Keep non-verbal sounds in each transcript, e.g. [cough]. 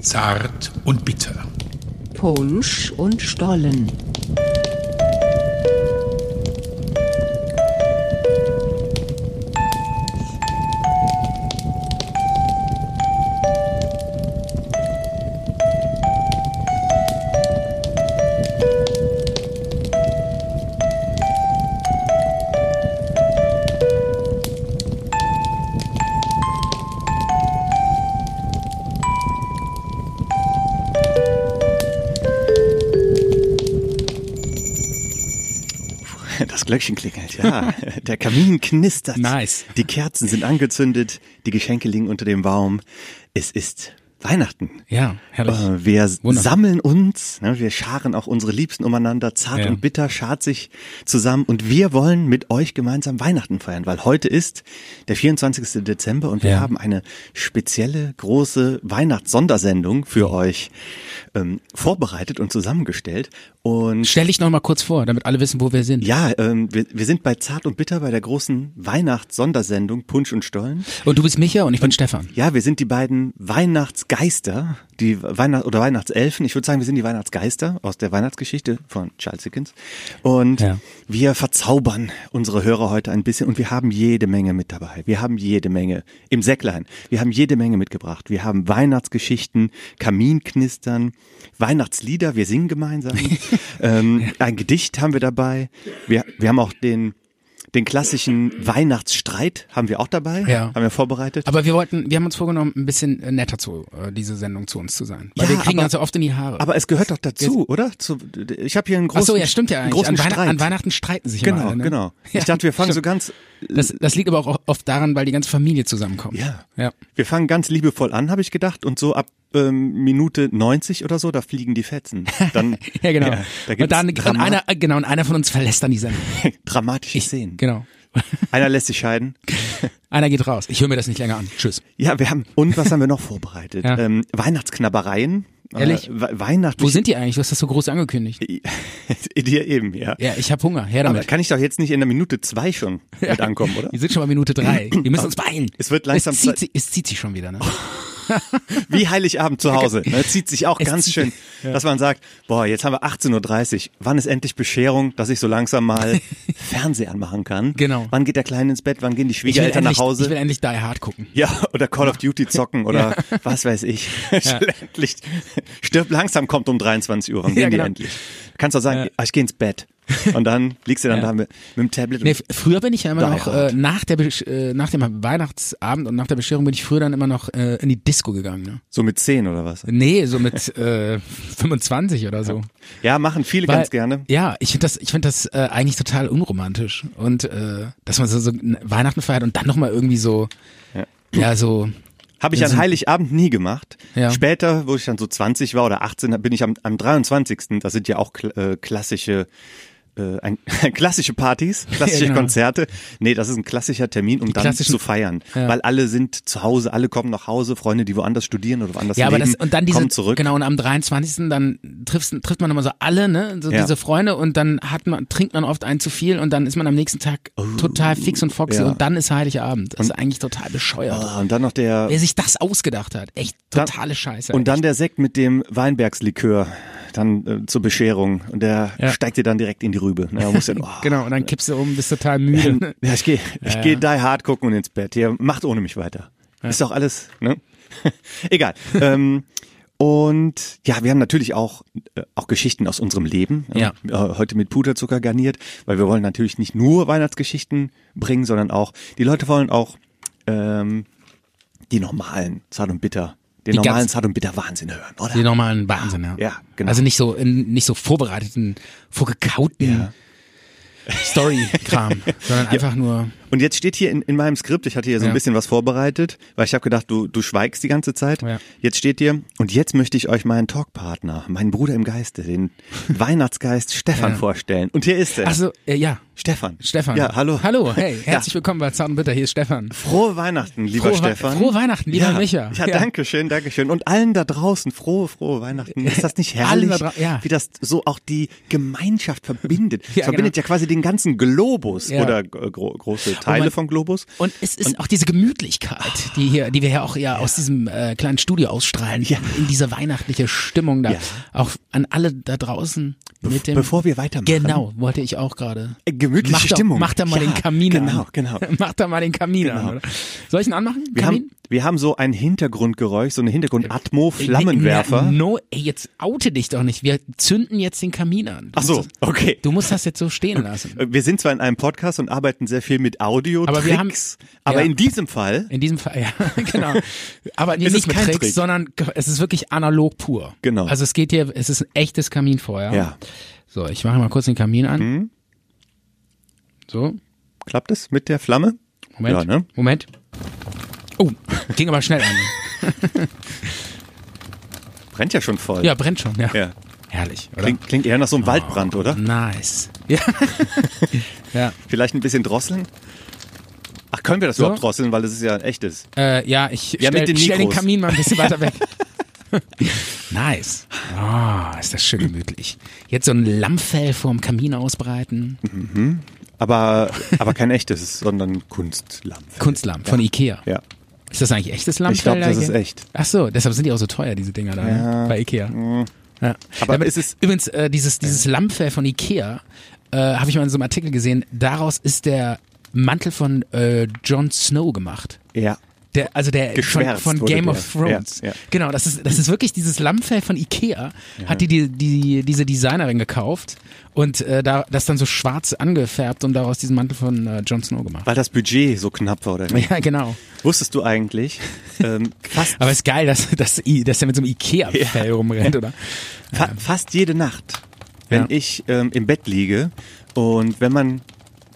zart und bitter. Punsch und Stollen. Das Glöckchen klingelt, [laughs] ja. Der Kamin knistert. Nice. Die Kerzen sind angezündet, die Geschenke liegen unter dem Baum. Es ist Weihnachten. Ja, herrlich. Äh, Wir Wunderbar. sammeln uns, ne, wir scharen auch unsere Liebsten umeinander, zart Ja. und bitter schart sich zusammen und wir wollen mit euch gemeinsam Weihnachten feiern, weil heute ist der 24. Dezember und wir Ja. haben eine spezielle große Weihnachtssondersendung für euch ähm, vorbereitet und zusammengestellt und Stell dich noch mal kurz vor, damit alle wissen, wo wir sind. ja, ähm, wir, wir sind bei Zart und Bitter bei der großen Weihnachtssondersendung Punsch und Stollen. Und du bist Micha und ich bin Stefan. Ja, wir sind die beiden Weihnachtsgeister, die Weihnacht oder Weihnachtselfen. Ich würde sagen, wir sind die Weihnachtsgeister aus der Weihnachtsgeschichte von Charles Dickens. Und Ja. wir verzaubern unsere Hörer heute ein bisschen und wir haben jede Menge mit dabei. Wir haben jede Menge im Säcklein. Wir haben jede Menge mitgebracht. Wir haben Weihnachtsgeschichten, Kaminknistern, Weihnachtslieder. Wir singen [laughs] gemeinsam. ähm, ein Gedicht haben wir dabei. Wir, wir haben auch den den klassischen Weihnachtsstreit haben wir auch dabei, Ja. haben wir vorbereitet. Aber wir wollten, wir haben uns vorgenommen, ein bisschen äh, netter zu äh, diese Sendung zu uns zu sein, weil Ja, wir kriegen aber- uns ja oft in die Haare. Aber es gehört doch dazu, oder? Zu, ich habe hier einen Ach großen, so, ja, stimmt ja eigentlich. großen An, Weihn- Streit. an Weihnachten streiten sich immer genau, alle, ne? genau. [laughs] Ja, ich dachte, wir fangen so stimmt. ganz, Das, das liegt aber auch oft daran, weil die ganze Familie zusammenkommt. ja, ja. wir fangen ganz liebevoll an, habe ich gedacht, und so ab ähm, Minute 90 oder so, da fliegen die Fetzen. Dann, [laughs] Ja, genau. da gibt's und dann, dann Dramat einer, äh, genau, und einer von uns verlässt dann die Sendung. [laughs] dramatische Szenen. Genau. [laughs] Einer lässt sich scheiden. Einer geht raus. Ich höre mir das nicht länger an. Tschüss. Ja, wir haben und was haben wir noch vorbereitet? Ja. Ähm, Weihnachtsknabbereien. Ehrlich? Äh, We Weihnachten. [laughs] Wo sind die eigentlich? Du hast das so groß angekündigt. Dir eben, ja. Ja, ich habe Hunger. Her Aber damit. kann ich doch jetzt nicht in der Minute zwei [laughs] schon mit ankommen, oder? Wir sind schon bei Minute drei. Wir müssen uns beeilen. Es wird langsam Es zieht, Zeit. sich- es zieht sich schon wieder, ne? Wie Heiligabend zu Hause. Ne? Zieht sich auch [laughs] Es ganz zieht- schön, dass man sagt, boah, jetzt haben wir 18.30 Uhr. Wann ist endlich Bescherung, dass ich so langsam [laughs] mal Fernseher anmachen kann? Genau. Wann geht der Kleine ins Bett? Wann gehen die Ich will, Schwiegereltern endlich, nach ich Hause? will endlich Die Hard gucken. [laughs] ja, oder Call of Duty zocken oder [laughs] was weiß ich. Endlich. Stirb langsam kommt um 23 Uhr. Wann gehen Ja, genau. die endlich? Kannst doch sagen, ah, ich gehe ins Bett. Und dann liegst du dann Ja. da mit, mit dem Tablet. Nee, und f- früher bin ich ja immer Die noch, Hard. äh, nach, der Besch- äh, nach dem Weihnachtsabend und nach der Bescherung bin ich früher dann immer noch äh, in die Disco gegangen. Ne? so mit 10 oder was. Nee, [laughs] so mit äh, 25 oder so. Ja, machen viele Weil- ganz gerne. Ja, ich finde das, ich find das äh, eigentlich total unromantisch. Und äh, dass man so, so n- Weihnachten feiert und dann nochmal irgendwie so, ja, so, Habe ich Ja, an so- Heiligabend nie gemacht. Ja. Später, wo ich dann so 20 war oder 18, bin ich am, am 23. Das sind ja auch kl äh, klassische äh, ein, [laughs] klassische Partys, klassische [laughs] Ja, genau. Konzerte. Nee, das ist ein klassischer Termin, um dann klassischen- zu feiern. Ja. Weil alle sind zu Hause, alle kommen nach Hause, Freunde, die woanders studieren oder woanders ja, aber leben, das, und dann diese, kommen zurück. genau, und am 23. dann triffst, trifft man immer so alle, ne, so Ja. diese Freunde und dann hat man, trinkt man oft einen zu viel und dann ist man am nächsten Tag total fix und foxy Oh, ja. und dann ist Heiligabend. Das ist eigentlich total bescheuert. Ah, und dann noch der Wer sich das ausgedacht hat, echt totale Scheiße. und dann echt. der Sekt mit dem Weinbergslikör dann äh, zur Bescherung und der Ja. steigt dir dann direkt in die Rübe. Na, man [laughs] muss dann, oh, Genau, und dann kippst du um, bist total müde. Ja, ich gehe ich geh Die Hard gucken und ins Bett. Ihr macht ohne mich weiter. Ist doch alles, ne? [laughs] Egal. ähm, und ja, wir haben natürlich auch, äh, auch Geschichten aus unserem Leben. Ja. Äh, heute mit Puderzucker garniert, weil wir wollen natürlich nicht nur Weihnachtsgeschichten bringen, sondern auch, die Leute wollen auch ähm, die normalen Zart und Bitter, den Die normalen ganz- Zart und Bitter Wahnsinn hören, oder? Die normalen Wahnsinn, ja. Ja, genau. Also nicht so, in, nicht so vorbereiteten, vorgekauten [laughs] Story-Kram, sondern einfach nur, Und jetzt steht hier in, in meinem Skript, ich hatte hier so ein Ja. bisschen was vorbereitet, weil ich habe gedacht, du, du schweigst die ganze Zeit. Ja. Jetzt steht hier, und jetzt möchte ich euch meinen Talkpartner, meinen Bruder im Geiste, [laughs] den Weihnachtsgeist Stefan Ja. vorstellen. Und hier ist er. also, äh, ja, Stefan. Stefan. Ja, hallo. [laughs] [laughs] Hallo, hey, herzlich ja. willkommen bei Zart und Bitter, hier ist Stefan. Frohe Weihnachten, lieber Frohe Wei- Stefan. frohe Weihnachten, lieber ja. Micha. Ja, Ja. danke schön, danke schön. Und allen da draußen, frohe, frohe Weihnachten. Ist das nicht [laughs] Allen herrlich, da drau- ja. wie das so auch die Gemeinschaft verbindet? Es [laughs] Ja, genau. verbindet ja quasi den ganzen Globus Ja. oder äh, gro große Teile man- vom Globus. Und es ist auch diese Ah. Gemütlichkeit, die hier, die wir ja auch ja, aus diesem äh, kleinen Studio ausstrahlen, Ja. in dieser weihnachtliche Stimmung da. Ja. Auch an alle da draußen mit dem. bevor wir weitermachen. Genau, wollte ich auch gerade. Äh, gemütliche Mach da- Stimmung. Mach da mal Ja, den Kamin genau, an. genau. [laughs] Mach da mal den Kamin an. Genau. Oder? Soll ich ihn anmachen? Wir Kamin? haben, wir haben so ein Hintergrundgeräusch, so eine Na, Hintergrundatmo-Flammenwerfer. No, ey, jetzt oute dich doch nicht. Wir zünden jetzt den Kamin an. Du Ach so, musst das- okay. Du musst das jetzt so stehen lassen. Wir sind zwar in einem Podcast und arbeiten sehr viel mit Audio, Aber wir Tricks, haben- aber ja. in diesem Fall, In diesem Fall, [laughs] ja, genau. Aber nee, Ist es nicht mit kein Trick? Trick, sondern k- es ist wirklich analog pur. Genau. Also es geht hier, es ist ein echtes Kaminfeuer. Ja. Mhm. So, ich mache mal kurz den Kamin an. So, klappt es mit der Flamme? Moment. Ja, ne? Moment. Oh, ging [laughs] aber schnell an. Brennt ja schon voll. Ja, brennt schon, ja. Ja. Herrlich, oder? Klingt, klingt eher nach so einem Waldbrand, oder? Nice. Ja. [laughs] ja. Vielleicht ein bisschen drosseln? Ach, können wir das So? überhaupt drosseln, weil das ist ja ein echtes. Äh, ja, ich Ja, mit stell, den stell den Mikros. Kamin mal ein bisschen [laughs] weiter weg. nice. Ah, ist das schön gemütlich. Jetzt so ein Lammfell vorm Kamin ausbreiten. [laughs] Aber, aber kein echtes, sondern Kunstlampf. Kunstlamm von Ikea. Ja. Ist das eigentlich echtes Lammfell? Ich glaube, da das ist Ikea? echt. Mhm. Ach so, deshalb sind die auch so teuer, diese Dinger da ne? bei Ikea. Ja. Aber ist es- übrigens, äh, dieses, dieses Lammfell von Ikea, äh, habe ich mal in so einem Artikel gesehen, daraus ist der Mantel von äh, Jon Snow gemacht. Ja. Der, also der von, Geschwärzt von wurde Game der. of Thrones. Ja, ja. Genau, das ist, das ist wirklich dieses Lammfell von Ikea, hat die, die, die diese Designerin gekauft und äh, da, das dann so schwarz angefärbt und daraus diesen Mantel von äh, Jon Snow gemacht. Weil das Budget so knapp war, oder? nicht? Ja, genau. Wusstest du [laughs] eigentlich, ähm, fast, Aber ist geil, dass, dass, I- dass er mit so einem Ikea-Fell rumrennt, oder? fa fast jede Nacht, wenn Ja. ich ähm, im Bett liege und wenn man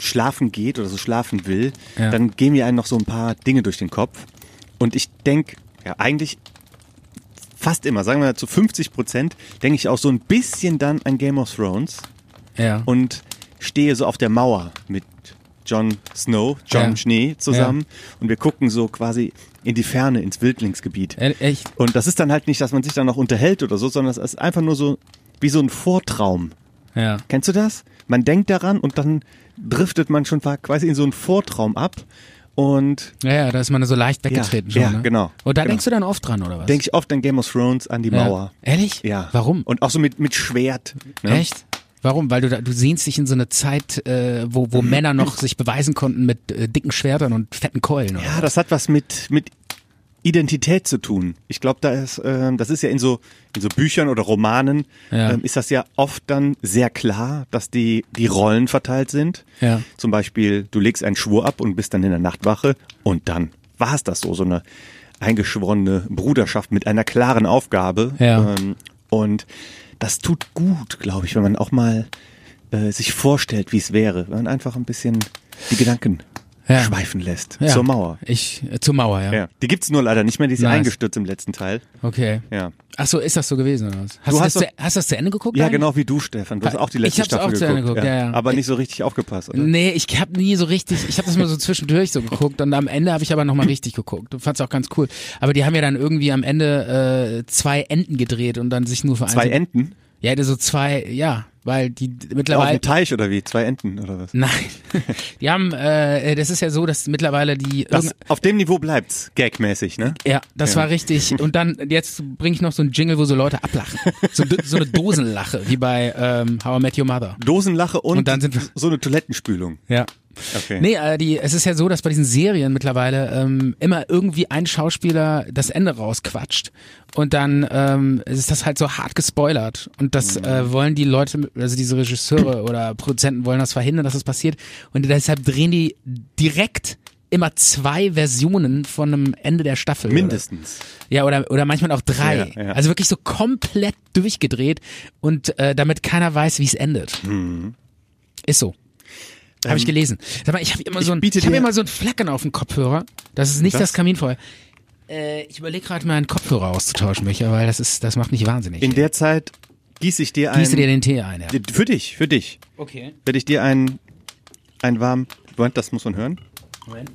schlafen geht oder so schlafen will, Ja. dann gehen mir einem noch so ein paar Dinge durch den Kopf. Und ich denk, ja, eigentlich fast immer, sagen wir mal zu 50 Prozent, denke ich auch so ein bisschen dann an Game of Thrones. Ja. und stehe so auf der Mauer mit John Snow, John Ja. Schnee zusammen und wir gucken so quasi in die Ferne ins Wildlingsgebiet. E- echt? Und das ist dann halt nicht, dass man sich dann noch unterhält oder so, sondern es ist einfach nur so wie so ein Vortraum. Ja. Kennst du das? Man denkt daran und dann driftet man schon quasi in so einen Vortraum ab und Ja, ja, da ist man so leicht weggetreten Ja, schon. ja, ne? genau. Und da Genau. denkst du dann oft dran, oder was? denke ich oft an Game of Thrones, an die ja. Mauer. Ehrlich? Ja. Warum? Und auch so mit, mit Schwert. Ne? Echt? Warum? Weil du da, du sehnst dich in so eine Zeit, äh, wo, Mhm. wo Männer noch sich beweisen konnten mit äh, dicken Schwertern und fetten Keulen. Oder? Ja, das hat was mit, mit Identität zu tun. Ich glaube, da ist, ähm, das ist ja in so, in so Büchern oder Romanen, Ja. ähm, ist das ja oft dann sehr klar, dass die, die Rollen verteilt sind. Ja. Zum Beispiel, du legst einen Schwur ab und bist dann in der Nachtwache und dann war es das so, so eine eingeschworene Bruderschaft mit einer klaren Aufgabe. Ja. Ähm, und das tut gut, glaube ich, wenn man auch mal äh, sich vorstellt, wie es wäre, wenn man einfach ein bisschen die Gedanken Ja. schweifen lässt Ja. zur Mauer. Ich, äh, zur Mauer, ja. Ja. Die gibt's nur leider nicht mehr, die ist ja Nice. eingestürzt im letzten Teil. Okay. Ja. Ach so, ist das so gewesen oder was? Hast Du du, hast das, doch- zu, hast du das zu Ende geguckt? Ja, eigentlich? genau wie du, Stefan. Du hast auch die Ich letzte hab's Staffel auch zu Ende geguckt, ja, ja. Aber nicht so richtig aufgepasst, oder? Nee, ich hab nie so richtig, ich habe das mal so zwischendurch so geguckt und am Ende habe ich aber nochmal richtig geguckt und fand's auch ganz cool. Aber die haben ja dann irgendwie am Ende äh, zwei Enden gedreht und dann sich nur für Zwei eins- Enten? Ja, so zwei, ja, weil die Auf mittlerweile dem Teich oder wie? Zwei Enten oder was? [laughs] Nein. Die haben, äh, das ist ja so, dass mittlerweile die Das, irgend- auf dem Niveau bleibt's, gagmäßig, ne? ja, das Ja. war richtig. Und dann, jetzt bringe ich noch so einen Jingle, wo so Leute ablachen. So, so eine Dosenlache, wie bei ähm, How I Met Your Mother. Dosenlache und, Und dann sind wir- so eine Toilettenspülung. Ja. Okay. Nee, äh, die, es ist ja so, dass bei diesen Serien mittlerweile ähm, immer irgendwie ein Schauspieler das Ende rausquatscht. Und dann ähm, ist das halt so hart gespoilert. Und das Mhm. äh, wollen die Leute, also diese Regisseure oder Produzenten wollen das verhindern, dass das passiert. Und deshalb drehen die direkt immer zwei Versionen von einem Ende der Staffel. Mindestens. Ja, oder, oder manchmal auch drei. Ja, ja. Also wirklich so komplett durchgedreht und äh, damit keiner weiß, wie es endet. Mhm. Ist so. Habe ich gelesen. Sag mal, ich habe immer Ähm, ich so ein, biete ich hab dir- immer so ein Flecken auf dem Kopfhörer. Das ist nicht Was? das Kaminfeuer. Äh, ich überlege gerade meinen Kopfhörer auszutauschen, Micha, weil das ist, das macht mich wahnsinnig. In der Zeit gieße ich dir ein... Gieße dir den Tee ein, ja. Für dich, für dich. Okay. Werde ich dir einen, einen warmen... Moment, das muss man hören. Moment.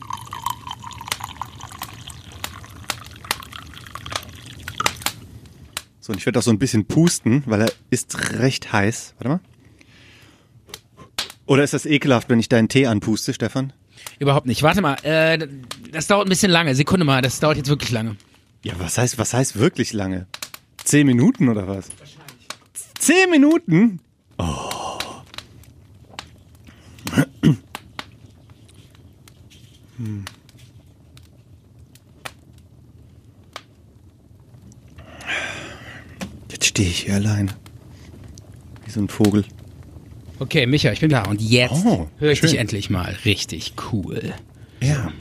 So, und ich werde auch so ein bisschen pusten, weil er ist recht heiß. Warte mal. Oder ist das ekelhaft, wenn ich deinen Tee anpuste, Stefan? Überhaupt nicht. Warte mal, äh, das dauert ein bisschen lange. Sekunde mal, das dauert jetzt wirklich lange. Ja, was heißt, was heißt wirklich lange? Zehn Minuten oder was? Wahrscheinlich. Zehn Minuten? Oh. Oh. Jetzt stehe ich hier alleine. Wie so ein Vogel. Okay, Micha, ich bin da. Und jetzt Oh, höre ich schön. dich endlich mal. Richtig cool. Ja.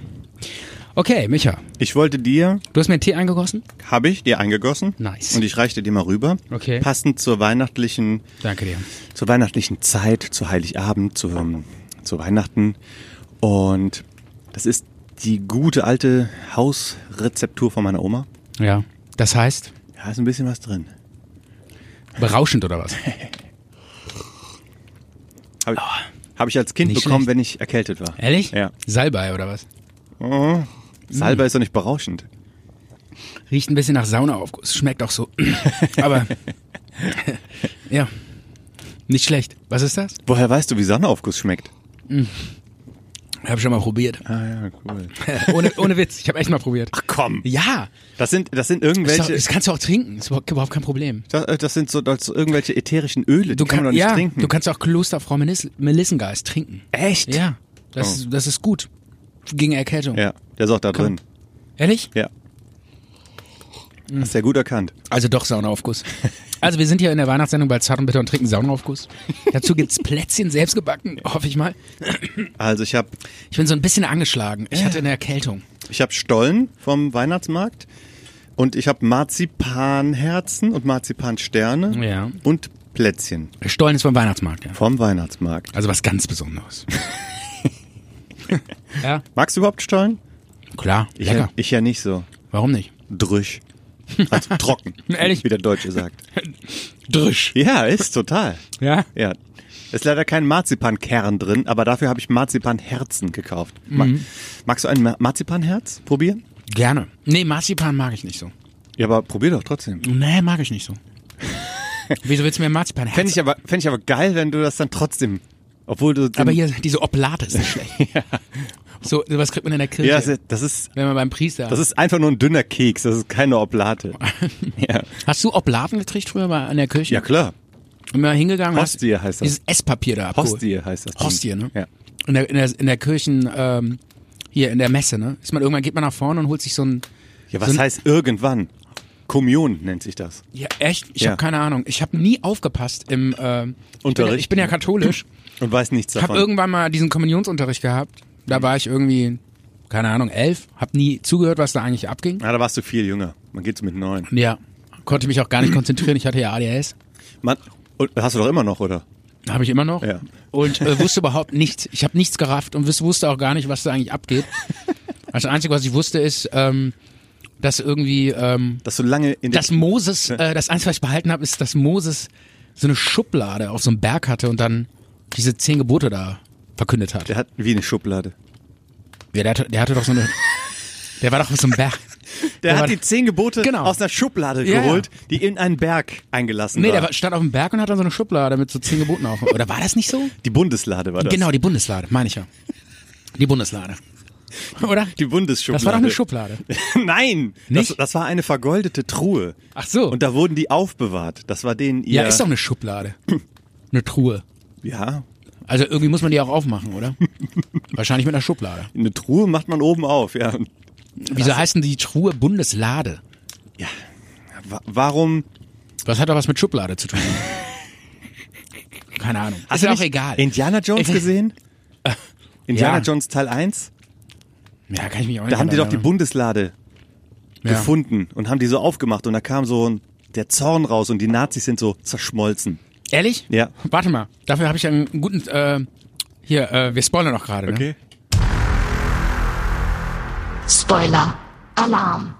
Okay, Micha, Ich wollte dir, du hast mir einen Tee eingegossen? habe ich dir eingegossen. Nice. Und ich reichte dir mal rüber. Okay. Passend zur weihnachtlichen Danke dir. zur weihnachtlichen Zeit, zu Heiligabend, zu, ähm, zu Weihnachten. Und das ist die gute alte Hausrezeptur von meiner Oma. Ja. Das heißt, Da ist ein bisschen was drin. berauschend oder was? Habe hab ich als Kind Ah. Nicht bekommen, schlecht. wenn ich erkältet war. [laughs] Ehrlich? Hm. Ja. Salbei oder was? Salbei ist doch nicht berauschend. Riecht ein bisschen nach Saunaaufguss. Schmeckt [laughs] auch so. Aber, [laughs] ja. Nicht schlecht. Was ist das? Woher weißt du, wie Sonnenaufguss schmeckt? Hab schon mal probiert. Ah ja, cool. [laughs] ohne, ohne Witz, ich habe echt mal probiert. Ach komm. Ja, Das sind, das sind das, irgendwelche, das kannst du auch trinken, ist überhaupt überhaupt kein Problem. das, äh, das sind so das, irgendwelche ätherischen Öle, die Du, kann man doch nicht ja, trinken. du kannst auch Klosterfrau Melis Melissengeist trinken. Echt? Ja. Ja, das, ist- das ist gut. Gegen Erkältung. Ja, der ist auch da drin. Ehrlich? Ja. Hast du ja gut erkannt. Also doch Saunaaufguss. Also wir sind hier in der Weihnachtssendung bei Zart und Bitter und trinken Saunaaufguss. Dazu gibt's Plätzchen selbst gebacken, hoffe ich mal. Also ich habe Ich bin so ein bisschen angeschlagen. Ich hatte eine Erkältung. Ich habe Stollen vom Weihnachtsmarkt und ich habe Marzipanherzen und Marzipansterne Ja. und Plätzchen Stollen ist vom Weihnachtsmarkt, ja. vom Weihnachtsmarkt. Also was ganz [laughs] Besonderes. ja, Magst du überhaupt Stollen? klar, Ich lecker. Ja, ich ja nicht so. Warum nicht? Drüsch. Also [laughs] trocken. Ehrlich? Wie der Deutsche sagt. Drisch. Ja, ist total. Ja? Ja. Ist leider kein Marzipankern drin, aber dafür habe ich Marzipanherzen gekauft. Ma Magst du ein Ma- Marzipanherz probieren? Gerne. Nee, Marzipan mag ich nicht so. Ja, aber probier doch trotzdem. Nee, mag ich nicht [laughs] so. Wieso willst du mir Marzipan? Fände ich, aber, fänd ich aber geil, wenn du das dann trotzdem, obwohl du... den- aber hier, diese Oblate ist nicht [laughs] schlecht. So, sowas kriegt man in der Kirche. ja, das ist wenn man beim Priester. Das ist einfach nur ein dünner Keks, das ist keine Oblate. ja. hast du Oblaten gekriegt früher bei, an der Kirche? ja, klar. Und mal hingegangen hast- Hostie heißt das. Dieses Esspapier da abgeholt. Hostie heißt das. Ding. Hostie, ne? Ja. In der, in der, in der Kirchen, ähm, hier in der Messe, ne? Ist man, irgendwann geht man nach vorne und holt sich so ein... ja so was ein, heißt irgendwann? Kommunion nennt sich das. Ja, echt? Ich Ja. hab habe keine Ahnung. Ich habe nie aufgepasst im ähm, ich bin ja- Unterricht. Ich bin ja katholisch. [laughs] Und weiß nichts Ich habe davon. irgendwann mal diesen Kommunionsunterricht gehabt. Da war ich irgendwie, keine Ahnung, elf. Hab nie zugehört, was da eigentlich abging. ah, da warst du viel jünger. Man geht so mit neun. Ja. Konnte mich auch gar nicht konzentrieren. Ich hatte ja ADHS. Man, und, hast du doch immer noch, oder? Habe ich immer noch. Ja. Und äh, wusste überhaupt nichts. Ich habe nichts gerafft und wus- wusste auch gar nicht, was da eigentlich abgeht. Also das Einzige, was ich wusste, ist, ähm, dass irgendwie, ähm, Dass du lange in der... dass Moses, äh, das Einzige, was ich behalten habe, ist, dass Moses so eine Schublade auf so einem Berg hatte und dann diese zehn Gebote da verkündet hat. der hat wie eine Schublade. Ja, der, hatte, der hatte doch so eine. Der war doch auf so einem Berg. [laughs] Der war hat die doch- zehn Gebote Genau. aus einer Schublade Ja, ja. geholt, die in einen Berg eingelassen Nee, war. der war- stand auf dem Berg und hat dann so eine Schublade mit so zehn Geboten auf. Oder war das nicht so? Die Bundeslade war das. Genau, die Bundeslade, meine ich ja. Die Bundeslade. [laughs] Oder? Die Bundesschublade. Das war doch eine Schublade. [laughs] Nein, das, Nicht? das war eine vergoldete Truhe. Ach so. Und da wurden die aufbewahrt. Das war denen ihr. ja, ist doch eine Schublade. Eine Truhe. Ja, Also irgendwie muss man die auch aufmachen, oder? [laughs] Wahrscheinlich mit einer Schublade. eine Truhe macht man oben auf. Ja. Und Wieso Also- heißt denn die Truhe Bundeslade? wa- Warum? Was hat doch was mit Schublade zu tun? Keine Ahnung. Hast ist du ja auch nicht egal. Indiana Jones gesehen? Indiana [laughs] Ja. Jones Teil 1? ja, kann ich mich auch nicht Da haben die doch die erinnern. Bundeslade Ja. gefunden und haben die so aufgemacht und da kam so ein, der Zorn raus und die Nazis sind so zerschmolzen. Ehrlich? Ja. Warte mal, dafür habe ich einen guten. Äh, hier, äh, wir spoilern noch gerade. Ne? Spoiler. Alarm.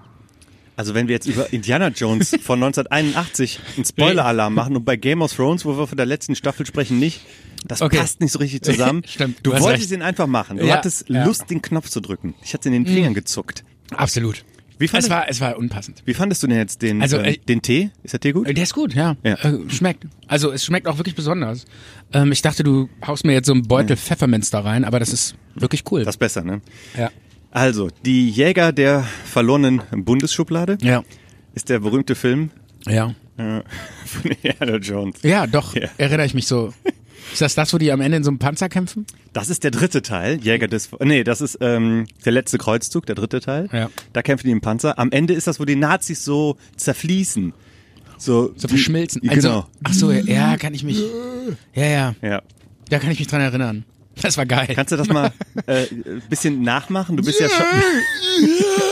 Also wenn wir jetzt über Indiana Jones von 1981 einen Spoiler-Alarm machen und bei Game of Thrones, wo wir von der letzten Staffel sprechen, nicht, das Okay. passt nicht so richtig zusammen. [laughs] Stimmt, du du hast wolltest recht. ihn einfach machen. Du Ja, hattest ja. Lust, den Knopf zu drücken. Ich hatte es in den Fingern gezuckt. Absolut. Wie fandest- es war, es war unpassend. Wie fandest du denn jetzt den, Also, äh, äh, den Tee? Ist der Tee gut? Äh, Der ist gut, ja. Ja. Äh, schmeckt. Also es schmeckt auch wirklich besonders. Ähm, ich dachte, du haust mir jetzt so einen Beutel Pfefferminz da rein, aber das ist Wirklich cool. Das ist besser, ne? ja. Also, die Jäger der verlorenen Bundesschublade Ja. ist der berühmte Film Ja. äh, [laughs] von Indiana Jones. Ja, doch, Ja. erinnere ich mich [laughs] so. Ist das das, wo die am Ende in so einem Panzer kämpfen? Das ist der dritte Teil, Jäger des. Nee, das ist ähm, der letzte Kreuzzug, der dritte Teil. Ja. Da kämpfen die im Panzer. Am Ende ist das, wo die Nazis so zerfließen. So, So die- verschmilzen. die- also, Genau. Ach so, ja, ja, kann [laughs] ich mich. Ja, ja. Ja. Da kann ich mich dran erinnern. Das war geil. Kannst du das [laughs] mal äh, ein bisschen nachmachen? Du bist ja schon. [laughs]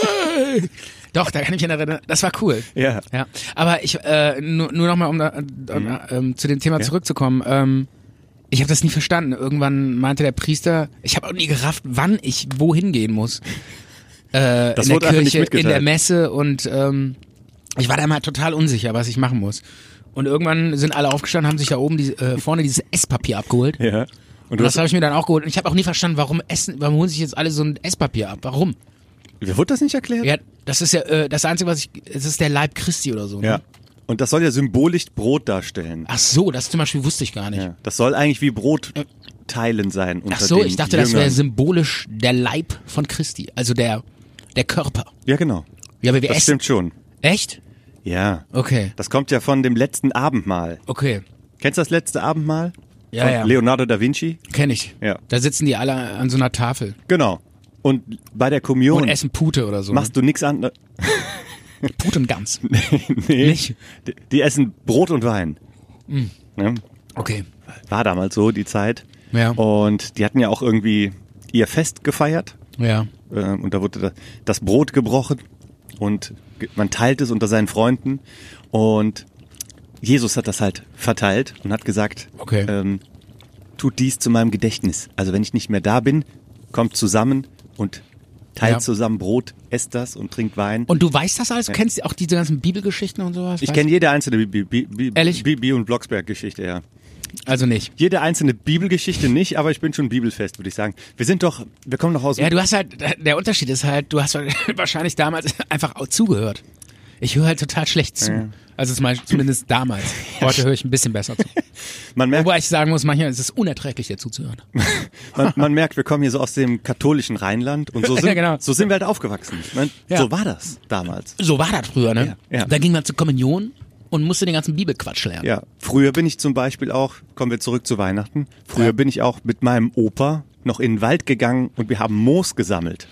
Doch, da kann ich mich dran erinnern. Das war cool. Ja. Mhm. Ja. Aber ich, äh, nur, nur nochmal, um da, um, ähm, zu dem Thema zurückzukommen. Ähm, ich habe das nie verstanden. Irgendwann meinte der Priester, ich habe auch nie gerafft, wann ich wohin [laughs] gehen muss. Äh, Das in wurde der einfach nicht Kirche, in der mitgeteilt. Messe und ähm, ich war da immer total unsicher, was ich machen muss. Und irgendwann sind alle aufgestanden, haben sich da oben die, äh, vorne dieses Esspapier abgeholt. Ja. Und Und du das hast, habe ich mir dann auch geholt. Und ich habe auch nie verstanden, warum essen, warum holen sich jetzt alle so ein Esspapier ab? Warum? wurde das nicht erklärt? Ja, das ist ja äh, das Einzige, was ich. Es ist der Leib Christi oder so. Ne? ja. Und das soll ja symbolisch Brot darstellen. Ach so, das zum Beispiel wusste ich gar nicht. Ja. Das soll eigentlich wie Brotteilen sein. Unter Ach so, den ich dachte, Jüngern. das wäre symbolisch der Leib von Christi, also der der Körper. Ja, genau. Ja, aber wir Das essen. stimmt schon. Echt? Ja. Okay, Das kommt ja von dem letzten Abendmahl. okay, Kennst du das letzte Abendmahl? Ja, Von ja. Leonardo da Vinci? kenne ich. Ja. Da sitzen die alle an so einer Tafel Genau. Und bei der und, Kommunion essen Pute oder so. ne? machst Hm. du nichts anderes. Pute und Gans. [laughs] Nee. Nicht? Hm. Die, die essen Brot und Wein. Ne? Okay. War damals so die Zeit. Ja. Und die hatten ja auch irgendwie ihr Fest gefeiert. Ja. Ähm, und da wurde da- das Brot gebrochen und ge- man teilt es unter seinen Freunden. Und Jesus hat das halt verteilt und hat gesagt, Okay. ähm, tut dies zu meinem Gedächtnis. Also wenn ich nicht mehr da bin, kommt zusammen und teilt Ja. zusammen Brot, esst das und trinkt Wein. Und du weißt das alles? Du kennst auch diese ganzen Bibelgeschichten und sowas? ich weißt kenne jede einzelne Bi- Bi- Bi- Ehrlich? Bi- Bi- und Blocksberg-Geschichte, ja. du? Also nicht. Jede einzelne Bibelgeschichte nicht, aber ich bin schon bibelfest, würde ich sagen. Wir sind doch, wir kommen doch aus dem Ja, du hast halt, der Unterschied ist halt, [laughs] du hast wahrscheinlich damals einfach auch zugehört. Ich höre halt total schlecht zu. Also zum Beispiel, zumindest [laughs] damals. Heute höre ich ein bisschen besser zu. Man merkt, Wobei ich sagen muss, manchmal ist es unerträglich, [laughs] dir zuzuhören. man, man merkt, wir kommen hier so aus dem katholischen Rheinland [laughs] und so sind, Ja, genau. so sind wir halt aufgewachsen. Man, Ja. So war das damals. So war das früher, ne? Ja, ja. Da ging man zur Kommunion und musste den ganzen Bibelquatsch lernen. Ja, früher bin ich zum Beispiel auch, kommen wir zurück zu Weihnachten, früher Ja. bin ich auch mit meinem Opa noch in den Wald gegangen und wir haben Moos gesammelt.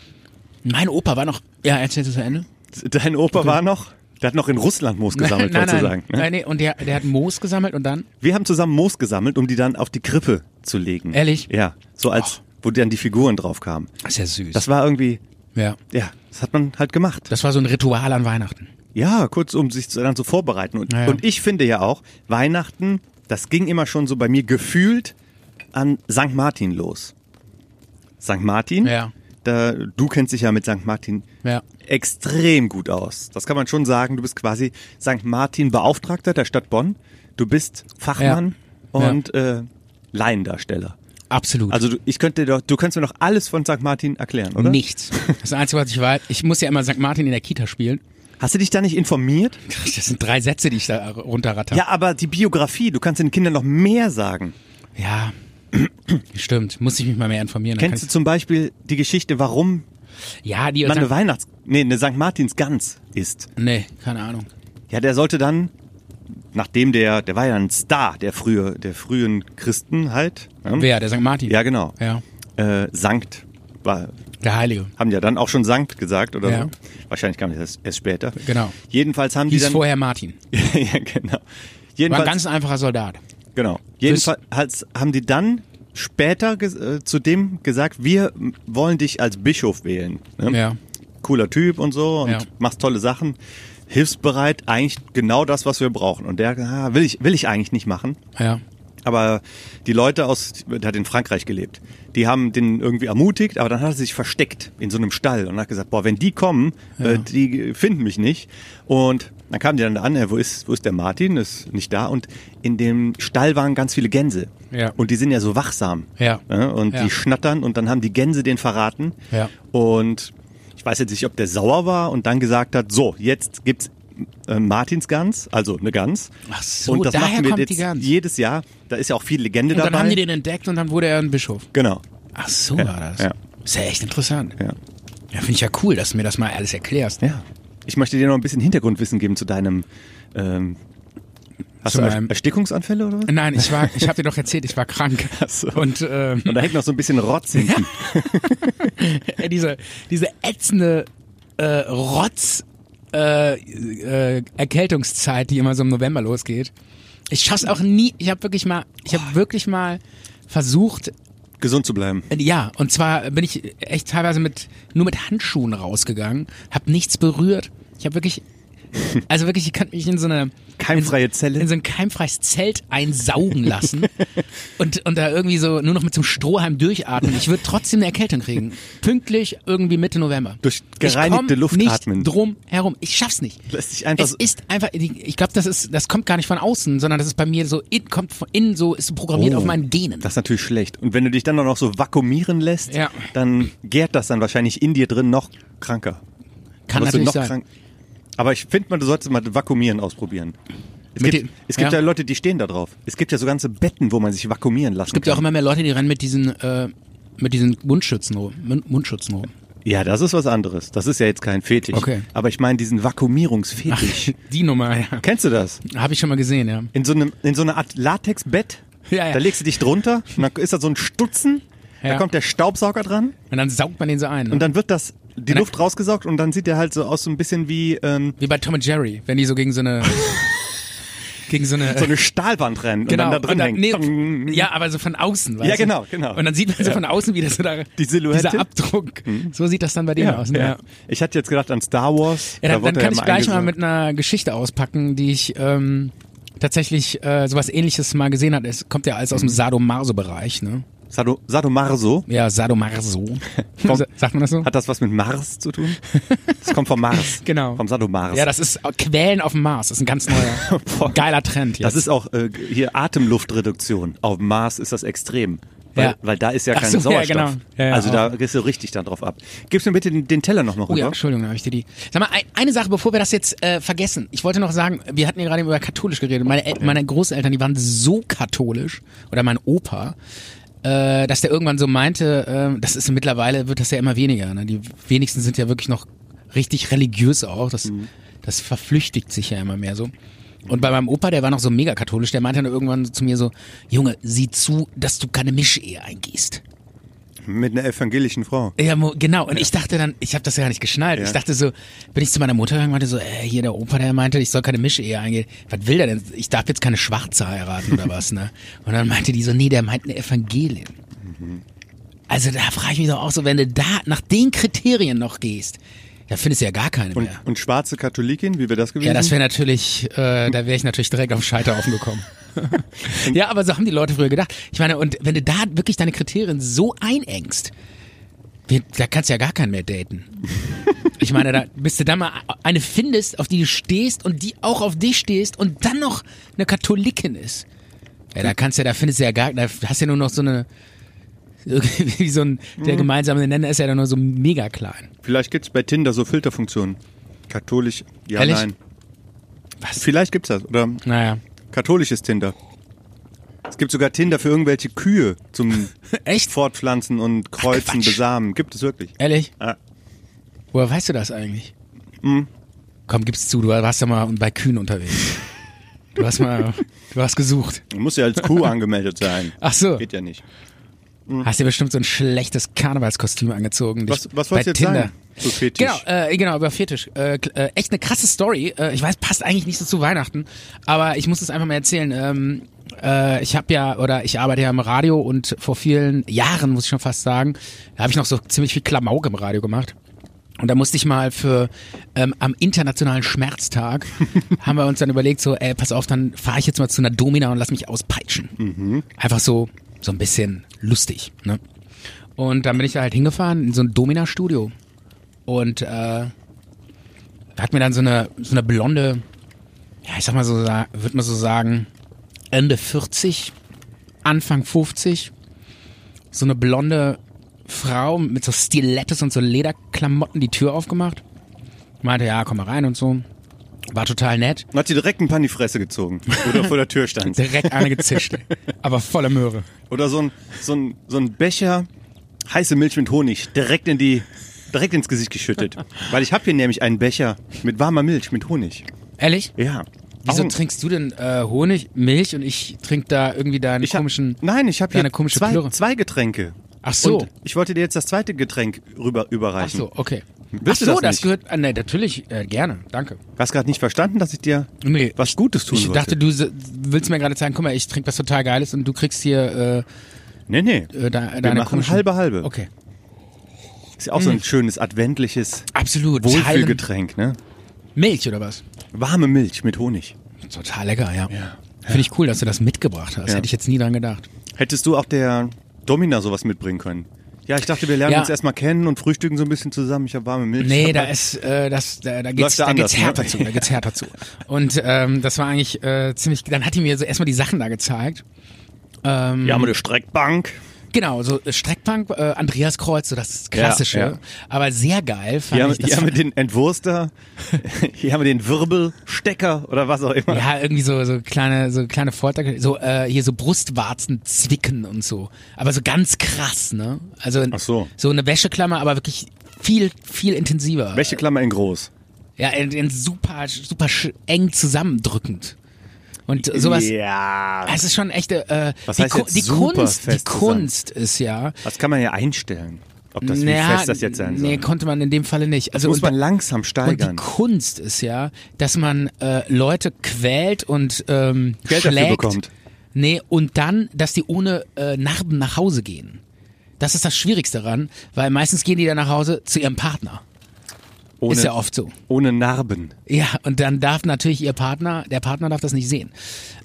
Mein Opa war noch, ja, erzählst du zu Ende? Dein Opa war noch, der hat noch in Russland Moos gesammelt, nein, nein, sozusagen. ne? nein, nee, und der, der hat Moos gesammelt und dann, Wir haben zusammen Moos gesammelt, um die dann auf die Krippe zu legen. Ehrlich? Ja, so als, wo dann die Figuren drauf kamen. das ist ja süß. Das war irgendwie, ja. ja, das hat man halt gemacht. Das war so ein Ritual an Weihnachten. Ja, kurz um sich zu- dann zu vorbereiten. Und, Ja, ja. und ich finde ja auch, Weihnachten, das ging immer schon so bei mir gefühlt an St. Martin los. St. Martin, Ja. da, du kennst dich ja mit St. Martin Ja. extrem gut aus. Das kann man schon sagen. Du bist quasi St. Martin Beauftragter der Stadt Bonn. Du bist Fachmann Ja. Ja. und Äh, Laiendarsteller. Absolut. Also du, ich könnte dir doch, du kannst mir doch alles von St. Martin erklären, oder? Nichts. Das Einzige, was ich weiß, ich muss ja immer St. Martin in der Kita spielen. Hast du dich da nicht informiert? Das sind drei Sätze, die ich da runterratter. Ja, aber die Biografie, du kannst den Kindern noch mehr sagen. Ja. [clears throat] Stimmt. Muss ich mich mal mehr informieren. dann Kennst du kann zum Beispiel die Geschichte, warum ich, ja, die man eine St. Weihnachts-, nee, eine St. Martins Gans isst? Nee, keine Ahnung. Ja, der sollte dann, nachdem der, der war ja ein Star der frühe, der frühen Christen halt. Ja, Wer? Der St. Martin? ja genau. Ja. Äh, Sankt war, Der Heilige. haben ja dann auch schon Sankt gesagt oder Ja. so. Wahrscheinlich kam das erst, erst später. Genau. Jedenfalls haben Hieß die dann, vorher Martin. [laughs] ja, genau. War ein Jedenfalls, ganz einfacher Soldat. Genau. Jedenfalls haben die dann später ges- äh, zu dem gesagt, wir m, wollen dich als Bischof wählen. Ne? Ja. Cooler Typ und so und Ja. machst tolle Sachen, hilfsbereit, eigentlich genau das, was wir brauchen. Und der ah, will ich will ich eigentlich nicht machen. Ja. Aber die Leute aus, der hat in Frankreich gelebt, die haben den irgendwie ermutigt, aber dann hat er sich versteckt in so einem Stall und hat gesagt, boah, wenn die kommen, äh, die finden mich nicht. Und dann kamen die dann an, äh, wo ist, wo ist der Martin? Ist nicht da. Und in dem Stall waren ganz viele Gänse. Ja. Und die sind ja so wachsam. Ja. Äh, und Ja. die schnattern und dann haben die Gänse den verraten. Ja. Und ich weiß jetzt nicht, ob der sauer war und dann gesagt hat, so, jetzt gibt's äh, Martinsgans, also eine Gans. Ach so, und das daher machen wir kommt jetzt die Gans. jedes Jahr. Da ist ja auch viel Legende Und dabei. dann haben die den entdeckt und dann wurde er ein Bischof. genau. Ach so war das. Ja. Ist ja echt interessant. Ja. Ja, finde ich ja cool, dass du mir das mal alles erklärst. Ja. Ich möchte dir noch ein bisschen Hintergrundwissen geben zu deinem. Ähm, hast Zu du meinem- Er- Erstickungsanfälle oder was? Nein, ich war, ich habe dir doch erzählt, ich war krank. so. Und ähm, Und da hängt noch so ein bisschen Rotz hinten. [laughs] Ey, diese, diese ätzende äh, Rotz äh, äh, Erkältungszeit, die immer so im November losgeht. Ich schaff's auch nie, ich habe wirklich mal, ich habe wirklich mal versucht, Gesund zu bleiben. äh, ja, und zwar bin ich echt teilweise mit nur mit Handschuhen rausgegangen, habe nichts berührt. Ich habe wirklich also wirklich, ich könnte mich in so eine Keimfreie in, so- Zelle. in so ein keimfreies Zelt einsaugen lassen und, und da irgendwie so nur noch mit so einem Strohhalm durchatmen. Ich würde trotzdem eine Erkältung kriegen. Pünktlich irgendwie Mitte November. Durch Ich gereinigte komm Luft nicht atmen. drum herum. Ich schaff's nicht. Lässt sich einfach es so- ist einfach. Ich glaube, das ist, das kommt gar nicht von außen, sondern das ist bei mir so in, kommt von innen so ist so programmiert Oh, auf meinen Genen. Das ist natürlich schlecht. Und wenn du dich dann auch noch so vakuumieren lässt, Ja. dann gärt das dann wahrscheinlich in dir drin noch kranker. Kann Wirst du natürlich noch sein. krank- Aber ich finde, man sollte mal vakuumieren ausprobieren. Es Mit gibt, den- es gibt ja. ja. Leute, die stehen da drauf. Es gibt ja so ganze Betten, wo man sich vakuumieren lassen Es gibt ja kann. auch immer mehr Leute, die rennen mit diesen äh, mit diesen Mundschützen rum. Mund- Mundschützen rum. ja, das ist was anderes. Das ist ja jetzt kein Fetisch. Okay. Aber ich meine diesen Ach, Vakuumierungsfetisch. [laughs] die Nummer, ja. [laughs] Kennst du das? Habe ich schon mal gesehen, ja. In so, einem, in so einer Art Latexbett. Ja, ja. Da legst du dich drunter und dann ist da so ein Stutzen. Ja. Da kommt der Staubsauger dran. Und dann saugt man den so ein. Ne? Und dann wird das, die Na- Luft rausgesaugt und dann sieht der halt so aus, so ein bisschen wie ähm, Wie bei Tom und Jerry, wenn die so gegen [laughs] so eine. gegen so eine. so [laughs] eine Stahlwand rennen genau. und dann da drin hängt. nee, ja, aber so von außen, weißt Ja, du? genau, genau. Und dann sieht man so von außen wieder so da, Die Silhouette. Mhm. dieser Abdruck. So sieht das dann bei denen aus. Ne? Ja. Ich hatte jetzt gedacht an Star Wars. Ja, dann, wurde dann kann ja ich immer gleich mal eingesaugt. mit einer Geschichte auspacken, die ich ähm, tatsächlich äh, sowas ähnliches mal gesehen habe. Es kommt ja alles aus Mhm. dem Sadomaso-Bereich, ne? Sado, Sadomarso. [laughs] Ja, Sadomaso. Vom- Sagt man das so? Hat das was mit Mars zu [laughs] tun? Das kommt vom Mars. Genau. Vom Sadomars. Ja, das ist äh, Quellen auf dem Mars. Das ist ein ganz [laughs] neuer, geiler Trend jetzt. Das ist auch äh, hier Atemluftreduktion. Auf dem Mars ist das extrem. Weil, Ja. weil da ist ja Ach kein so, ja, Sauerstoff. genau. Ja, ja, also da auch. gehst du richtig dann drauf ab. Gibst mir bitte den, den Teller nochmal Oh ja, rüber. Entschuldigung, da habe ich dir die. Sag mal, ein, eine Sache, bevor wir das jetzt äh, vergessen. Ich wollte noch sagen, wir hatten ja gerade über katholisch geredet. Meine, El meine Großeltern, die waren so katholisch, oder mein Opa, äh, dass der irgendwann so meinte, äh, das ist mittlerweile, wird das ja immer weniger. Ne? Die wenigsten sind ja wirklich noch richtig religiös auch. Das, das verflüchtigt sich ja immer mehr so. Und bei meinem Opa, der war noch so mega katholisch, der meinte dann irgendwann zu mir so, Junge, sieh zu, dass du keine Mischehe eingehst. Mit einer evangelischen Frau. Ja, mo- genau. Und ich dachte dann, ich habe das ja gar nicht geschnallt. Ich dachte so, bin ich zu meiner Mutter gegangen und meinte so, äh, hier der Opa, der meinte, ich soll keine Mischehe eingehen. Was will der denn? Ich darf jetzt keine Schwarze heiraten oder was, [laughs] ne? Und dann meinte die so, nee, der meint eine Evangelin. Also da frage ich mich doch auch so, wenn du da nach den Kriterien noch gehst, da findest du ja gar keine Und, mehr. und schwarze Katholikin, wie wäre das gewesen? Ja, das wäre natürlich, äh, da wäre ich natürlich direkt auf Scheiterhaufen gekommen. [laughs] ja, aber so haben die Leute früher gedacht. Ich meine, und wenn du da wirklich deine Kriterien so einengst, wir- da kannst du ja gar keinen mehr daten. Ich meine, da, bis du da mal eine findest, auf die du stehst und die auch auf dich stehst und dann noch eine Katholikin ist. Ja, da kannst du ja, da findest du ja gar, da hast du ja nur noch so eine, [laughs] irgendwie so ein, der gemeinsame Nenner ist ja dann nur so mega klein. Vielleicht gibt's bei Tinder so Filterfunktionen. Katholisch, ja, Ehrlich? nein. Was? Vielleicht gibt's das. Oder Naja. katholisches Tinder. Es gibt sogar Tinder für irgendwelche Kühe zum [laughs] Echt? Fortpflanzen und Kreuzen, Quatsch. Besamen. Gibt es wirklich. Ehrlich? Ja. Hm. Woher weißt du das eigentlich? Komm, gib's zu, du warst ja mal bei Kühen unterwegs. Du hast mal, du hast gesucht. Du musst ja als [laughs] Kuh angemeldet sein. Ach so. Geht ja nicht. Hast dir bestimmt so ein schlechtes Karnevalskostüm angezogen. dich Hm. Was, was bei wolltest du jetzt Tinder. sagen? Zu Fetisch. Genau, äh, genau, über Fetisch. Äh, kl- äh, echt eine krasse Story. Äh, ich weiß, passt eigentlich nicht so zu Weihnachten, aber ich muss es einfach mal erzählen. Ähm, äh, ich habe ja, oder ich arbeite ja im Radio und vor vielen Jahren, muss ich schon fast sagen, da habe ich noch so ziemlich viel Klamauk im Radio gemacht. Und da musste ich mal für ähm, am internationalen Schmerztag haben wir uns dann überlegt, so, ey, pass auf, dann fahre ich jetzt mal zu einer Domina und lass mich auspeitschen. Einfach so, so ein bisschen lustig. Ne? Und dann bin ich da halt hingefahren in so ein Domina-Studio. Und äh, hat mir dann so eine, so eine blonde, ja, ich sag mal so, würde man so sagen, Ende 40, Anfang 50, so eine blonde Frau mit so Stilettos und so Lederklamotten die Tür aufgemacht. Meinte, ja, komm mal rein und so. War total nett. Und hat sie direkt einen Pan in die Fresse gezogen. Oder vor der Tür [laughs] stand. [laughs] Direkt eine gezischt. aber voller Möhre. Oder so ein, so ein, so ein Becher heiße Milch mit Honig direkt in die direkt ins Gesicht [laughs] geschüttet, weil ich habe hier nämlich einen Becher mit warmer Milch mit Honig. Ehrlich? Ja. Wieso Augen- trinkst du denn äh, Honig, Milch und ich trinke da irgendwie deinen ich hab, komischen. Nein, ich habe deine hier komische zwei, Plörre? zwei Getränke. Ach so. Und ich wollte dir jetzt das zweite Getränk rüber Ach überreichen. so, okay. Willst Ach du so, das das nicht? gehört. Ah, nee, natürlich, äh, gerne. Danke. Hast gerade nicht verstanden, dass ich dir Nee. was Gutes tun Ich wollte? dachte, du se- willst mir gerade sagen, guck mal, ich trinke was total Geiles und du kriegst hier nee, nee. äh, äh, de Wir deine machen komischen- halbe halbe. Okay. Mhm. Ist ja auch so ein schönes adventliches Absolut. Teilen- Wohlfühlgetränk, ne? Milch oder was? Warme Milch mit Honig. Total lecker, ja. Finde ich cool, dass du das mitgebracht hast. Ja. Hätte ich jetzt nie dran gedacht. Hättest du auch der Domina sowas mitbringen können? Ja, ich dachte, wir lernen Ja. uns erstmal kennen und frühstücken so ein bisschen zusammen. Ich habe warme Milch. [laughs] Nee, Ich hab da mal- ist äh, das, da, da geht's, Läuft da da geht's anders, ne? härter zu, da geht's härter zu. Und ähm, das war eigentlich äh, ziemlich. Dann hat die mir so erstmal die Sachen da gezeigt. Ja, haben wir eine Streckbank. Genau, so äh, Streckbank, äh, Andreas Kreuz, so das klassische, ja. aber sehr geil fand Hier haben, ich das. hier haben wir den [laughs] Entwurster. hier haben wir den Wirbelstecker oder was auch immer. ja, irgendwie so so kleine so kleine Vorteile, so äh, hier so Brustwarzen zwicken und so, aber so ganz krass, ne? Also Ach so. so eine Wäscheklammer, aber wirklich viel viel intensiver. Welche Klammer in groß? Ja, in, in super, super sch- eng zusammendrückend. Und sowas. Ja. Es ist schon echte. Äh, Was die, heißt jetzt die super Kunst, die fest Kunst ist ja. Das kann man ja einstellen, ob das naja, wie fest das jetzt sein soll. Nee, konnte man in dem Falle nicht. Also Muss und, man langsam und die steigern. Kunst ist ja, dass man äh, Leute quält und ähm, Geld dafür schlägt. bekommt. Nee, und dann, dass die ohne äh, Narben nach Hause gehen. Das ist das Schwierigste daran, weil meistens gehen die dann nach Hause zu ihrem Partner. Ohne, Ist ja oft so. ohne Narben. Ja, und dann darf natürlich ihr Partner, der Partner darf das nicht sehen.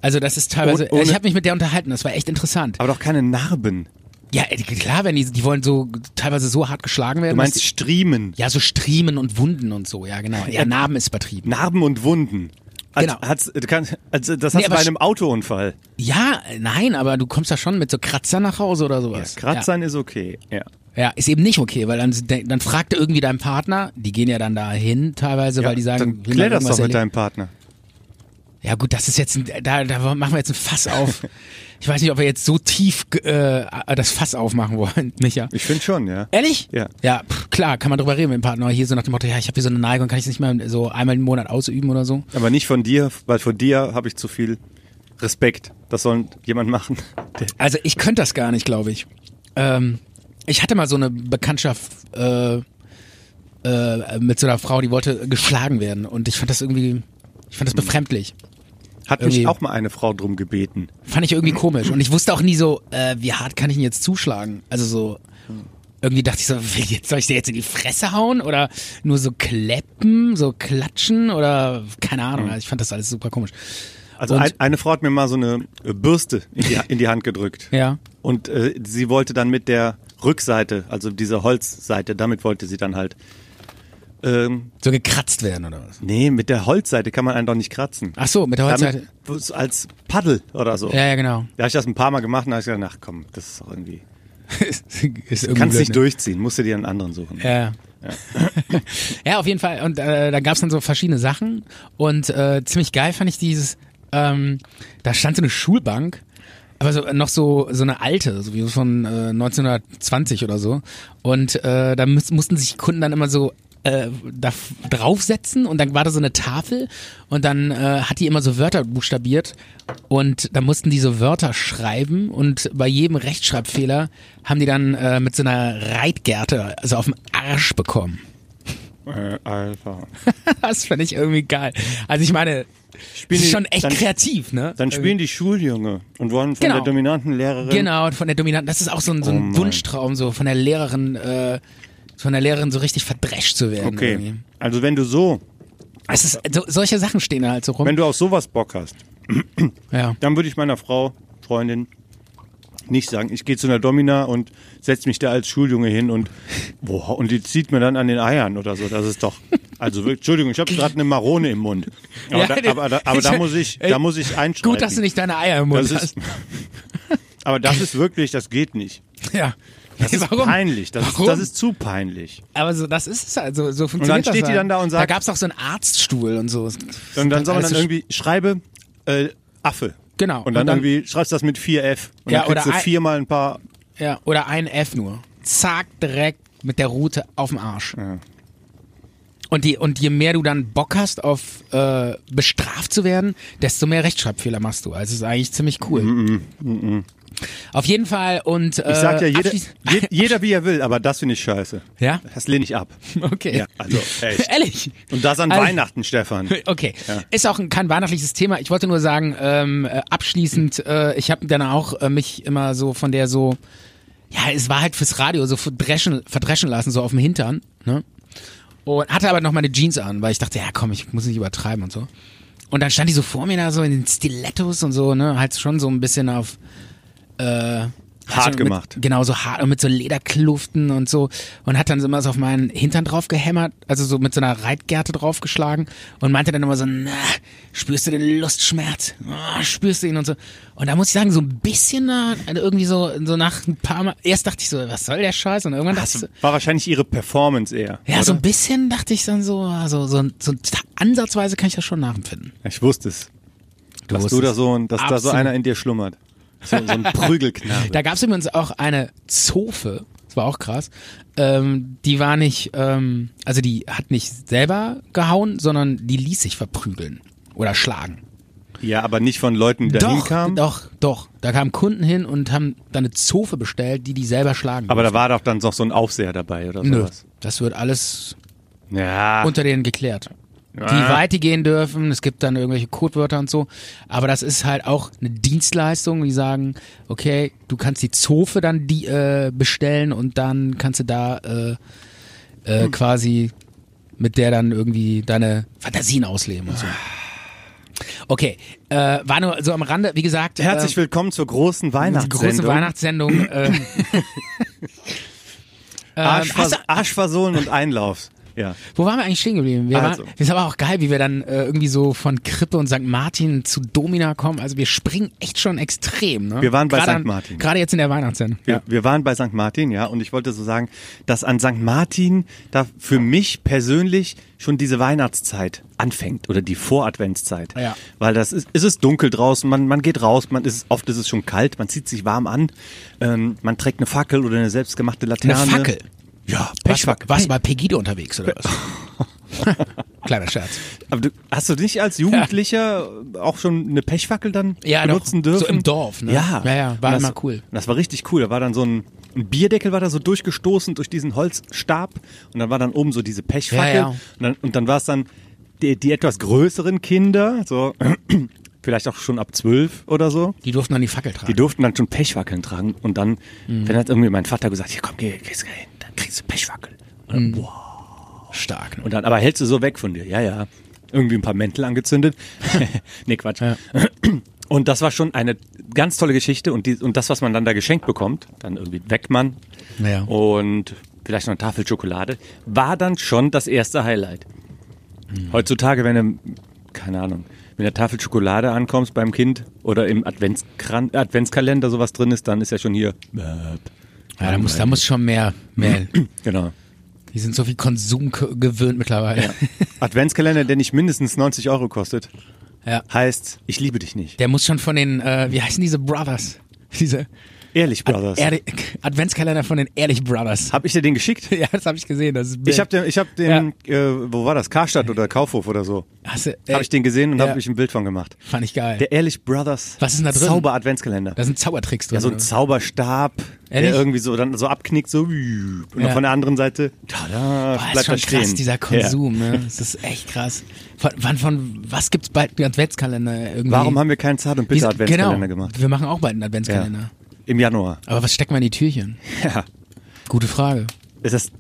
Also das ist teilweise, Ohne- ich habe mich mit der unterhalten, das war echt interessant. Aber doch keine Narben. Ja, äh, klar, wenn die, die wollen so teilweise so hart geschlagen Du werden. meinst Äh, dass die- Striemen. ja, so Striemen und Wunden und so, ja genau. Ja, Narben ist übertrieben. Narben und Wunden. Als, Genau. Hat's, kann, als, das hast Nee, du bei aber einem Autounfall. Ja, äh, nein, aber du kommst ja schon mit so Kratzern nach Hause oder sowas. Kratzern ist okay. Ja. Ja, ja ist eben nicht okay, weil dann, dann fragt er irgendwie dein Partner, die gehen ja dann da hin teilweise, weil die sagen, dann will man klär das irgendwas doch mit deinem erleben. Partner. Ja gut, das ist jetzt, ein, da, da machen wir jetzt ein Fass [laughs] auf. Ich weiß nicht, ob wir jetzt so tief äh, das Fass aufmachen wollen, [laughs] Micha. Ich finde schon, ja. Ehrlich? Ja. Ja, pff, klar, kann man drüber reden mit dem Partner. Hier so nach dem Motto, ja, ich habe hier so eine Neigung, kann ich es nicht mal so einmal im Monat ausüben oder so. Aber nicht von dir, weil von dir habe ich zu viel Respekt. Das soll jemand machen. Also ich könnte das gar nicht, glaube ich. Ähm, ich hatte mal so eine Bekanntschaft äh, äh, mit so einer Frau, die wollte geschlagen werden und ich fand das irgendwie, ich fand das befremdlich. Hat mich Irgendwie. auch mal eine Frau drum gebeten. Fand ich irgendwie komisch. Und ich wusste auch nie so, äh, wie hart kann ich ihn jetzt zuschlagen? Also so, irgendwie dachte ich so, [laughs] will jetzt, soll ich dir jetzt in die Fresse hauen? Oder nur so kleppen, so klatschen? Oder keine Ahnung. Mhm. Also ich fand das alles super komisch. Also Und- ein, eine Frau hat mir mal so eine äh, Bürste in [laughs] die, in die Hand gedrückt. Ja. Und äh, sie wollte dann mit der Rückseite, also dieser Holzseite, damit wollte sie dann halt. Ähm, So gekratzt werden oder was? nee, mit der Holzseite kann man einen doch nicht kratzen. Ach so, mit der Holzseite. Damit, als Paddel oder so. Ja, ja, genau. [laughs] Da habe ich das ein paar Mal gemacht und da habe ich gedacht, ach komm, das ist doch irgendwie. ist irgendwie Kannst blöd, nicht ne? durchziehen, musst du dir einen anderen suchen. Ja. [laughs] ja, auf jeden Fall. Und äh, da gab's dann so verschiedene Sachen. Und äh, ziemlich geil fand ich dieses, ähm, da stand so eine Schulbank, aber so, äh, noch so, so eine alte, so wie von äh, 1920 oder so. Und äh, da müß, mussten sich Kunden dann immer so äh, da f- draufsetzen und dann war da so eine Tafel und dann äh, hat die immer so Wörter buchstabiert und da mussten die so Wörter schreiben und bei jedem Rechtschreibfehler haben die dann äh, mit so einer Reitgerte also auf den Arsch bekommen. [laughs] Äh, Alpha. Das fand ich irgendwie geil. Also ich meine, das ist schon echt dann, kreativ, ne? Dann spielen die Schuljunge und wollen von Genau. der dominanten Lehrerin. Genau, und von der Dominanten, das ist auch so ein, so ein Oh Mann. Wunschtraum, so von der Lehrerin, äh, von der Lehrerin so richtig verdrescht zu werden. Okay. irgendwie. Also wenn du so, Es ist, so, solche Sachen stehen da halt so rum. wenn du auf sowas Bock hast, ja. dann würde ich meiner Frau, Freundin, nicht sagen, ich gehe zu einer Domina und setze mich da als Schuljunge hin und boah, und die zieht mir dann an den Eiern oder so. Das ist doch. Also wirklich, Entschuldigung, ich habe gerade eine Marone im Mund. Aber, Ja, da, aber, da, aber da muss ich, ey, da muss ich einschreiten. Gut, dass du nicht deine Eier im Mund das ist, hast. [laughs] Aber das ist wirklich, das geht nicht. Ja. [laughs] Das ist Warum? peinlich. Das, ist- Warum? das ist zu peinlich. Aber so, das ist es halt, so, so funktioniert das steht die halt. dann da und sagt- Da gab's auch so einen Arztstuhl und so. Und dann soll man dann Alles so irgendwie, schreibe äh, Affe. Genau. Und dann, Und dann- irgendwie schreibst du das mit 4F. Und Ja, dann kriegst oder du ein- viermal ein paar Ja, oder ein F nur. zack, direkt mit der Rute auf den Arsch. Und, die, und je mehr du dann Bock hast, auf äh, bestraft zu werden, desto mehr Rechtschreibfehler machst du. Also es ist eigentlich ziemlich cool. Auf jeden Fall und äh, Ich sag ja, jeder, abschließ- je, jeder wie er will, aber das finde ich scheiße. Ja? Das lehne ich ab. [laughs] Okay. Ja, also echt. [laughs] Ehrlich. Und das an Also- Weihnachten, Stefan. [laughs] Okay, ist auch ein, kein weihnachtliches Thema. Ich wollte nur sagen, ähm, äh, abschließend, äh, ich habe dann auch äh, mich immer so von der so, ja, es war halt fürs Radio so verdreschen, verdreschen lassen, so auf dem Hintern. Ne? Und hatte aber noch meine Jeans an, weil ich dachte, ja komm, ich muss nicht übertreiben und so. Und dann stand die so vor mir da so in den Stilettos und so, ne, halt schon so ein bisschen auf Hart so mit, gemacht. Genau, so hart und mit so Lederkluften und so. Und hat dann so immer so auf meinen Hintern drauf gehämmert, also so mit so einer Reitgerte draufgeschlagen und meinte dann immer so, na, spürst du den Lustschmerz? Ah, spürst du ihn und so. Und da muss ich sagen, so ein bisschen na, irgendwie so, so nach ein paar Mal, erst dachte ich so, was soll der Scheiß? Und irgendwann dachte ich so, War wahrscheinlich ihre Performance eher. ja, oder? so ein bisschen dachte ich dann so, also so, so ansatzweise kann ich das schon nachempfinden. Ich wusste es. Du Dass du wusstest. da so, ein- dass da so Absolut. einer in dir schlummert. So, so [laughs] ein Prügelknabe. Da gab es übrigens auch eine Zofe, das war auch krass. Ähm, die war nicht, ähm, also die hat nicht selber gehauen, sondern die ließ sich verprügeln oder schlagen. ja, aber nicht von Leuten, die da Doch, hinkamen. doch, doch. Da kamen Kunden hin und haben dann eine Zofe bestellt, die die selber schlagen. Aber da war doch dann noch so ein Aufseher dabei oder Nö, sowas. das wird alles Ja. unter denen geklärt. Wie Ah. weit die gehen dürfen, es gibt dann irgendwelche Codewörter und so. Aber das ist halt auch eine Dienstleistung. Die sagen, okay, du kannst die Zofe dann die äh, bestellen und dann kannst du da äh, äh, Hm. quasi mit der dann irgendwie deine Fantasien ausleben und so. Okay, äh, war nur so am Rande, wie gesagt. Ah. Herzlich äh, willkommen zur großen die Weihnachtssendung. große Weihnachtssendung. Äh, Arschvers hast Arschversohlen Äh, und Einlaufs. Ja. Wo waren wir eigentlich stehen geblieben? Wir Also. waren, das war auch geil, wie wir dann äh, irgendwie so von Krippe und St. Martin zu Domina kommen. Also wir springen echt schon extrem. Ne? Wir waren bei Gerade St. an- Martin. Gerade jetzt in der Weihnachtssendung. Wir, wir waren bei St. Martin, ja, und ich wollte so sagen, dass an St. Martin da für mich persönlich schon diese Weihnachtszeit anfängt oder die Voradventszeit. Ja. Weil das ist, es ist dunkel draußen, man, man geht raus, man ist, oft ist es schon kalt, man zieht sich warm an, ähm, man trägt eine Fackel oder eine selbstgemachte Laterne. Fackel? Ja, Warst, Pechfackel. warst du bei Pegide unterwegs oder was? [laughs] Kleiner Scherz. Aber du, hast du nicht als Jugendlicher auch schon eine Pechfackel dann Ja, doch. benutzen dürfen? So im Dorf, ne? Ja. Ja, ja, war Und das, immer cool. Das war richtig cool. Da war dann so ein, ein Bierdeckel war da so durchgestoßen durch diesen Holzstab und dann war dann oben so diese Pechfackel Ja, ja. und dann, und dann war es dann die, die etwas größeren Kinder, so [clears throat] vielleicht auch schon ab zwölf oder so. Die durften dann die Fackel tragen. Die durften dann schon Pechwackeln tragen und dann, Mhm. dann hat irgendwie mein Vater gesagt, hier komm, geh, geh, geh hin, dann kriegst du Pechwackel. Mhm. Stark. Ne? Und dann, aber hältst du so weg von dir? Ja, ja. Irgendwie ein paar Mäntel angezündet. [laughs] nee, Quatsch. [clears throat] Und das war schon eine ganz tolle Geschichte. Und, die, und das, was man dann da geschenkt bekommt, dann irgendwie Weckmann Ja. und vielleicht noch eine Tafel Schokolade, war dann schon das erste Highlight. Heutzutage, wenn du, keine Ahnung, wenn der Tafel Schokolade ankommst beim Kind oder im Adventskran Adventskalender sowas drin ist, dann ist ja schon hier. Ja, da muss, da muss schon mehr, [clears throat] mehr. Genau. Die sind so viel Konsum k- gewöhnt mittlerweile. Adventskalender, der nicht mindestens 90 Euro kostet, Ja. heißt, ich liebe dich nicht. Der muss schon von den, äh, wie heißen diese Brothers? Diese Ehrlich, Brothers. Erde- Adventskalender von den Ehrlich Brothers. Hab ich dir den geschickt? [laughs] Ja, das habe ich gesehen. Das ist Ich habe den, ich hab den äh, wo war das? Karstadt oder Kaufhof oder so. Hast du- äh, Habe ich den gesehen und ja. hab habe ich ein Bild von gemacht. Fand ich geil. Der Ehrlich Brothers. Was ist denn da drin? Zauber Adventskalender. da sind Zaubertricks drin. Ja, so ein oder? Zauberstab, Ehrlich? der irgendwie so dann so abknickt, so und Ja. dann von der anderen Seite, tada, Boah, ist bleibt schon er stehen. krass, dieser Konsum. Ne? Das ist echt krass. Von, wann von was gibt's bald einen Adventskalender irgendwie? Ja. Warum haben wir keinen Zart- und Diese- Bitter-Adventskalender genau, gemacht? Wir machen auch bald einen Ja. Adventskalender. Im Januar. Aber was stecken wir in die Türchen? Ja. [laughs] Gute Frage. Es ist,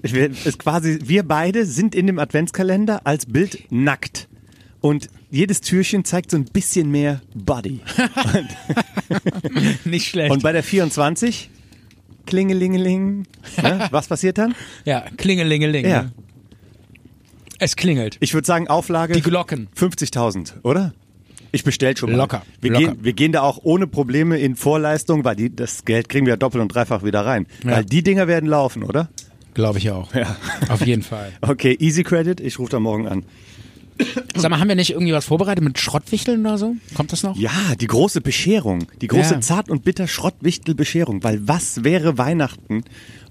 wir- es ist quasi, wir beide sind in dem Adventskalender als Bild nackt. Und jedes Türchen zeigt so ein bisschen mehr Body. Nicht schlecht. Und bei der 24, klingelingeling, [laughs] ne? was passiert dann? ja, klingelingeling. Ja. ne? Es klingelt. Ich würde sagen, Auflage Die Glocken. 50.000, oder? Ich bestell schon mal. Locker, Wir, locker. Gehen, wir gehen da auch ohne Probleme in Vorleistung, weil die, das Geld kriegen wir doppelt und dreifach wieder rein. Ja. Weil die Dinger werden laufen, oder? Glaube ich auch. Ja. [laughs] Auf jeden Fall. Okay, Easy Credit, ich rufe da morgen an. Sag mal, haben wir nicht irgendwie was vorbereitet mit Schrottwichteln oder so? Kommt das noch? Ja, die große Bescherung. Die große Ja. Zart- und Bitter-Schrottwichtel-Bescherung. Weil was wäre Weihnachten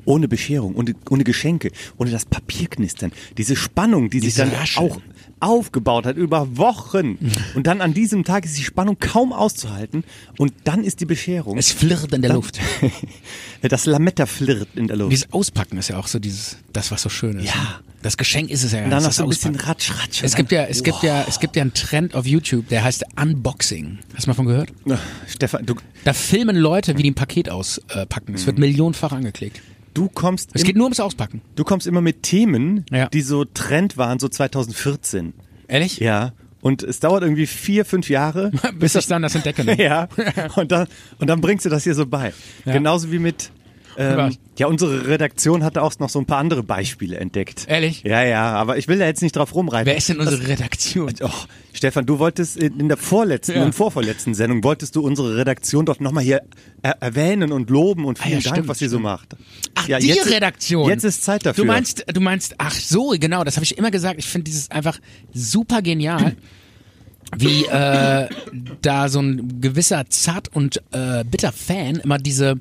ohne Bescherung, ohne, ohne Geschenke, ohne das Papierknistern, diese Spannung, die sich Diese dann Rascheln. auch aufgebaut hat über [laughs] Wochen. Und dann an diesem Tag ist die Spannung kaum auszuhalten und dann ist die Bescherung. Es flirrt in der Dann- Luft. [laughs] das Lametta flirrt in der Luft. Dieses Auspacken ist ja auch so dieses, das was so schön ist. Ja. Das Geschenk ist es ja. gar Und nicht, dann noch das so ein bisschen ne? Auspacken. Ratsch, Ratsch. und Es gibt dann- ja, es gibt ja, es gibt ja einen Trend auf YouTube, der heißt Unboxing. Hast du mal von gehört? Wow. Stefan, du, Da filmen Leute, wie die ein Paket auspacken. Es wird millionenfach angeklickt. du kommst Es im- geht nur ums Auspacken. Du kommst immer mit Themen, Ja. die so Trend waren, so 2014. Ehrlich? Ja. Und es dauert irgendwie vier, fünf Jahre. [laughs] Bis ich dann das entdecke. [laughs] ne? ja. Und dann, und dann bringst du das hier so bei. Ja. Genauso wie mit. Ähm, Was? ja, unsere Redaktion hatte auch noch so ein paar andere Beispiele entdeckt. Ehrlich? Ja, ja, aber ich will da jetzt nicht drauf rumreiten. Wer ist denn unsere Redaktion? Oh, Stefan, du wolltest in in der vorletzten Ja. und vorvorletzten Sendung, wolltest du unsere Redaktion doch nochmal hier er erwähnen und loben und vielen Ah ja, Dank, stimmt, was sie so stimmt. macht. Ach, ja, die jetzt, Redaktion. Jetzt ist Zeit dafür. Du meinst, du meinst, ach so, genau, das habe ich immer gesagt. Ich finde dieses einfach super genial, wie äh, da so ein gewisser zart und äh, bitter Fan immer diese,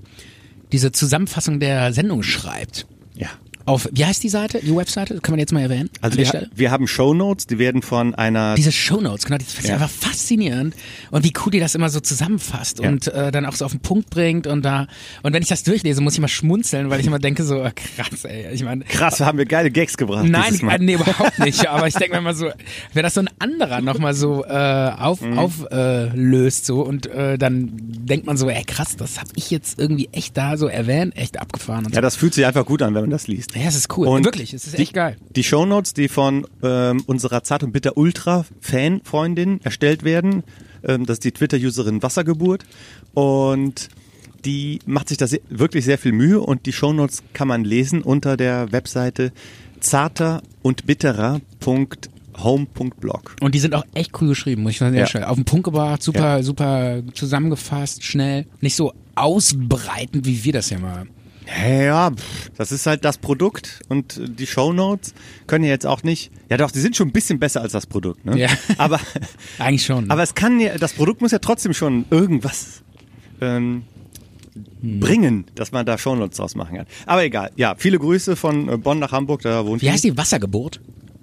diese Zusammenfassung der Sendung schreibt. Ja. Auf, wie heißt die Seite, die Webseite? Kann man jetzt mal erwähnen? an Also der wir, Stelle? wir haben Shownotes, die werden von einer Diese Shownotes, genau, das ist Ja. einfach faszinierend und wie cool die das immer so zusammenfasst Ja. und äh, dann auch so auf den Punkt bringt und da und wenn ich das durchlese, muss ich mal schmunzeln, weil ich immer denke so, äh, krass, ey, ich meine, krass, haben wir geile Gags gebracht. nein, dieses Mal. äh, nee, überhaupt nicht, aber ich denke mir mal so, wenn das so ein anderer nochmal so äh, auf, Mhm. auf äh, löst so und äh, dann denkt man so, ey, krass, das habe ich jetzt irgendwie echt da so erwähnt, echt abgefahren und Ja, das fühlt sich einfach gut an, wenn man das liest. so. Ja, es ist cool, Und wirklich, es ist echt geil. Die Shownotes, die von ähm, unserer Zart und Bitter Ultra Fan-Freundin erstellt werden, ähm, das ist die Twitter-Userin Wassergeburt und die macht sich da se wirklich sehr viel Mühe und die Shownotes kann man lesen unter der Webseite zarter und bitterer.home.blog. Und die sind auch echt cool geschrieben, muss ich sagen. Ja. Ja. Schnell. Auf den Punkt gebracht, super, super zusammengefasst, schnell. Nicht so ausbreitend, wie wir das ja mal. Ja, pff, das ist halt das Produkt und äh, die Shownotes können ja jetzt auch nicht. Ja doch, die sind schon ein bisschen besser als das Produkt, ne? Ja. [laughs] Aber, Eigentlich schon. aber es kann ja, das Produkt muss ja trotzdem schon irgendwas ähm, Hm. bringen, dass man da Shownotes draus machen kann. Aber egal, ja, viele Grüße von äh, Bonn nach Hamburg, da wohnt wie heißt die? Wassergeburt?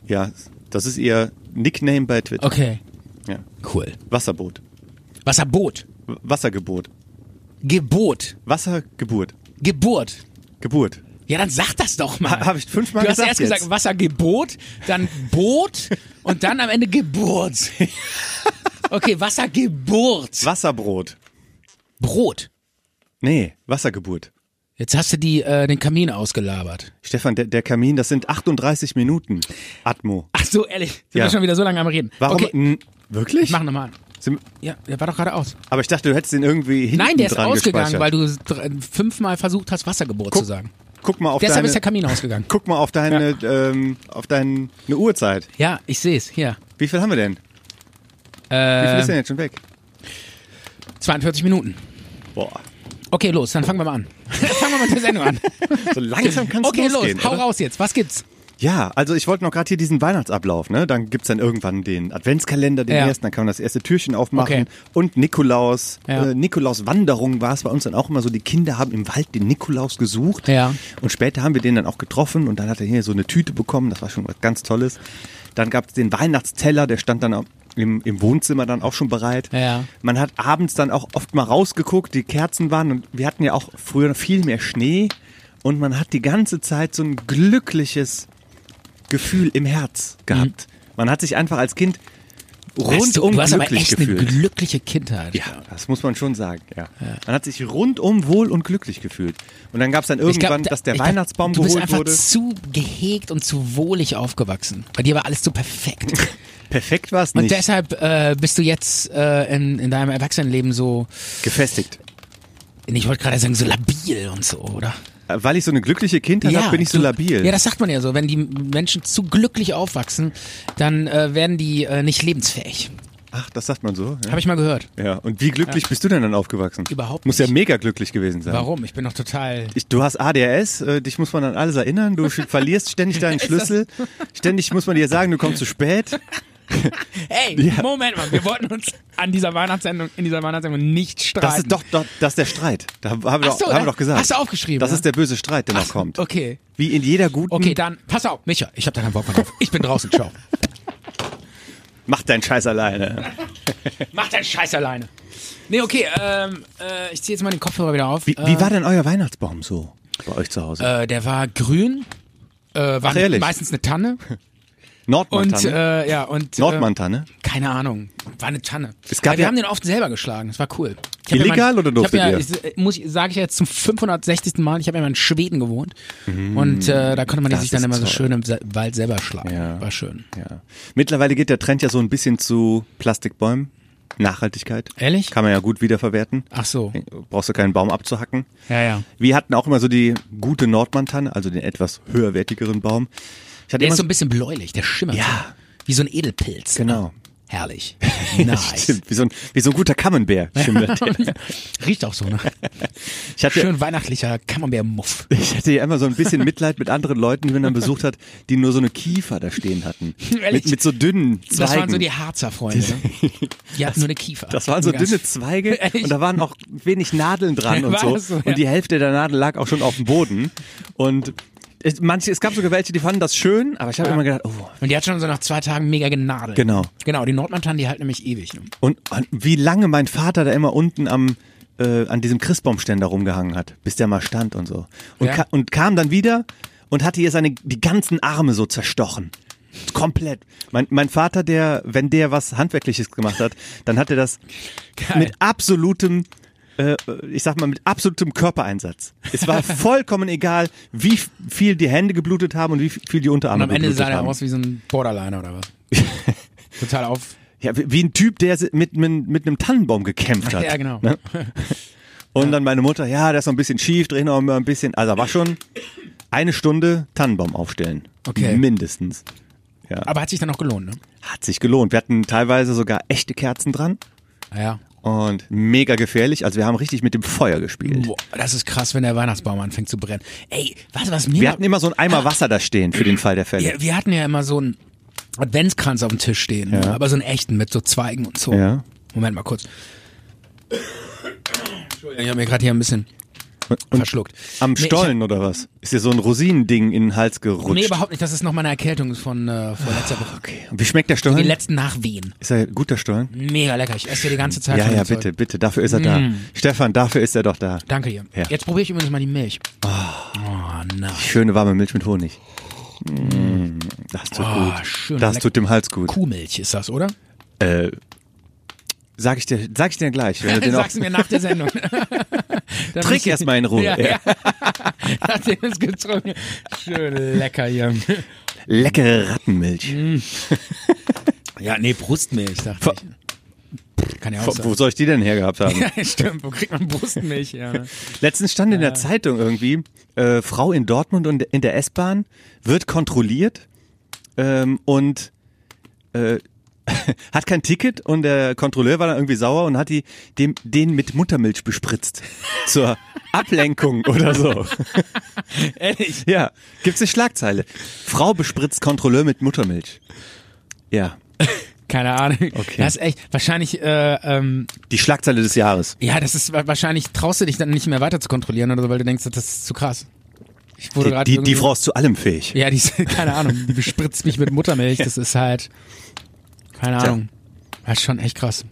die? Ja, das ist ihr Nickname bei Twitter. Okay. Ja. Cool. Wasserboot. Wasserboot. W- Wassergeburt. Gebot. Wassergeburt. Geburt. Geburt. Ja, dann sag das doch mal. Ha- hab ich fünfmal Du hast gesagt erst jetzt. gesagt Wassergebot, dann Boot und dann am Ende Geburt. Okay, Wassergeburt. Wasserbrot. Brot. Nee, Wassergeburt. Jetzt hast du die, äh, den Kamin ausgelabert. Stefan, der, der Kamin, das sind 38 Minuten. Atmo. Ach so, ehrlich. Sind Ja. wir schon wieder so lange am Reden. Warum? Okay, N- Wirklich? ich mach nochmal an. Sind- Ja, der war doch gerade aus. Aber ich dachte, du hättest den irgendwie hinten Nein, der ist dran ausgegangen, gespeichert. weil du dr- äh, fünfmal versucht hast, Wassergeburt zu sagen. Guck mal auf Deshalb deine, ist der Kamin ausgegangen. Guck mal auf deine, ähm, auf deine Uhrzeit. Ja, ich sehe es. Hier. Wie viel haben wir denn? Wie viel Äh, ist denn jetzt schon weg? 42 Minuten. Boah, Okay, los, dann fangen wir mal an. [laughs] fangen wir mal mit der Sendung an. so langsam kannst [laughs] Okay, du losgehen. los, hau oder? raus jetzt. Was gibt's? Ja, also ich wollte noch gerade hier diesen Weihnachtsablauf, ne? Dann gibt's dann irgendwann den Adventskalender, den Ja. ersten, dann kann man das erste Türchen aufmachen Okay. und Nikolaus, Ja. äh, Nikolaus Wanderung war es bei uns dann auch immer so, die Kinder haben im Wald den Nikolaus gesucht Ja. und später haben wir den dann auch getroffen und dann hat er hier so eine Tüte bekommen, das war schon was ganz Tolles. Dann gab's den Weihnachtsteller, der stand dann am- im, im Wohnzimmer dann auch schon bereit. Ja. Man hat abends dann auch oft mal rausgeguckt, die Kerzen waren und wir hatten ja auch früher viel mehr Schnee und man hat die ganze Zeit so ein glückliches Gefühl im Herz gehabt. Man hat sich einfach als Kind Weißt Mhm. du, rundum du hast aber um glücklich echt gefühlt. eine glückliche Kindheit. ja, das muss man schon sagen. Ja. Man hat sich rundum wohl und glücklich gefühlt. Und dann gab es dann Ich glaub, irgendwann, dass der ich glaub, Weihnachtsbaum du geholt bist wurde. einfach zu gehegt und zu wohlig aufgewachsen. Bei dir war alles [laughs] so perfekt. Perfekt war es Und nicht. deshalb äh, bist du jetzt äh, in, in deinem Erwachsenenleben so, Gefestigt. ich wollte gerade sagen, so labil und so, oder? Äh, Weil ich so eine glückliche Kindheit habe, bin ich so du- labil. Ja, das sagt man ja so. Wenn die Menschen zu glücklich aufwachsen, dann äh, werden die äh, nicht lebensfähig. Ach, das sagt man so. Ja. Habe ich mal gehört. Ja, und wie glücklich bist du denn dann aufgewachsen? Überhaupt Muss ja nicht. mega glücklich gewesen sein. Warum? Ich bin [laughs] noch total. Ich, du hast ADHS, äh, dich muss man [laughs] an alles erinnern, du sch- verlierst ständig deinen Schlüssel, ständig muss man dir sagen, du kommst zu spät. Hey, Ja. Moment mal, wir wollten uns an dieser Weihnachtssendung, in dieser Weihnachtssendung nicht streiten. Das ist doch, doch das ist der Streit. Da haben wir, Ach doch, so, haben wir da- doch gesagt. hast du aufgeschrieben, Das ja? ist der böse Streit, der noch Ach, kommt. Hm. okay. Wie in jeder guten. Okay, dann, pass auf, Micha, ich habe da keinen Bock mehr drauf. Ich bin [laughs] draußen, ciao. Mach deinen Scheiß alleine. Mach deinen Scheiß alleine. Nee, okay, ähm, äh, ich ziehe jetzt mal den Kopfhörer wieder auf. Wie, äh, wie war denn euer Weihnachtsbaum so bei euch zu Hause? äh, der war grün, äh, war Ach, ehrlich? meistens [laughs] eine Tanne. Und, Nordmann-Tanne? äh, ja, und. äh, Nordmann-Tanne? Keine Ahnung. War eine Tanne. Es gab Aber wir ja- haben den oft selber geschlagen. Das war cool. Ich hab ja Illegal mal- oder durftet ich hab ja, ihr? ich- äh, Muss ich, sage ich jetzt zum 560. Mal. Ich habe ja mal in Schweden gewohnt. Und äh, da konnte man die Mhm. Das sich dann ist immer so toll. schön im Se- Wald selber schlagen. Ja. War schön. Ja. Mittlerweile geht der Trend ja so ein bisschen zu Plastikbäumen. Nachhaltigkeit. Ehrlich? Kann man ja gut wiederverwerten. Äh, Ach so. Brauchst du keinen Baum abzuhacken. Ja, ja. Wir hatten auch immer so die gute Nordmann-Tanne, also den etwas höherwertigeren Baum. Ich hatte Der immer ist so ein bisschen bläulich, der schimmert. Ja. so. Wie so ein Edelpilz. Ah, Genau. [laughs] Herrlich. Nice. Stimmt, wie so ein, wie so ein guter [laughs] Camembert schimmert der. Riecht auch so nach Ich hatte, schön weihnachtlicher Camembert-Muff. [laughs] Ich hatte ja immer so ein bisschen Mitleid mit anderen Leuten, die man [laughs] dann besucht hat, die nur so eine Kiefer da stehen hatten. Ehrlich? Mit, mit so dünnen Zweigen. Das waren so die Harzer Freunde. ne? Die hatten nur eine Kiefer. [laughs] Das waren so Nur ganz- dünne Zweige [laughs] Ehrlich? und da waren auch wenig Nadeln [laughs] dran und War so. das so, ja. Und die Hälfte der Nadel lag auch schon auf dem Boden. Und es, manche, es gab sogar welche, die fanden das schön, aber ich habe immer gedacht, oh. Und die hat schon so nach zwei Tagen mega genadelt. Genau. Genau, die Nordmantan, die halt nämlich ewig. Ne? Und, und wie lange mein Vater da immer unten am äh, an diesem Christbaumständer rumgehangen hat, bis der mal stand und so. Und, Ja. ka und kam dann wieder und hatte ihr seine die ganzen Arme so zerstochen. Komplett. Mein, mein Vater, der, wenn der was Handwerkliches gemacht hat, dann hat er das mit absolutem, äh, ich sag mal, mit absolutem Körpereinsatz. Es [laughs] war vollkommen egal, wie f- viel die Hände geblutet haben und wie f- viel die Und Unterarme am Ende geblutet sah der haben. aus wie so ein Borderliner oder was. [laughs] Total auf. Ja, wie wie ein Typ, der si- mit, mit, mit einem Tannenbaum gekämpft hat. Ja, genau. [laughs] Ne? Und dann meine Mutter, ja, der ist noch ein bisschen schief, dreh noch mal ein bisschen. Also war schon eine Stunde Tannenbaum aufstellen. Okay. Mindestens. Aber hat sich dann auch gelohnt, ne? Hat sich gelohnt. Wir hatten teilweise sogar echte Kerzen dran Ja. und mega gefährlich. Also wir haben richtig mit dem Feuer gespielt. Boah, das ist krass, wenn der Weihnachtsbaum anfängt zu brennen. Ey, was, was mir Wir hatten immer so einen Eimer Wasser da stehen für den Fall der Fälle. Ja, wir hatten ja immer so einen Adventskranz auf dem Tisch stehen, ne? Ja. aber so einen echten mit so Zweigen und so. Ja. Moment mal kurz. Entschuldigung, ich habe mir gerade hier ein bisschen verschluckt. Am Nee, ich- Stollen oder was? Ist dir so ein Rosinending in den Hals gerutscht? Nee, überhaupt nicht. Das ist noch meine Erkältung von, äh, von letzter Woche. Okay. Und wie schmeckt der Die Stollen? letzten Nachwehen. Ist er guter Stollen? Mega lecker. Ich esse hier die ganze Zeit. Ja, von ja, dem Zeug. bitte, bitte. Dafür ist er da. Mm. Stefan, dafür ist er doch da. Danke dir. Ja. Ah. Jetzt probiere ich übrigens mal die Milch. Oh, nein. Schöne warme Milch mit Honig. Mm, Das tut Oh, gut. schön das lecker. tut dem Hals gut. Kuhmilch ist das, oder? Äh, sag ich dir, sag ich dir gleich. [laughs] Wenn du den auch, Sagst du mir nach [laughs] der Sendung. [laughs] Dann trink muss- erstmal in Ruhe. Ja, Ja. ja. [laughs] Nachdem es getrunken. Schön lecker hier. [laughs] Leckere Rattenmilch. Mm. Ja, nee, Brustmilch, dachte Ver- ich. Kann ja Wo- auch sein. Wo soll ich die denn hergehabt haben? [laughs] Ja, stimmt, wo kriegt man Brustmilch [laughs] her? Ne? Letztens stand in der Zeitung irgendwie, äh, Frau in Dortmund und in der S-Bahn wird kontrolliert ähm, und äh, [laughs] hat kein Ticket und der Kontrolleur war dann irgendwie sauer und hat die dem den mit Muttermilch bespritzt zur Ablenkung oder so. Ehrlich? Ja, gibt's eine Schlagzeile. Frau bespritzt Kontrolleur mit Muttermilch. Ja, Keine Ahnung. Okay. Das ist echt, wahrscheinlich, äh, ähm, die Schlagzeile des Jahres. ja, das ist, wa- wahrscheinlich traust du dich dann nicht mehr weiter zu kontrollieren oder so, weil du denkst, das ist zu krass. Ich wurde Die, gerade die, die irgendwie- Frau ist zu allem fähig. Ja, die ist, [laughs] keine Ahnung, die bespritzt mich mit Muttermilch, das ist halt, keine Tja. Ahnung. Das ist schon echt krass.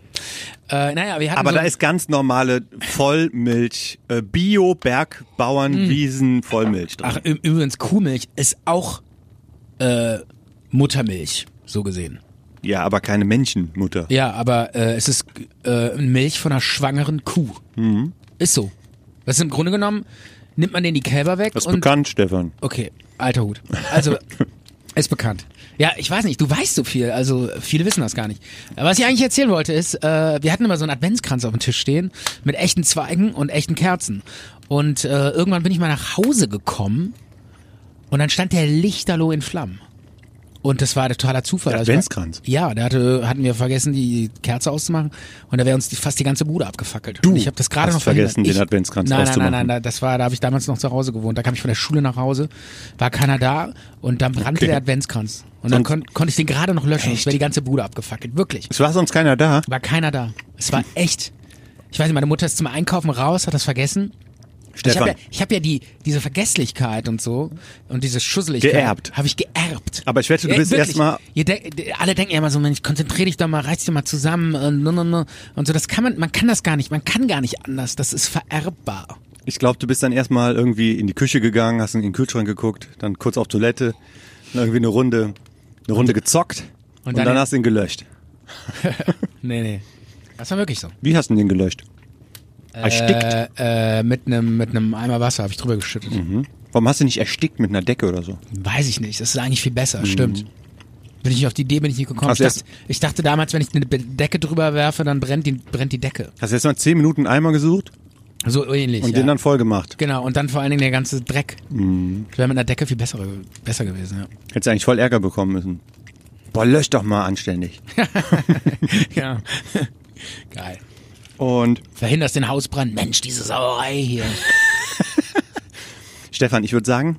Äh, naja, wir hatten Aber so da ist ganz normale Vollmilch, äh, Bio, Berg, Bauern, Wiesen, Vollmilch drin. Hm. Ach, ü- übrigens, Kuhmilch ist auch äh, Muttermilch, so gesehen. Ja, aber keine Menschenmutter. Ja, aber äh, es ist äh, Milch von einer schwangeren Kuh. Ist so. Das ist im Grunde genommen, nimmt man den die Kälber weg Das ist und. bekannt, Stefan. Okay, alter Hut. [laughs] Also, ist bekannt. Ja, ich weiß nicht, du weißt so viel, also viele wissen das gar nicht. Aber was ich eigentlich erzählen wollte ist, äh, wir hatten immer so einen Adventskranz auf dem Tisch stehen mit echten Zweigen und echten Kerzen. Und äh, irgendwann bin ich mal nach Hause gekommen und dann stand der lichterloh in Flammen. Und das war totaler Zufall. Der Also, Adventskranz. Ja, da hatte, hatten wir vergessen, die Kerze auszumachen. Und da wäre uns die, fast die ganze Bude abgefackelt. Du ich habe das gerade hast noch verhindert. vergessen, den ich, Adventskranz nein, auszumachen. Nein, nein, nein, Äh, das war, da habe ich damals noch zu Hause gewohnt. Da kam ich von der Schule nach Hause, war keiner da und dann brannte Okay. der Adventskranz. Und dann Sonst- kon konnte ich den gerade noch löschen, sonst wäre die ganze Bude abgefackelt. Wirklich. Es war sonst keiner da. War keiner da. Es [laughs] war echt. Ich weiß nicht, meine Mutter ist zum Einkaufen raus, hat das vergessen. Stefan, Ich habe ja, ich hab ja die, diese Vergesslichkeit und so und diese Schusseligkeit. Geerbt. Habe ich geerbt. Aber ich wette, du Ja, bist wirklich. erstmal- Ihr denk- d- alle denken ja immer so, Mensch, konzentrier dich doch mal, reiß dich mal zusammen und, und, und, und so. Das kann man, man kann das gar nicht, man kann gar nicht anders. Das ist vererbbar. ich glaube, du bist dann erstmal irgendwie in die Küche gegangen, hast in den Kühlschrank geguckt, dann kurz auf Toilette, dann irgendwie eine Runde, eine Runde gezockt und, dann- dann, hast du ihn gelöscht. Nee, nee. Das war wirklich so. Wie hast du den gelöscht? Erstickt? Äh, äh, mit einem mit einem Eimer Wasser habe ich drüber geschüttet. Mhm. Hm? Warum hast du ihn nicht erstickt mit einer Decke oder so? Weiß ich nicht. Das ist eigentlich viel Mhm. besser. Stimmt. Bin ich nicht auf die Idee, bin ich nicht gekommen. Also ich, dachte, ich dachte damals, wenn ich eine Be- Decke drüber werfe, dann brennt die, brennt die Decke. Hast du erstmal zehn Minuten einen Eimer gesucht So ähnlich. und ja. den dann Mhm. voll gemacht? Genau, und dann vor allen Dingen der ganze Dreck. Das wäre mit einer Decke viel besser, besser [laughs] gewesen, ja. Hättest du eigentlich voll Ärger bekommen müssen. Boah, lösch doch mal anständig. ja. Geil. Und Verhinderst den Hausbrand. Mensch, diese Sauerei hier. Stefan, ich würde sagen,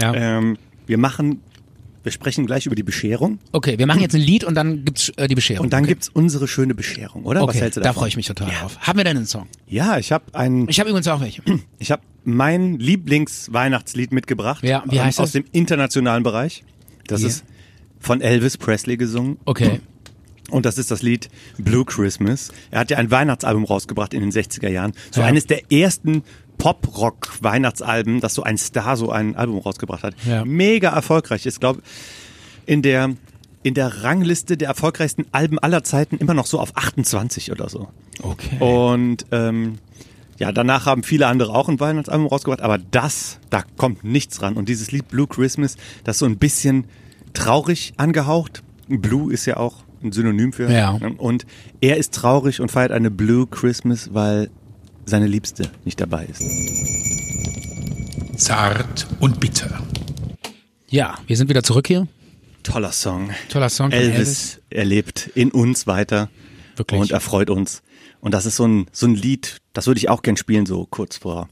Ja. ähm, wir machen, wir sprechen gleich über die Bescherung Okay, wir machen jetzt ein Lied und dann gibt's äh, die Bescherung. und dann okay. gibt's unsere schöne Bescherung, oder? Okay, Was hältst du da davon? freue ich mich total drauf. Haben wir denn einen Song? Ja, ich habe einen Ich habe übrigens auch welche. Ich habe mein Lieblingsweihnachtslied mitgebracht. Ja, wie heißt Aus das? dem internationalen Bereich. Das Ja. ist von Elvis Presley gesungen. [clears throat] Okay. Und das ist das Lied Blue Christmas. Er hat ja ein Weihnachtsalbum rausgebracht in den 60er Jahren. So Ja. eines der ersten Pop-Rock-Weihnachtsalben, dass so ein Star so ein Album rausgebracht hat. Ja. Mega erfolgreich. Ich glaube, in der, in der Rangliste der erfolgreichsten Alben aller Zeiten immer noch so auf 28 oder so. Okay. Und ähm, ja, danach haben viele andere auch ein Weihnachtsalbum rausgebracht, aber das, da kommt nichts ran. Und dieses Lied Blue Christmas, das ist so ein bisschen traurig angehaucht. Blue ist ja auch ein Synonym für. ne? Ja. Und er ist traurig und feiert eine Blue Christmas, weil seine Liebste nicht dabei ist. Zart und bitter. Ja, wir sind wieder zurück hier. Toller Song. Toller Song von Elvis, erlebt in uns weiter Wirklich. und erfreut uns. Und das ist so ein, so ein Lied, das würde ich auch gern spielen, so kurz vor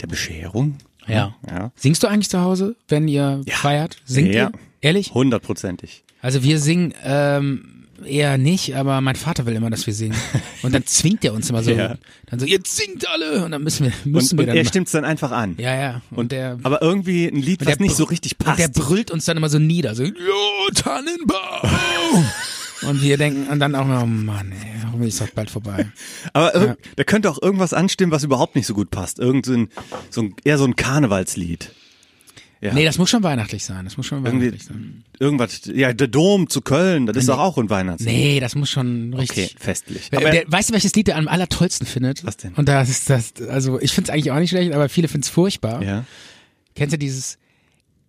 der Bescherung. Ja. Ja. Singst du eigentlich zu Hause, wenn ihr feiert? Singt Ja. ihr? Ehrlich? Hundertprozentig. Also wir singen ähm, eher nicht, aber mein Vater will immer, dass wir [laughs] singen. Und dann zwingt er uns immer so. Ja. Dann so, jetzt singt alle! Und dann müssen wir, Und, müssen und wir dann. er machen. stimmt's dann einfach an. Ja, ja. Und, der. Aber irgendwie ein Lied, und was der nicht so brü- richtig Und der passt. brüllt uns dann immer so nieder. So, jo, [laughs] Tannenbaum! und wir denken, und dann auch noch, oh Mann, ey, hoffentlich ist das bald vorbei. Aber irg- da könnte auch irgendwas anstimmen, was überhaupt nicht so gut passt. Irgend so ein, so ein eher so ein Karnevalslied. [laughs] Ja. Nee, das muss schon weihnachtlich sein. Das muss schon irgendwie, weihnachtlich sein. irgendwas. Ja, der Dom zu Köln, das ist doch auch ein Weihnachtslied. Nee, das muss schon richtig. Okay, festlich. Wer- Aber- der, weißt du, welches Lied der am allertollsten findet? Was denn? Und das ist das, also ich find's eigentlich auch nicht schlecht, aber viele finden's furchtbar. Ja. Kennst du dieses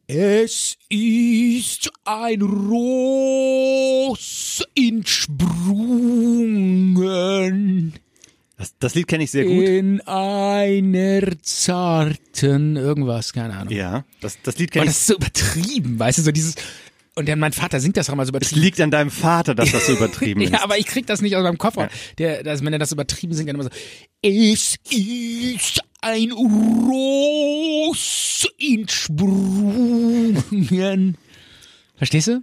Es ist ein Ross in Sprungen Das, das Lied kenne ich sehr gut. in einer zarten irgendwas, keine Ahnung. Ja, das, das Lied Und kenne das ich. ist so übertrieben, weißt du, so dieses und dann mein Vater singt das auch mal so Es übertrieben. liegt an deinem Vater, dass das so übertrieben ist. [laughs] Ja, aber ich krieg das nicht aus meinem Koffer. Der, das, wenn er das übertrieben singt, dann immer so, es ist ein Ross in Sprungen. Verstehst du?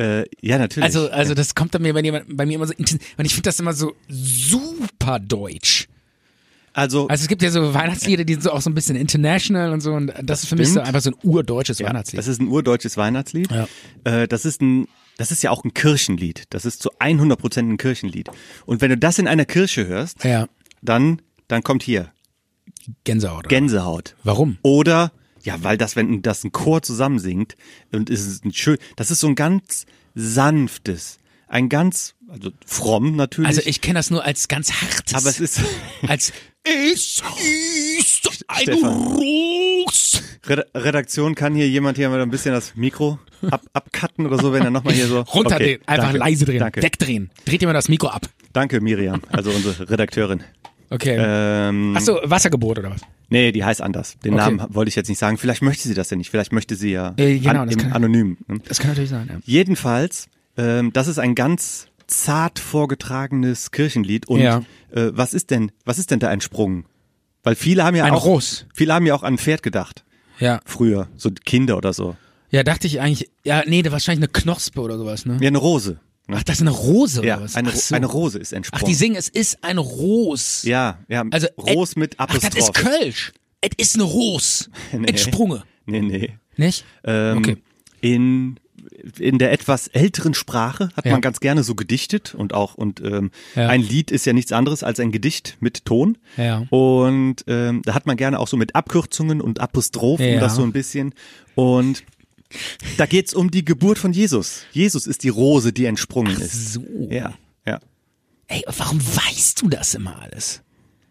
Äh, ja, natürlich. Also, also das kommt dann mir bei, mir- bei mir immer so, inten- und ich finde das immer so super deutsch. also, Also es gibt ja so Weihnachtslieder, die sind so auch so ein bisschen international und so, und das ist für mich so Stimmt. einfach so ein urdeutsches ja, Weihnachtslied. das ist ein urdeutsches Weihnachtslied. Ja. Äh, das ist ein, das ist ja auch ein Kirchenlied. Das ist zu 100 Prozent ein Kirchenlied. Und wenn du das in einer Kirche hörst, ja, dann, dann kommt hier Gänsehaut. Gänsehaut. Warum? Oder ja, weil das, wenn das ein Chor zusammensingt und es ist ein schön, das ist so ein ganz sanftes, ein ganz, also fromm natürlich. Also ich kenne das nur als ganz hartes. aber es ist als es ist ein Stefan. Ruß. Red- Redaktion kann hier jemand hier mal ein bisschen das Mikro ab, abcutten oder so, wenn er nochmal hier so. [laughs] Runterdrehen, Okay, einfach danke, leise drehen, Danke, wegdrehen. Dreht ihr mal das Mikro ab. danke Miriam, also unsere Redakteurin. Okay. Ähm, Achso, Wassergebot oder was? Nee, die heißt anders. Den Okay. Namen wollte ich jetzt nicht sagen. Vielleicht möchte sie das ja nicht. Vielleicht möchte sie ja Äh, genau, an, das im kann- anonym. Ne? Das kann natürlich sein, ja. Jedenfalls, ähm, das ist ein ganz zart vorgetragenes Kirchenlied. Und Ja. äh, was ist denn, was ist denn da ein Sprung? Weil viele haben ja Ein auch, Ross. viele haben ja auch an ein Pferd gedacht Ja. früher, so Kinder oder so. Ja, dachte ich eigentlich, ja, nee, da wahrscheinlich eine Knospe oder sowas, ne? Ja, eine Rose. Ne? Ach, das ist eine Rose ja, oder was? eine, Ach so. eine Rose ist Ach, entsprungen. die singen, es ist ein Ros. ja, ja, Also, et- Ros mit Apostrophe. Ach, das ist Kölsch. Es ist eine Ros. [laughs] Nee. Es sprunge. Nee, nee. Nicht? Ähm, Okay. In in der etwas älteren Sprache hat Ja. man ganz gerne so gedichtet und auch und ähm, Ja. ein Lied ist ja nichts anderes als ein Gedicht mit Ton Ja. und ähm, da hat man gerne auch so mit Abkürzungen und Apostrophen Ja. das so ein bisschen und da geht's um die Geburt von Jesus. Jesus ist die Rose, die entsprungen ist. So. Ja, ja. Ey, warum weißt du das immer alles?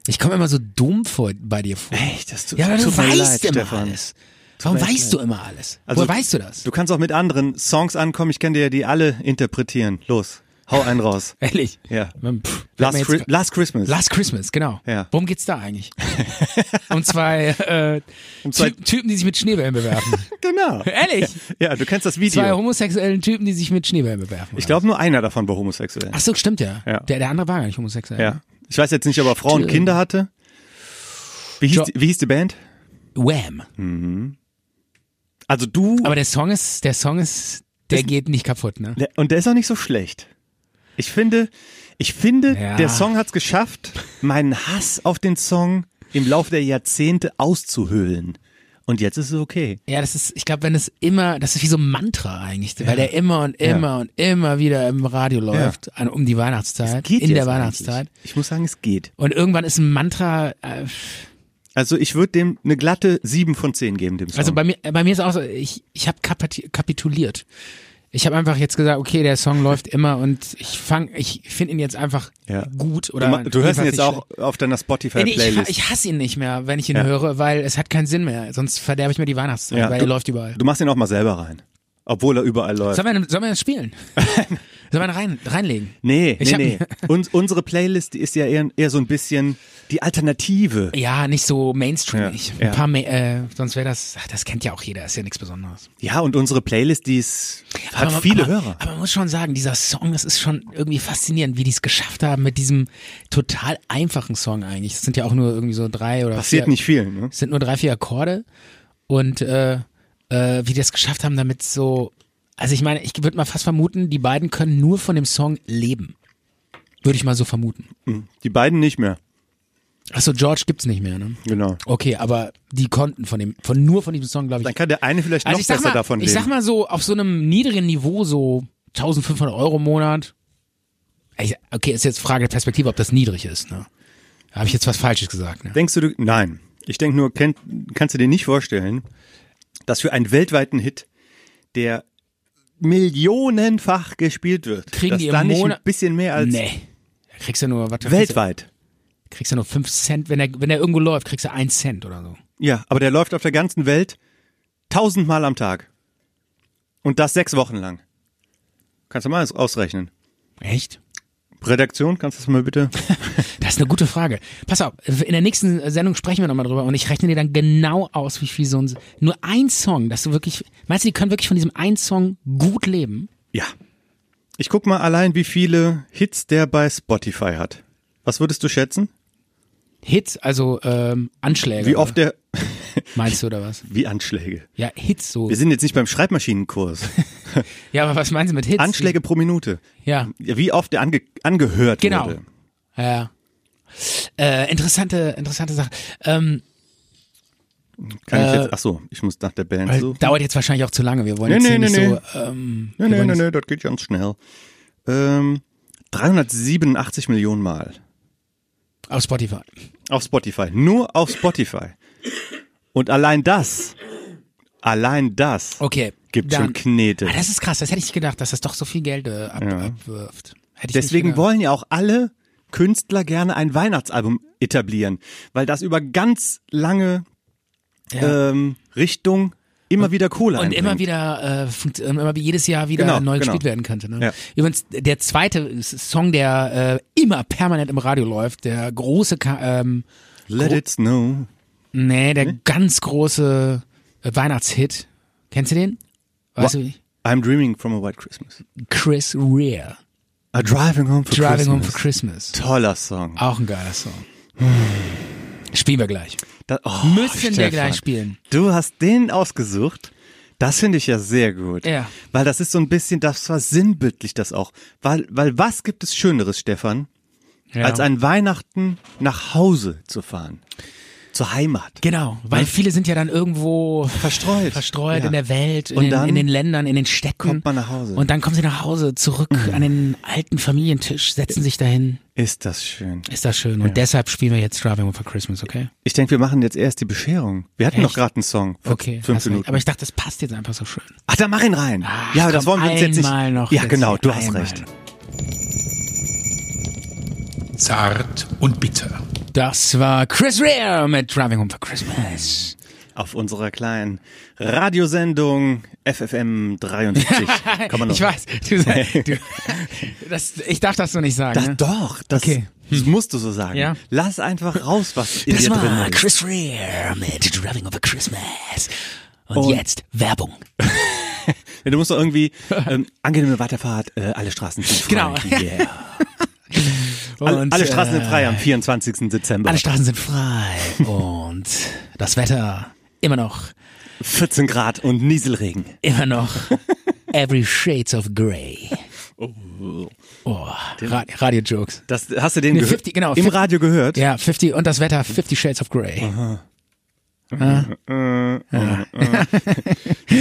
Ich komme immer so dumm vor, bei dir vor. Echt, das tut, ja, aber du tut mir weißt leid, immer Stefan. alles. Warum mir echt weißt du immer alles? Also, Woher weißt du das? Du kannst auch mit anderen Songs ankommen. Ich kann dir die alle interpretieren. Los, hau einen raus. Ehrlich? Ja. Pff, Last, mir jetzt Chri gar- Last Christmas. Last Christmas, genau. Ja. Worum geht's da eigentlich? [laughs] um zwei, äh, zwei- Ty Typen, die sich mit [laughs] Schneebällen bewerfen. genau. Ehrlich? Ja, du kennst das Video. Zwei homosexuellen Typen, die sich mit Schneebällen bewerfen. ich glaube, nur einer davon war homosexuell. Ach so, stimmt ja. Ja. Der, der andere war gar nicht homosexuell. Ja. Ich weiß jetzt nicht, ob er Frauen und Stimmt. Kinder hatte. Wie hieß, Jo- die, wie hieß die Band? Wham. Mhm. Also du. Aber der Song ist, der Song ist, der geht nicht kaputt, ne? Der- und der ist auch nicht so schlecht. Ich finde, ich finde, Ja. der Song hat es geschafft, meinen Hass auf den Song im Laufe der Jahrzehnte auszuhöhlen. Und jetzt ist es okay. Ja, das ist, ich glaube, wenn es immer, das ist wie so ein Mantra eigentlich, weil der immer und immer und immer wieder im Radio läuft, an, um die Weihnachtszeit, Geht in jetzt der Weihnachtszeit. Eigentlich. Ich muss sagen, es geht. Und irgendwann ist ein Mantra, äh, Also ich würde dem eine glatte 7 von 10 geben, dem Song. also bei mir, bei mir ist auch so, ich, ich habe kapituliert. Ich habe einfach jetzt gesagt, okay, der Song läuft immer und ich fang, ich finde ihn jetzt einfach Ja. gut du, ma- oder du hörst ihn jedenfalls jetzt nicht auch auf deiner Nee, nee, ich, Spotify-Playlist. ha- ich hasse ihn nicht mehr, wenn ich ihn Ja. höre, weil es hat keinen Sinn mehr. Sonst verderbe ich mir die Weihnachtszeit, Ja, weil du- er läuft überall. Du machst ihn auch mal selber rein. Obwohl er überall läuft. Sollen wir, sollen wir [laughs] das spielen? sollen wir ihn rein, reinlegen? nee, Ich nee, hab- nee. Uns, unsere Playlist die ist ja eher, eher so ein bisschen die Alternative. [laughs] Ja, nicht so mainstreamig. Ja, ja. Ein paar Ma äh, sonst wäre das, ach, das kennt ja auch jeder, ist ja nichts Besonderes. Ja, und unsere Playlist, die ist, hat Aber man- viele aber, Hörer. Aber man muss schon sagen, dieser Song, das ist schon irgendwie faszinierend, wie die es geschafft haben mit diesem total einfachen Song eigentlich. Es sind ja auch nur irgendwie so drei oder Passiert vier, nicht viel, ne? Es sind nur drei, vier Akkorde und äh, äh, wie die es geschafft haben, damit so, also ich meine, ich würde mal fast vermuten, die beiden können nur von dem Song leben. Würde ich mal so vermuten. Die beiden nicht mehr. Achso, George gibt's nicht mehr, ne? Genau. Okay, aber die konnten von dem, von nur von diesem Song, glaube ich, Dann kann der eine vielleicht noch also ich sag besser mal, davon leben. ich sag mal so auf so einem niedrigen Niveau so 1500 Euro im Monat. Ich, okay, ist jetzt Frage der Perspektive, ob das niedrig ist. Ne? Habe ich jetzt was Falsches gesagt? Ne? Denkst du, du nein. Ich denke nur, kenn, kannst du dir nicht vorstellen, dass für einen weltweiten Hit, der millionenfach gespielt wird, Kriegen dass die im da nicht ein Monat- bisschen mehr als nee, da kriegst du nur was, da kriegst du, weltweit. kriegst du nur 5 Cent, wenn er wenn er irgendwo läuft, kriegst du 1 Cent oder so. Ja, aber der läuft auf der ganzen Welt tausendmal am Tag. Und das sechs Wochen lang. Kannst du mal aus- ausrechnen. Echt? Redaktion, kannst du das mal [laughs] bitte? Das ist eine gute Frage. Pass auf, in der nächsten Sendung sprechen wir nochmal drüber und ich rechne dir dann genau aus, wie viel so ein nur ein Song, dass du wirklich, meinst du, die können wirklich von diesem einen Song gut leben? Ja. Ich guck mal allein, wie viele Hits der bei Spotify hat. Was würdest du schätzen? Hits, also ähm, Anschläge. Wie oder? oft der. [laughs] Meinst du oder was? Wie Anschläge. Ja, Hits so. Wir sind jetzt nicht beim [laughs] Schreibmaschinenkurs. Ja, aber was meinst du mit Hits? Anschläge pro Minute. Ja, Wie oft der ange angehört genau. wurde. Ja. Äh, interessante, interessante Sache. Ähm, Kann ich Äh, jetzt. Ach so, ich muss nach der Band weil suchen. dauert jetzt wahrscheinlich auch zu lange. Wir wollen Also- Nee, jetzt hier nee, nicht nee, so. Ähm, Nee, wir nee, wollen nee, jetzt- nee, das geht ganz schnell. Ähm, 387 Millionen Mal. Auf Spotify. Auf Spotify. Nur auf Spotify. Und allein das, allein das Okay. gibt dann, schon Knete. Ah, das ist krass. Das hätte ich nicht gedacht, dass das doch so viel Geld äh, ab, abwirft. Hätte ich Deswegen nicht gedacht. wollen ja auch alle Künstler gerne ein Weihnachtsalbum etablieren, weil das über ganz lange ähm, Richtung immer wieder Kohle Und einbringt. immer wieder, äh, funkt- ähm, immer wie jedes Jahr wieder Genau, genau. neu gespielt werden könnte. Ne? Ja. Übrigens, der zweite S- Song, der äh, immer permanent im Radio läuft, der große, Ka ähm, Let it snow. nee, der ganz große äh, Weihnachtshit. Kennst du den? Weißt du, I'm dreaming from a white Christmas. Chris Rea, A driving home for Driving Christmas. Hm. Home for Christmas. Toller Song. Auch ein geiler Song. Spielen wir gleich. Da, oh, Müssen wir Stefan, gleich spielen. Du hast den ausgesucht. Das finde ich ja sehr gut. Ja. Weil das ist so ein bisschen, das war sinnbildlich das auch. Weil, weil was gibt es Schöneres, Stefan, Ja. als an Weihnachten nach Hause zu fahren? Zur Heimat. Genau, weil viele sind ja dann irgendwo Ne? Verstreut. verstreut Ja. in der Welt, in, Und den, dann in den Ländern, in den Städten. kommt man nach Hause. Mhm. Und dann kommen sie nach Hause, zurück an den alten Familientisch, setzen sich dahin. Ist das schön. Ist das schön. Und deshalb spielen wir jetzt Driving Home for Christmas, okay? Ich denke, wir machen jetzt erst die Bescherung. Wir hatten Echt? noch gerade einen Song. Vor Okay, Fünf hast recht. Minuten. aber ich dachte, das passt jetzt einfach so schön. Ach, dann mach ihn rein. Ach, ja, aber das komm, wollen wir uns jetzt nicht. einmal noch ja, jetzt genau, hier, du hast einmal. recht. Zart und bitter. Das war Chris Rea mit Driving Home for Christmas. Auf unserer kleinen Radiosendung FFM [laughs] 43. Kann man noch. ich weiß, du, sag- du, das, ich darf das so nicht sagen. Das ne? doch, das, Okay. Hm. das musst du so sagen. Ja. Lass einfach raus, was in Das dir war drin ist. Chris Rea mit Driving Over Christmas. Und, jetzt Werbung. Ja, Du musst doch [laughs] irgendwie ähm, angenehme Weiterfahrt, äh, alle Straßen sind frei. Genau. Yeah. Alle, Und, alle Straßen äh, sind frei am 24. Dezember. Alle Straßen sind frei. und das Wetter immer noch, 14 Grad und Nieselregen. immer noch. [laughs] Every Shades of Grey. Oh, Ra Radio Jokes. Das hast du den Nee, gehört? 50, genau, Im 50 Radio gehört? Ja, 50 und das Wetter 50 Shades of Grey.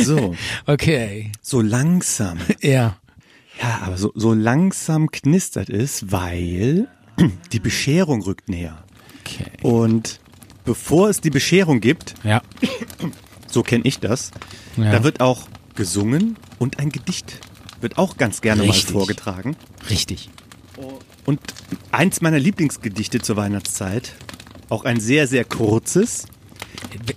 So, Okay. so langsam. [laughs] Ja. Ja, aber so, so langsam knistert es, weil die Bescherung rückt näher. Okay. Und bevor es die Bescherung gibt, Ja. so kenne ich das, Ja. da wird auch gesungen und ein Gedicht wird auch ganz gerne Richtig. mal vorgetragen. Richtig. Und eins meiner Lieblingsgedichte zur Weihnachtszeit, auch ein sehr, sehr kurzes.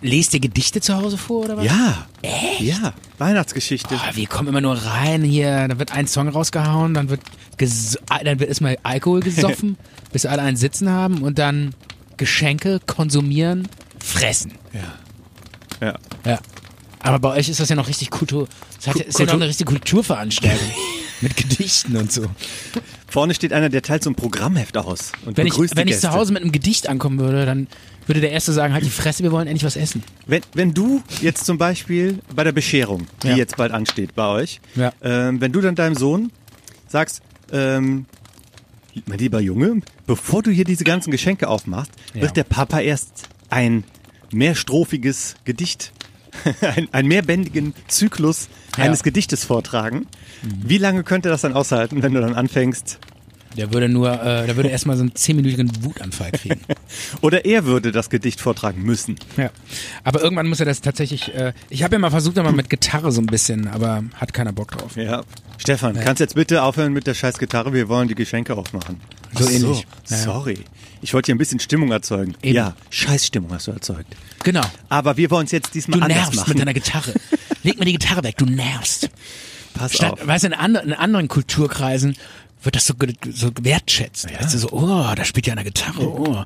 Lest ihr Gedichte zu Hause vor oder was? Ja. Echt? Ja, Weihnachtsgeschichte. Ah, wir kommen immer nur rein hier, dann wird ein Song rausgehauen, dann wird ges ah, dann wird erstmal Alkohol [laughs] gesoffen, bis alle einen sitzen haben und dann Geschenke konsumieren, fressen. Ja. Ja. Aber bei euch ist das ja noch richtig Kultur. Das hat, ja- ist ja noch eine richtige Kulturveranstaltung. [laughs] Mit Gedichten und so. Vorne steht einer, der teilt so ein Programmheft aus und Wenn, ich, begrüßt die wenn ich Gäste. zu Hause mit einem Gedicht ankommen würde, dann würde der Erste sagen, halt die Fresse, wir wollen endlich was essen. Wenn, wenn du jetzt zum Beispiel bei der Bescherung, die Ja. jetzt bald ansteht bei euch, Ja. ähm, wenn du dann deinem Sohn sagst, ähm, mein lieber Junge, bevor du hier diese ganzen Geschenke aufmachst, Ja. wird der Papa erst ein mehrstrophiges Gedicht, [laughs] ein, einen mehrbändigen Zyklus Ja. Mhm. eines Gedichtes vortragen. Wie lange könnte das dann aushalten, wenn du dann anfängst? Der würde nur, äh, der würde erstmal so einen zehnminütigen Wutanfall kriegen. Oder er würde das Gedicht vortragen müssen. Ja. Aber irgendwann muss er das tatsächlich. Äh, ich habe ja mal versucht, aber mit Gitarre so ein bisschen, aber hat keiner Bock drauf. Ja. Stefan, kannst jetzt bitte aufhören mit der scheiß Gitarre? Wir wollen die Geschenke aufmachen. So ähnlich. Ja. Sorry. Ich wollte hier ein bisschen Stimmung erzeugen. Eben. Ja, scheiß Stimmung hast du erzeugt. Genau. Aber wir wollen es jetzt diesmal Du anders nervst machen. mit deiner Gitarre. Leg mir die Gitarre weg, du nervst. Pass Statt, auf. weißt du, in, ander, in anderen Kulturkreisen wird das so, ge- so wertschätzt. Weißt du, so, oh, da spielt ja eine Gitarre, oh. Mhm.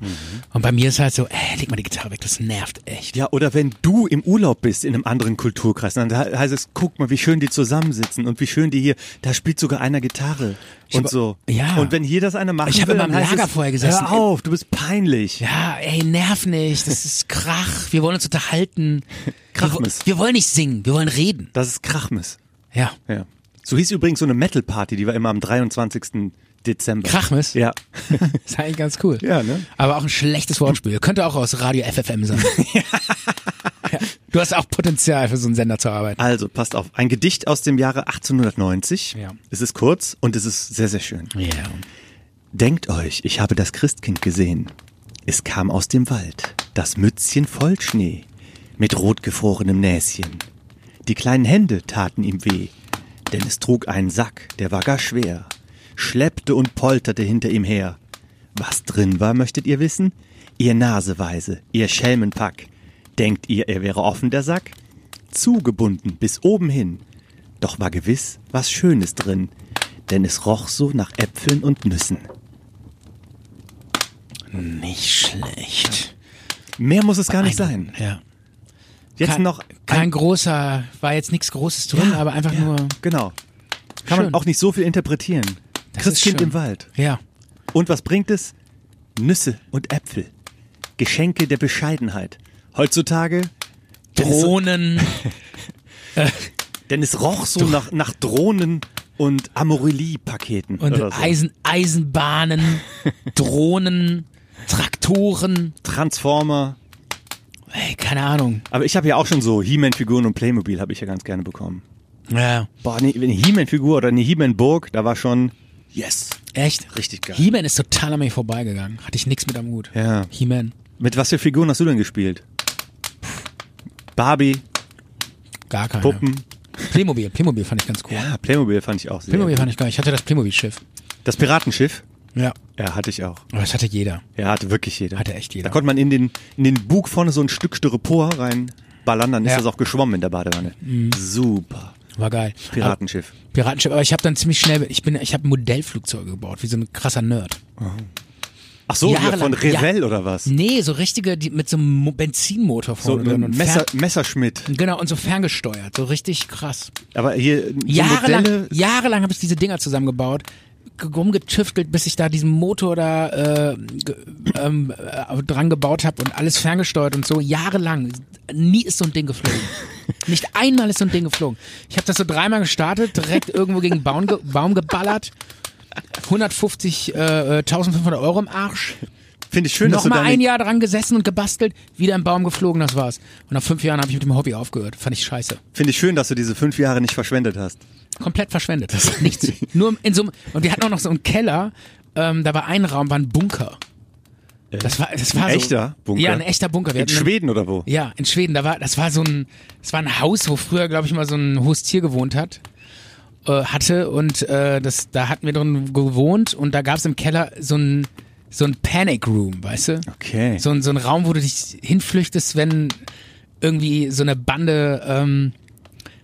Und bei mir ist halt so, ey, leg mal die Gitarre weg, das nervt echt. Ja, oder wenn du im Urlaub bist in einem anderen Kulturkreis, dann he- heißt es, guck mal, wie schön die zusammensitzen und wie schön die hier, da spielt sogar einer Gitarre und hab- so. ja. Und wenn hier das einer macht, Ich hab will, immer dann am heißt es, Lagerfeuer gesessen. Hör auf, du bist peinlich. Ja, ey, nerv nicht, das ist Krach, wir wollen uns unterhalten. Wir, wo- Krachmes. wir wollen nicht singen, wir wollen reden. Das ist Krachmes. Ja. Ja. So hieß übrigens so eine Metal-Party, die war immer am 23. Dezember. Krachmes? [laughs] Ja. Ist eigentlich ganz cool. Ja, ne? Aber auch ein schlechtes Wortspiel. Könnte auch aus Radio [laughs] FFM sein. ja. Du hast auch Potenzial für so einen Sender zu arbeiten. Also, passt auf. Ein Gedicht aus dem Jahre 1890. Ja. Es ist kurz und es ist sehr, sehr schön. Ja. Denkt euch, ich habe das Christkind gesehen. Es kam aus dem Wald, das Mützchen voll Schnee, mit rotgefrorenem Näschen. Die kleinen Hände taten ihm weh, denn es trug einen Sack, der war gar schwer, schleppte und polterte hinter ihm her. Was drin war, möchtet ihr wissen? Ihr Naseweise, ihr Schelmenpack. Denkt ihr, er wäre offen, der Sack? zugebunden bis oben hin. Doch war gewiss was Schönes drin, denn es roch so nach Äpfeln und Nüssen. Nicht schlecht. Mehr muss es gar nicht sein. Ja. Jetzt Kein, noch kein großer, war jetzt nichts Großes drin, aber einfach ja, nur. Genau. Kann man Schön. auch nicht so viel interpretieren. Das ist Christkind schön. im Wald. Ja. Und was bringt es? Nüsse und Äpfel. Geschenke der Bescheidenheit. Heutzutage, Drohnen. denn es roch so nach, nach Drohnen und Amorelie-Paketen. Und oder so. Eisen, [laughs] Eisenbahnen, Drohnen, Traktoren, Transformer. ey, keine Ahnung. Aber ich habe ja auch schon so He-Man-Figuren und Playmobil habe ich ja ganz gerne bekommen. Ja. Boah, nee, eine He-Man-Figur oder eine He-Man-Burg, da war schon, yes. Echt? Richtig geil. He-Man ist total an mir vorbeigegangen. Hatte ich nichts mit am Hut. Ja. He-Man. Mit was für Figuren hast du denn gespielt? Barbie, Gar keine. Puppen. Playmobil. Playmobil fand ich ganz cool. Ja, Playmobil fand ich auch sehr. Playmobil fand ich geil. Ich hatte das Playmobil-Schiff. Das Piratenschiff? Ja. Ja, hatte ich auch. Aber das hatte jeder. Ja, hatte wirklich jeder. Hatte echt jeder. Da konnte man in den, in den Bug vorne so ein Stück Styropor reinballern, dann ist Ja. Mhm. das auch geschwommen in der Badewanne. Super. War geil. Piratenschiff. Aber, Piratenschiff. Aber ich habe dann ziemlich schnell, ich bin, ich habe Modellflugzeuge gebaut, wie so ein krasser Nerd. Ach so, ja, Jahrelang- von Revell ja. Mhm. oder was? Nee, so richtige, die, mit so einem Mo- Benzinmotor So vorne drin ein und Messer, fern- Messerschmidt. Genau, und so ferngesteuert. So richtig krass. Aber hier so Jahrelang, Modelle, jahrelang habe ich diese Dinger zusammengebaut, ge- rumgetüftelt, bis ich da diesen Motor da äh, ge- ähm, äh, dran gebaut habe und alles ferngesteuert und so. Jahrelang. Nie ist so ein [laughs] Ding geflogen. Nicht einmal ist so ein Ding geflogen. Ich habe das so dreimal gestartet, direkt irgendwo gegen Baum, ge Baum geballert. 150, äh, äh, 1500 Euro im Arsch. finde ich schön, dass du Nochmal deine, ein Jahr dran gesessen und gebastelt, wieder im Baum geflogen, das war's. Und nach fünf Jahren habe ich mit dem Hobby aufgehört. Fand ich scheiße. finde ich schön, dass du diese fünf Jahre nicht verschwendet hast. Komplett verschwendet. Nichts. Nur in so einem, und wir hatten auch noch so einen Keller, ähm, da war ein Raum, war ein Bunker. Das war, das war Ein so, echter Bunker? Ja, ein echter Bunker. Wir In hatten einen- Schweden oder wo? Ja, in Schweden. Da war, das war so ein, das war ein Haus, wo früher, glaube ich, mal so ein hohes Tier gewohnt hat, äh, hatte und äh, das, da hatten wir drin gewohnt und da gab's im Keller so ein, so ein Panic Room, weißt du? Okay. So ein, so ein Raum, wo du dich hinflüchtest, wenn irgendwie so eine Bande ähm,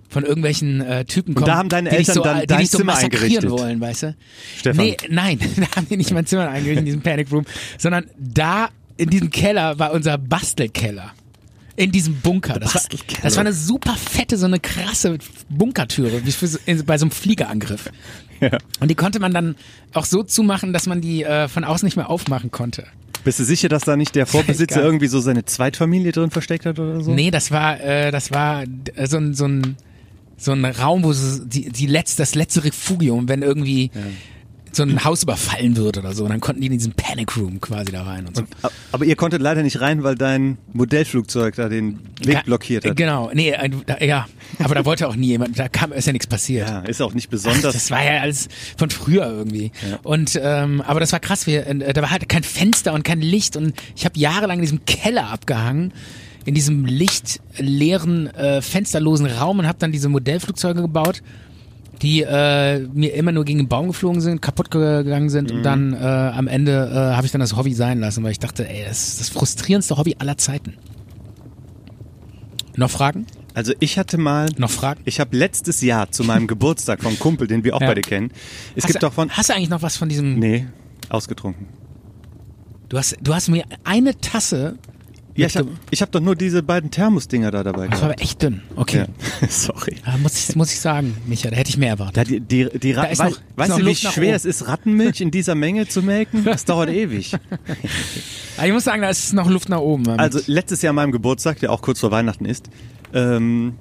von irgendwelchen äh, Typen kommt. da haben deine die dich Eltern so, dann die dein dich so Zimmer massakrieren eingerichtet. wollen, weißt du? Stefan. Nee, nein, [laughs] da haben wir nicht mein Zimmer eingerichtet in diesem Panic Room, sondern da in diesem Keller war unser Bastelkeller. In diesem Bunker. Das war, Bastelkeller. das war eine super fette, so eine krasse Bunkertüre, wie für so, in, bei so einem Fliegerangriff. Und die konnte man dann auch so zumachen, dass man die äh, von außen nicht mehr aufmachen konnte. Bist du sicher, dass da nicht der [laughs] Vorbesitzer Egal. irgendwie so seine Zweitfamilie drin versteckt hat oder so? Nee, das war, äh, das war äh, so ein, so ein, so ein Raum, wo so die, die letzte, das letzte Refugium, wenn irgendwie so ein Haus überfallen wird oder so, dann konnten die in diesen Panic Room quasi da rein und so. A- Aber ihr konntet leider nicht rein, weil dein Modellflugzeug da den Weg Ka- blockiert hat. Genau, nee, äh, da, ja, aber da wollte auch nie jemand, da kam, ist ja nichts passiert. Ja, ist auch nicht Ach, besonders. das war ja alles von früher irgendwie. Und ähm, aber das war krass. Wir, äh, da war halt kein Fenster und kein Licht und ich habe jahrelang in diesem Keller abgehangen, in diesem lichtleeren, äh, fensterlosen Raum und habe dann diese Modellflugzeuge gebaut, die äh, mir immer nur gegen den Baum geflogen sind, kaputt gegangen sind Mhm. und dann äh, am Ende äh, habe ich dann das Hobby sein lassen, weil ich dachte, ey, das ist das frustrierendste Hobby aller Zeiten. Noch Fragen? also ich hatte mal. Noch Fragen? Ich habe letztes Jahr zu [laughs] meinem Geburtstag vom Kumpel, den wir auch Ja. beide kennen. Es hast gibt du, doch von. Hast du eigentlich noch was von diesem Nee, ausgetrunken. Du hast, du hast mir eine Tasse. Ja, ich habe mitge- ich hab doch nur diese beiden Thermosdinger da dabei Das war gehabt. aber echt dünn. Okay. Ja. [laughs] Sorry. Ah, muss, ich, muss ich sagen, Micha, da hätte ich mehr erwartet. Da die, die, die Ra- Da ist wei- noch- ist weißt noch du, wie Luft nach schwer oben. es ist, Rattenmilch in dieser Menge zu [laughs] melken? Das dauert ewig. Aber ich muss sagen, da ist noch Luft nach oben. damit. Also letztes Jahr an meinem Geburtstag, der auch kurz vor Weihnachten ist, ähm,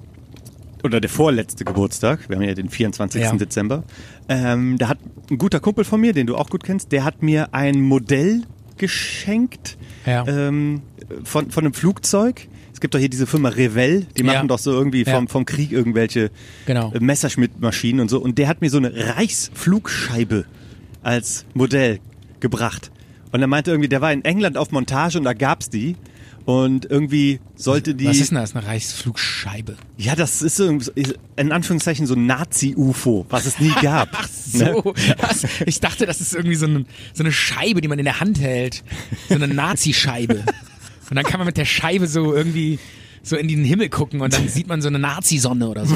oder der vorletzte Geburtstag, wir haben ja den 24. Ja. Dezember, ähm, da hat ein guter Kumpel von mir, den du auch gut kennst, der hat mir ein Modell geschenkt Ja. ähm, von, von einem Flugzeug. Es gibt doch hier diese Firma Revell, die machen Ja. doch so irgendwie vom, Ja. vom Krieg irgendwelche Genau. äh, Messerschmitt-Maschinen und so. Und der hat mir so eine Reichsflugscheibe als Modell gebracht. Und er meinte irgendwie, der war in England auf Montage und da gab's die. Und irgendwie sollte die. Was ist denn das? [laughs] Eine Reichsflugscheibe. Ja, das ist so in Anführungszeichen so ein Nazi-UFO, was es nie [laughs] gab. Ne? Ach So, was? ich dachte, das ist irgendwie so, eine- so eine Scheibe, die man in der Hand hält. So eine Nazi-Scheibe. Und dann kann man mit der Scheibe so irgendwie so in den Himmel gucken und dann sieht man so eine Nazi-Sonne oder so.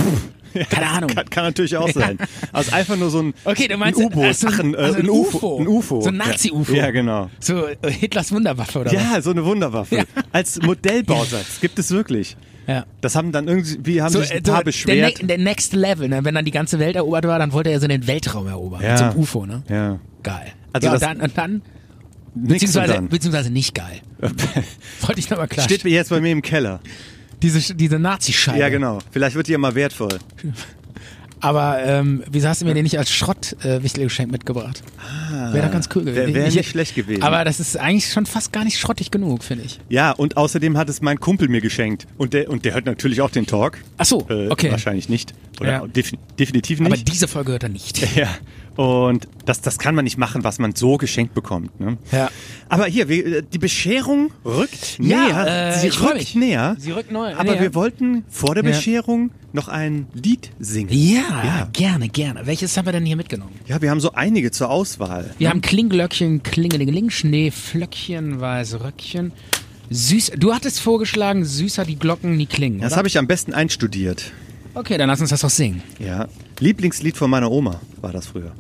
Keine Ahnung. Kann, kann natürlich auch [laughs] sein. Also einfach nur so ein, Okay, du meinst ein U-Boot. also, Ach, ein, äh, also ein UFO. Ein UFO. So ein Nazi-UFO. Ja, genau. So äh, Hitlers Wunderwaffe oder Ja, so eine Wunderwaffe. Als Modellbausatz gibt es wirklich. was? Ja. Das haben dann irgendwie haben So, sich äh, ein so paar der, ne beschwert. der Next Level, ne? wenn dann die ganze Welt erobert war, dann wollte er so den Weltraum erobern. Ja. Mit so einem UFO, ne? ja. Geil. Also ja, und das- dann, und dann Nix und beziehungsweise, dann. beziehungsweise [laughs] nicht geil. Wollte ich nochmal klarstellen. Steht mir jetzt bei mir im Keller. diese, diese Nazi-Scheibe. Ja, genau. Vielleicht wird die ja mal wertvoll. Aber ähm, wieso hast du mir den nicht als Schrottwichtelgeschenk äh, Wichtelgeschenk mitgebracht? Wäre doch ganz cool gewesen. Ah, wär- wär Ich- nicht schlecht gewesen. Aber das ist eigentlich schon fast gar nicht schrottig genug, finde ich. Ja, und außerdem hat es mein Kumpel mir geschenkt. Und der, und der hört natürlich auch den Talk. Ach so, Äh, okay. Wahrscheinlich nicht. Oder Ja. defin- definitiv nicht. Aber diese Folge hört er nicht. [laughs] [laughs] Ja, und das, das kann man nicht machen, was man so geschenkt bekommt. Ne? Ja. Aber hier, wir, äh, die Bescherung rückt Ja, näher. äh, sie ich freu rückt mich. näher. Sie rückt neu- Aber näher. wir wollten vor der Ja. Bescherung noch ein Lied singen. Ja, ja. gerne, gerne. Welches haben wir denn hier mitgenommen? Ja, wir haben so einige zur Auswahl. Ne? Wir haben Klinglöckchen, Klingelingeling, Schneeflöckchen, Weißröckchen. Süß, du hattest vorgeschlagen, süßer die Glocken, die Klingen. Das oder? habe ich am besten einstudiert. Okay, dann lass uns das doch singen. Ja. Lieblingslied von meiner Oma war das früher.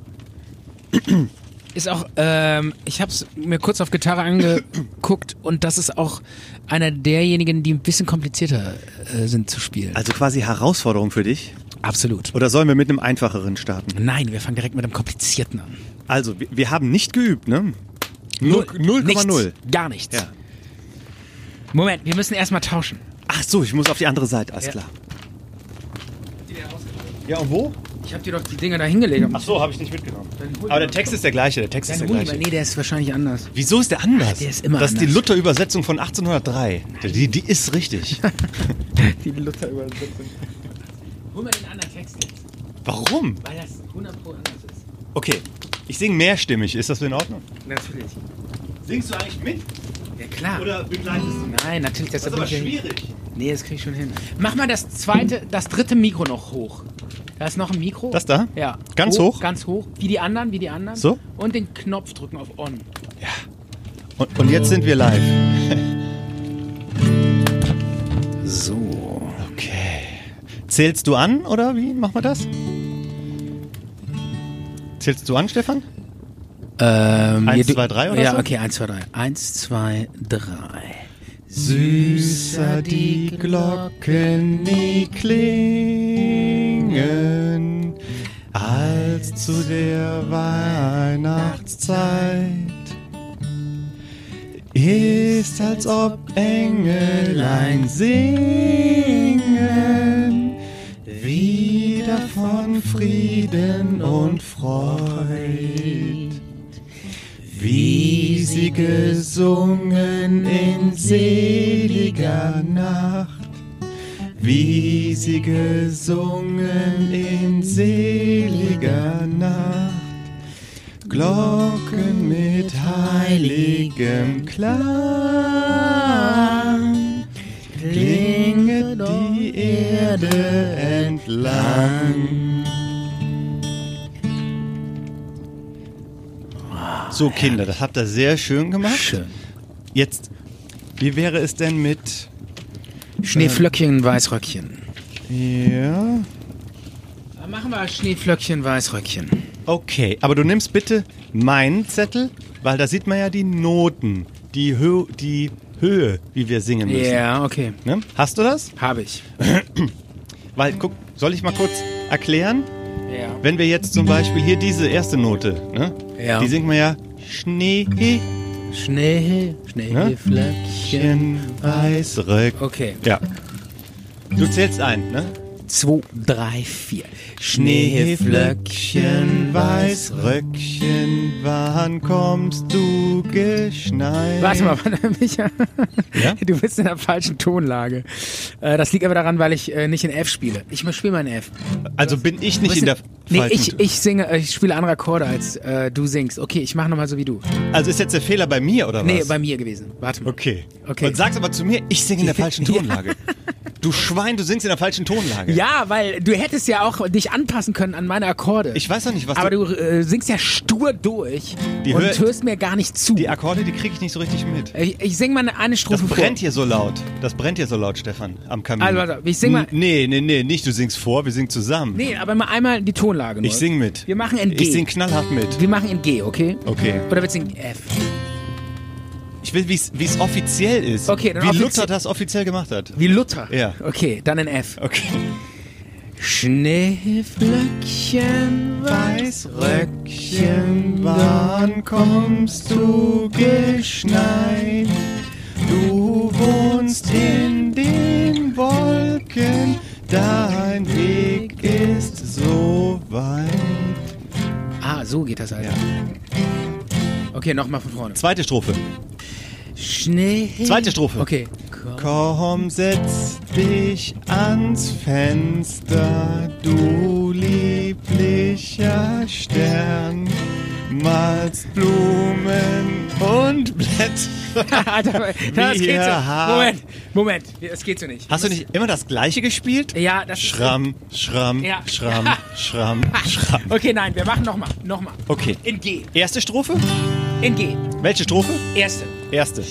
Ist auch, ähm, ich habe es mir kurz auf [coughs] Gitarre angeguckt und das ist auch einer derjenigen, die ein bisschen komplizierter äh, sind zu spielen. Also quasi Herausforderung für dich. Absolut. Oder sollen wir mit einem einfacheren starten? Nein, wir fangen direkt mit dem Komplizierten an. Also, wir, wir haben nicht geübt, ne? Null- 0,0. Nichts, Gar nichts. Ja. Moment, wir müssen erstmal tauschen. Ach so, ich muss auf die andere Seite, alles Ja. klar. Ja, und wo? Ich habe dir doch die Dinger da hingelegt. Ach so, habe ich nicht mitgenommen. Dann hol Aber mir der doch Text ist der gleiche, der Text ist Dein der Huni, gleiche. nee, der ist wahrscheinlich anders. Wieso ist der anders? der ist immer Das ist die anders. Luther-Übersetzung von 1803. Die, die ist [laughs] richtig. Die Luther-Übersetzung. Hol mal den anderen Text jetzt, Warum? weil das 100 Pro anders ist. Okay, ich singe mehrstimmig. Ist das in Ordnung? Natürlich. Singst du eigentlich mit Ja, klar. oder begleitest du? Nein, natürlich, das, Das ist aber schwierig. Nee, das krieg ich schon hin. Mach mal das zweite, das dritte Mikro noch hoch. Da ist noch ein Mikro. Das da? Ja. Ganz hoch? Ganz hoch. Wie die anderen, wie die anderen. So? Und den Knopf drücken auf On. Und, und jetzt sind wir live. So. Okay. Zählst du an oder wie machen wir das? Zählst du an, Stefan? Ähm, Eins, hier, du- zwei, drei oder ja, so? Ja, okay, 1, 2, 3. 1, 2, 3. Süßer die Glocken, die klingen, als zu der Weihnachtszeit ist, als ob Engelein singen, wieder von Frieden und Freud wie sie gesungen in seliger Nacht, wie sie gesungen in seliger Nacht, Glocken mit heiligem Klang, klinget die Erde entlang. So, Kinder, das habt ihr sehr schön gemacht. Schön. Jetzt, wie wäre es denn mit. Schneeflöckchen, Weißröckchen. Ja. Dann machen wir Schneeflöckchen, Weißröckchen. Okay, aber du nimmst bitte meinen Zettel, weil da sieht man ja die Noten, die, Hö die Höhe, wie wir singen müssen. Ja, okay. Ne? Hast du das? Habe ich. Weil, guck, soll ich mal kurz erklären? Ja. Wenn wir jetzt zum Beispiel hier diese erste Note, ne? Ja. die singt man ja Schnee, Schnee, Schneeflöckchen. Weißröck. Okay. Ja. Du zählst ein, ne? 2, 3, 4. Schneeflöckchen, Weißröckchen, wann kommst du geschneit? Warte mal, warte, Micha. Ja? Du bist in der falschen Tonlage. Äh, Das liegt aber daran, weil ich äh, nicht in F spiele. Ich spiele mal in F. Also bin ich nicht Weißt in der du- Nee, falschen ich, ich singe, äh, ich spiele andere Akkorde, als äh, du singst. Okay, ich mache nochmal so wie du. Also ist jetzt der Fehler bei mir oder Nee, was? bei mir gewesen. Warte mal. Okay. Okay. [laughs] Und sagst aber zu mir, ich singe in der falschen Tonlage. Du Schwein, du singst in der falschen Tonlage. Ja, weil du hättest ja auch dich anpassen können an meine Akkorde. Ich weiß doch nicht, was Aber du- du äh, singst ja stur durch Die und hört- hörst mir gar nicht zu. Die Akkorde, die kriege ich nicht so richtig mit. ich ich sing mal eine, eine Strophe Das brennt vor. hier so laut. Das brennt hier so laut, Stefan, am Kamin. Also, warte, ich sing mal- N- Nee, nee, nee, nicht du singst vor, wir singen zusammen. Nee, aber mal einmal die Tonlage nur. Ich sing mit. Wir machen in G. Ich sing knallhart mit. Wir machen in G, okay? Okay. Oder wir singen F. Ich will, wie es offiziell ist. Okay, dann Wie offizie- Luther das offiziell gemacht hat. Wie Luther. Ja. Okay, dann in F. Okay. Schneeflöckchen, Weißröckchen, wann kommst du geschneit? Du wohnst in den Wolken, dein Weg ist so weit. Ah, so geht das halt. Ja. Okay, nochmal von vorne. Zweite Strophe. Schnee. Zweite Strophe. Okay. Komm, setz dich ans Fenster, du lieblicher Stern. Malst Blumen und Blätter. Alter, [laughs] das Wir geht so. haben- Moment, Moment, das geht so nicht. Hast du nicht immer das Gleiche gespielt? Ja, das ist- Schramm, Schramm, Ja. Schramm, [laughs] Schramm, Schramm. Okay, nein, wir machen nochmal, nochmal. Okay. In G, Erste Strophe? in G. Welche Strophe? Erste. Erste.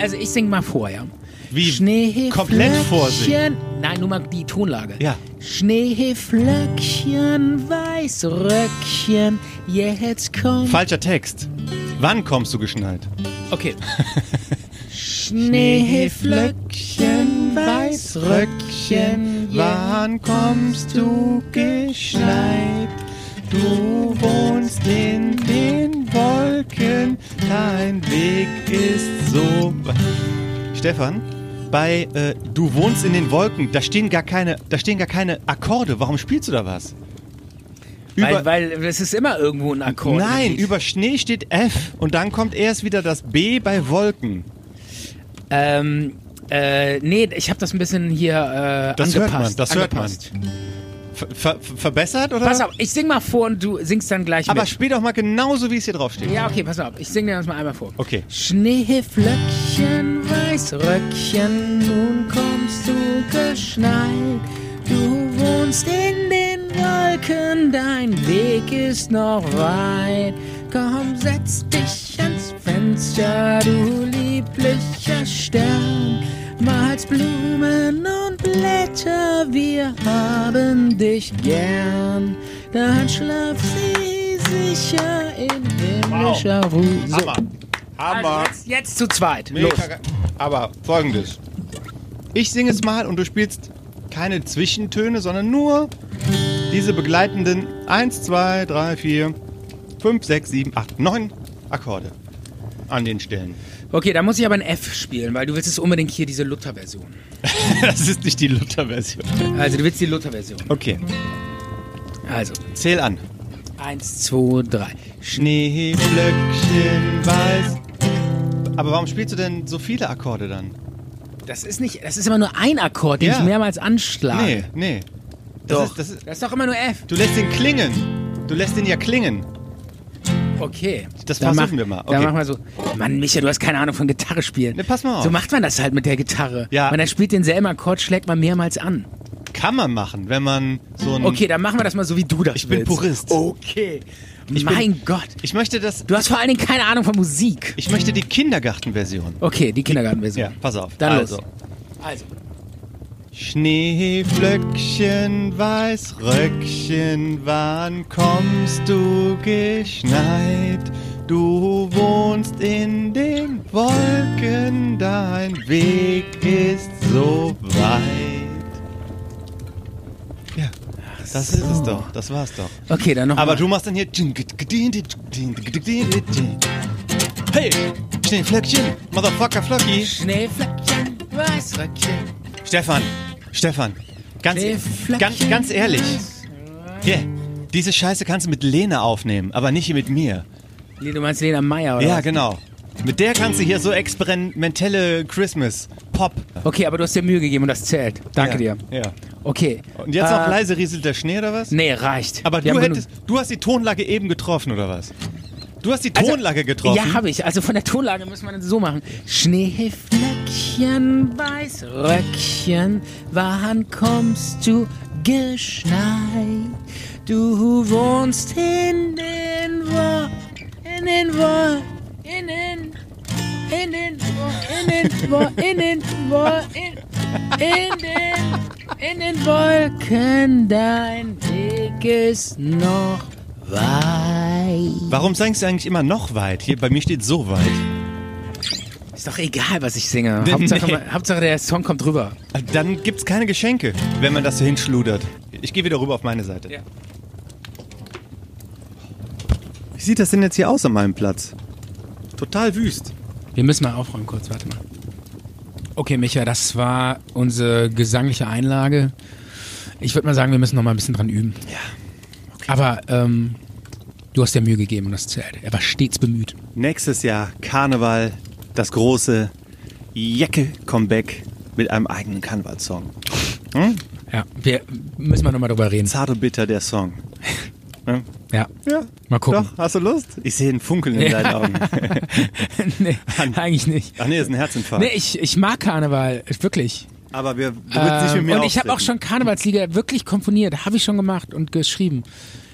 Also ich sing mal vor, ja. Wie? Schneeflöckchen. Komplett vorsingen. Nein, nur mal die Tonlage. Ja. Schneeflöckchen, Weißröckchen, jetzt kommt... Falscher Text. Wann kommst du geschneit? [laughs] Okay. Schneeflöckchen, Weißröckchen, wann kommst du geschneit? Du wohnst in den Wolken, dein Weg ist so. weit. Stefan, bei äh, Du wohnst in den Wolken, da stehen gar keine, da stehen gar keine Akkorde. Warum spielst du da was? Weil, weil es ist immer irgendwo ein Akkord. Nein, mit über Schnee steht F und dann kommt erst wieder das B bei Wolken. Ähm, äh, nee, ich habe das ein bisschen hier äh, Das hört angepasst. man, das hört man. angepasst. Ver ver verbessert oder? Pass auf, ich sing mal vor und du singst dann gleich Aber mit. spiel doch mal genauso, wie es hier draufsteht. Ja, okay, pass auf. Ich singe dir das mal einmal vor. Okay. Schneeflöckchen, Weißröckchen, nun kommst du geschneit. Du wohnst in den Wolken, dein Weg ist noch weit. Komm, setz dich ans Fenster, du lieblicher Stern. Malst Blumen und Blätter, wir haben dich gern. Dann schlaf sie sicher in himmlischer Ruhe. So. Hammer. Hammer. Also jetzt, jetzt zu zweit. Mega Los. geil. Aber folgendes. Ich singe es mal und du spielst keine Zwischentöne, sondern nur diese begleitenden 1, 2, 3, 4, 5, 6, 7, 8, 9 Akkorde an den Stellen. Okay, da muss ich aber ein F spielen, weil du willst es unbedingt hier diese Luther-Version. [laughs] Das ist nicht die Luther-Version. Also du willst die Luther-Version. Okay, Also, zähl an. eins, zwei, drei. Schnee. Schneeflöckchen weiß. Aber warum spielst du denn so viele Akkorde dann? Das ist nicht, das ist immer nur ein Akkord, den Ja. ich mehrmals anschlage. Nee, nee. Das Doch. Ist, das ist, Das ist doch immer nur F. du lässt den klingen. Du lässt den ja klingen. Okay. Das Dann versuchen mach- wir mal. Dann Okay. machen wir so. Mann, Micha, du hast keine Ahnung von Gitarre spielen. Ne, pass mal auf. So macht man das halt mit der Gitarre. Ja. Man dann spielt denselben Akkord, schlägt man mehrmals an. Kann man machen, wenn man so ein. Okay, dann machen wir das mal so, wie du das Hm. Ich bin willst. Purist. Okay. Ich mein Gott. Ich möchte das. Du hast vor allen Dingen keine Ahnung von Musik. Ich möchte die Kindergartenversion. Okay, die Kindergartenversion. Ja, pass auf. Dann also. los. Also. Schneeflöckchen, Weißröckchen, wann kommst du geschneit? Du wohnst in den Wolken, dein Weg ist so weit. Ja, das ist es doch, das war's doch. Okay, dann nochmal. Aber du machst dann hier. Hey, Schneeflöckchen, Motherfucker Flocky. Schneeflöckchen, Weißröckchen. Stefan, Stefan, ganz, Schneeflöckchen, ganz, ganz ehrlich. weiß- Yeah. Diese Scheiße kannst du mit Lena aufnehmen, aber nicht mit mir. Nee, Du meinst Lena Meyer, oder? Ja, was? genau. Mit der kannst du hier so experimentelle Christmas-Pop. Okay, aber du hast dir Mühe gegeben und das zählt. Danke ja. dir. Ja. Okay. Und jetzt noch Äh, leise rieselt der Schnee oder was? Nee, reicht. Aber Wir du haben hättest, du hast die Tonlage eben getroffen oder was? Du hast die Also, Tonlage getroffen. Ja, habe ich. Also von der Tonlage muss man es so machen. Schneeflöckchen, Röckchen, weiß Röckchen, wann kommst du geschneit? Du wohnst in den Wo, in den Wo, in den, in den Wo, in den Wo, in den Wo, in, in den, in den Wolken, dein Weg ist noch weit. Warum singst du eigentlich immer noch weit? Hier, bei mir steht so weit. Ist doch egal, was ich singe. Hauptsache, Nee. Hauptsache der Song kommt rüber. Dann gibt's keine Geschenke, wenn man das so hinschludert. Ich gehe wieder rüber auf meine Seite. Ja. Wie sieht das denn jetzt hier aus an meinem Platz? Total wüst. Wir müssen mal aufräumen kurz, warte mal. Okay, Micha, das war unsere gesangliche Einlage. Ich würde mal sagen, wir müssen noch mal ein bisschen dran üben. Ja. Aber ähm, du hast dir Mühe gegeben und das zählt. Er war stets bemüht. Nächstes Jahr Karneval, das große Jacke-Comeback mit einem eigenen Karnevalssong. Ja, wir müssen mal noch mal drüber reden. Zart und bitter der Song. Ja, Ja, mal gucken. Doch, hast du Lust? Ich sehe einen Funkeln in deinen Augen. [laughs] nee, [laughs] eigentlich nicht. Ach nee, ist ein Herzinfarkt. Nee, ich, ich mag Karneval, wirklich. Ähm, Aber wir du willst nicht mit mir und ich habe auch auftreten. schon Karnevalslieder wirklich komponiert, habe ich schon gemacht und geschrieben.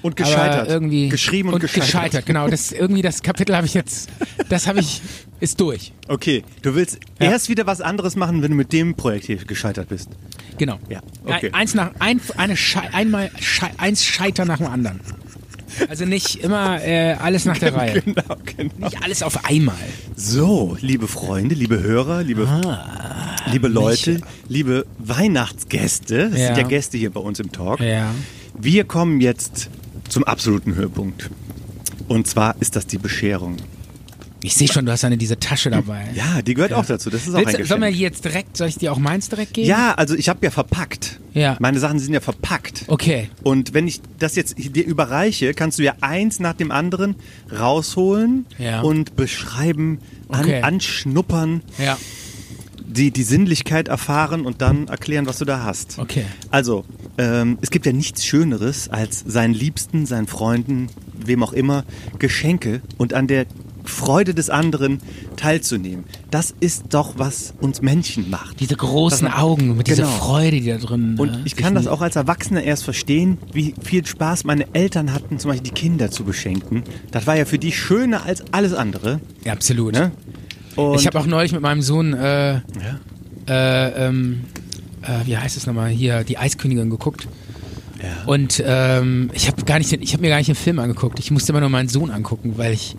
und gescheitert. Aber irgendwie geschrieben und, gescheitert. Genau, das irgendwie das Kapitel habe ich jetzt, das habe ich ist durch. Okay, du willst Ja. erst wieder was anderes machen, wenn du mit dem Projekt hier gescheitert [laughs] bist. Genau. Ja, okay. Ein- Eins nach ein, eine Schei, einmal Schei, eins Scheitern nach dem anderen. Also nicht immer äh, alles [laughs] nach der Reihe. Genau, genau. Nicht alles auf einmal. So, liebe Freunde, liebe Hörer, liebe, Ah, liebe Leute, liebe Weihnachtsgäste, das Ja. sind ja Gäste hier bei uns im Talk. Ja. Wir kommen jetzt zum absoluten Höhepunkt. Und zwar ist das die Bescherung. Ich sehe schon, du hast eine diese Tasche dabei. Ja, die gehört auch dazu. Das ist auch ein Willst, soll mir Geschenk. jetzt direkt, soll ich dir auch meins direkt geben? Ja, also ich habe ja verpackt. Ja. Meine Sachen sind ja verpackt. Okay. Und wenn ich das jetzt dir überreiche, kannst du ja eins nach dem anderen rausholen Ja. und beschreiben, an, Okay. anschnuppern, Ja. die, die Sinnlichkeit erfahren und dann erklären, was du da hast. Okay. Also, ähm, es gibt ja nichts Schöneres, als seinen Liebsten, seinen Freunden, wem auch immer, Geschenke und an der Freude des anderen teilzunehmen. Das ist doch, was uns Menschen macht. Diese großen Augen mit dieser Genau. Freude, die da drin. Und äh, ich sich kann das nie- auch als Erwachsener erst verstehen, wie viel Spaß meine Eltern hatten, zum Beispiel die Kinder zu beschenken. Das war ja für die schöner als alles andere. Ja, absolut. Ne? Und ich habe auch neulich mit meinem Sohn, äh, äh, ähm, äh, wie heißt es nochmal hier, die Eiskönigin geguckt. Und ähm, ich habe gar nicht, den- ich habe mir gar nicht den Film angeguckt. Ich musste immer nur meinen Sohn angucken, weil ich,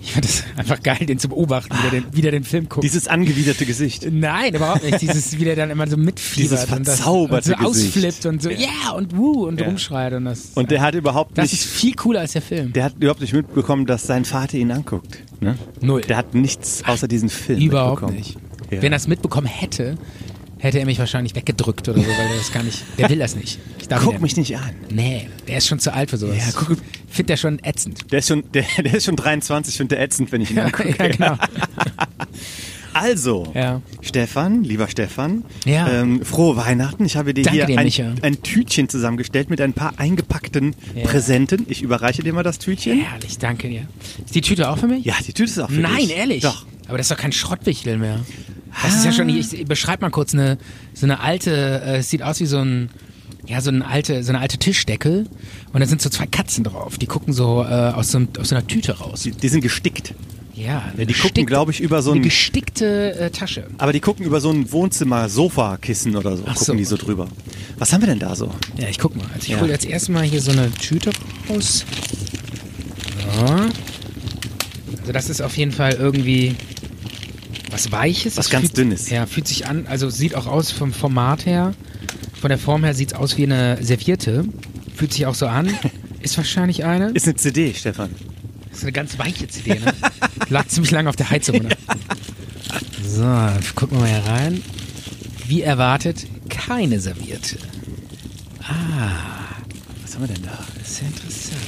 ich fand das [laughs] einfach geil, den zu beobachten, wie der den, wie der den Film guckt. dieses angewiderte Gesicht. Nein, überhaupt nicht. Dieses, wie der dann immer so mitfiebert Dieses und, das, und verzauberte so Gesicht. ausflippt und so, ja, und wuh und rumschreit und das. Und der hat überhaupt das nicht, ist viel cooler als der Film. der hat überhaupt nicht mitbekommen, dass sein Vater ihn anguckt. Ne? Null. Der hat nichts außer diesen Film Überhaupt mitbekommen. nicht. Ja. Wenn er es mitbekommen hätte, hätte er mich wahrscheinlich weggedrückt oder so, weil er das gar nicht. Der will das nicht. Ich darf ihn Guck ja mich nicht an. Nee, der ist schon zu alt für sowas. Ja, guck- Find der schon ätzend. Der ist schon, der, [laughs] der ist schon 23, finde der ätzend, wenn ich ihn [laughs] Ja, angucke. genau. Also, Ja. Stefan, lieber Stefan, Ja. ähm, frohe Weihnachten. Ich habe dir Danke hier dir, ein, Micha. ein Tütchen zusammengestellt mit ein paar eingepackten Ja. Präsenten. Ich überreiche dir mal das Tütchen. Herrlich, danke dir. Ist die Tüte auch für mich? Ja, die Tüte ist auch für Nein, dich. ehrlich. Doch. Ah. Aber das ist doch kein Schrottwichtel mehr. Das ist ja schon, ich beschreib mal kurz eine, so eine alte, äh, es sieht aus wie so ein, ja, so eine alte, so eine alte Tischdecke. Und da sind so zwei Katzen drauf. Die gucken so, äh, aus so, einem- aus so einer Tüte raus. Die, die sind gestickt. Ja, die gucken, glaube ich, über so eine ein, gestickte äh, Tasche. aber die gucken über so ein Wohnzimmer-Sofa-Kissen oder so. Ach gucken so. die so drüber. Was haben wir denn da so? Ja, ich guck mal. Also ich Ja. hole jetzt erstmal hier so eine Tüte raus. So. Also das ist auf jeden Fall irgendwie was Weiches. Was Es ganz fühlt- Dünnes. Ja, fühlt sich an, also sieht auch aus vom Format her, von der Form her sieht's aus wie eine Serviette. Fühlt sich auch so an. [laughs] Ist wahrscheinlich eine. Ist eine CD, Stefan. Das ist eine ganz weiche CD, ne? Lag ziemlich lange auf der Heizung. Ne? [laughs] So, gucken wir mal hier rein. Wie erwartet, keine Serviette. Ah, Was haben wir denn da? Das ist ja interessant.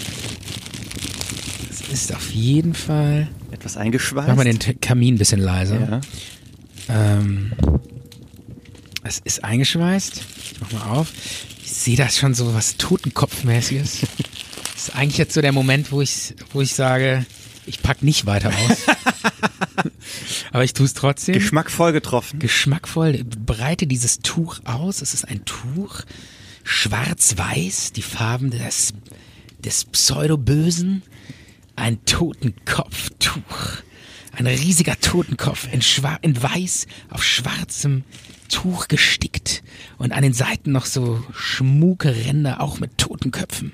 Das ist auf jeden Fall. Etwas eingeschweißt. Mach mal den T- Kamin ein bisschen leiser. ja. Ähm, es ist eingeschweißt. Ich mach mal auf. Ich sehe das schon so was Totenkopfmäßiges. das ist eigentlich jetzt so der Moment, wo ich, wo ich sage, ich pack nicht weiter aus. Aber ich tue es trotzdem. Geschmackvoll getroffen. geschmackvoll, breite dieses Tuch aus. Es ist ein Tuch, schwarz-weiß, die Farben des, des Pseudobösen. Ein Totenkopftuch. Ein riesiger Totenkopf in, schwar in weiß auf schwarzem Tuch gestickt. Und an den Seiten noch so schmuke Ränder, auch mit Totenköpfen.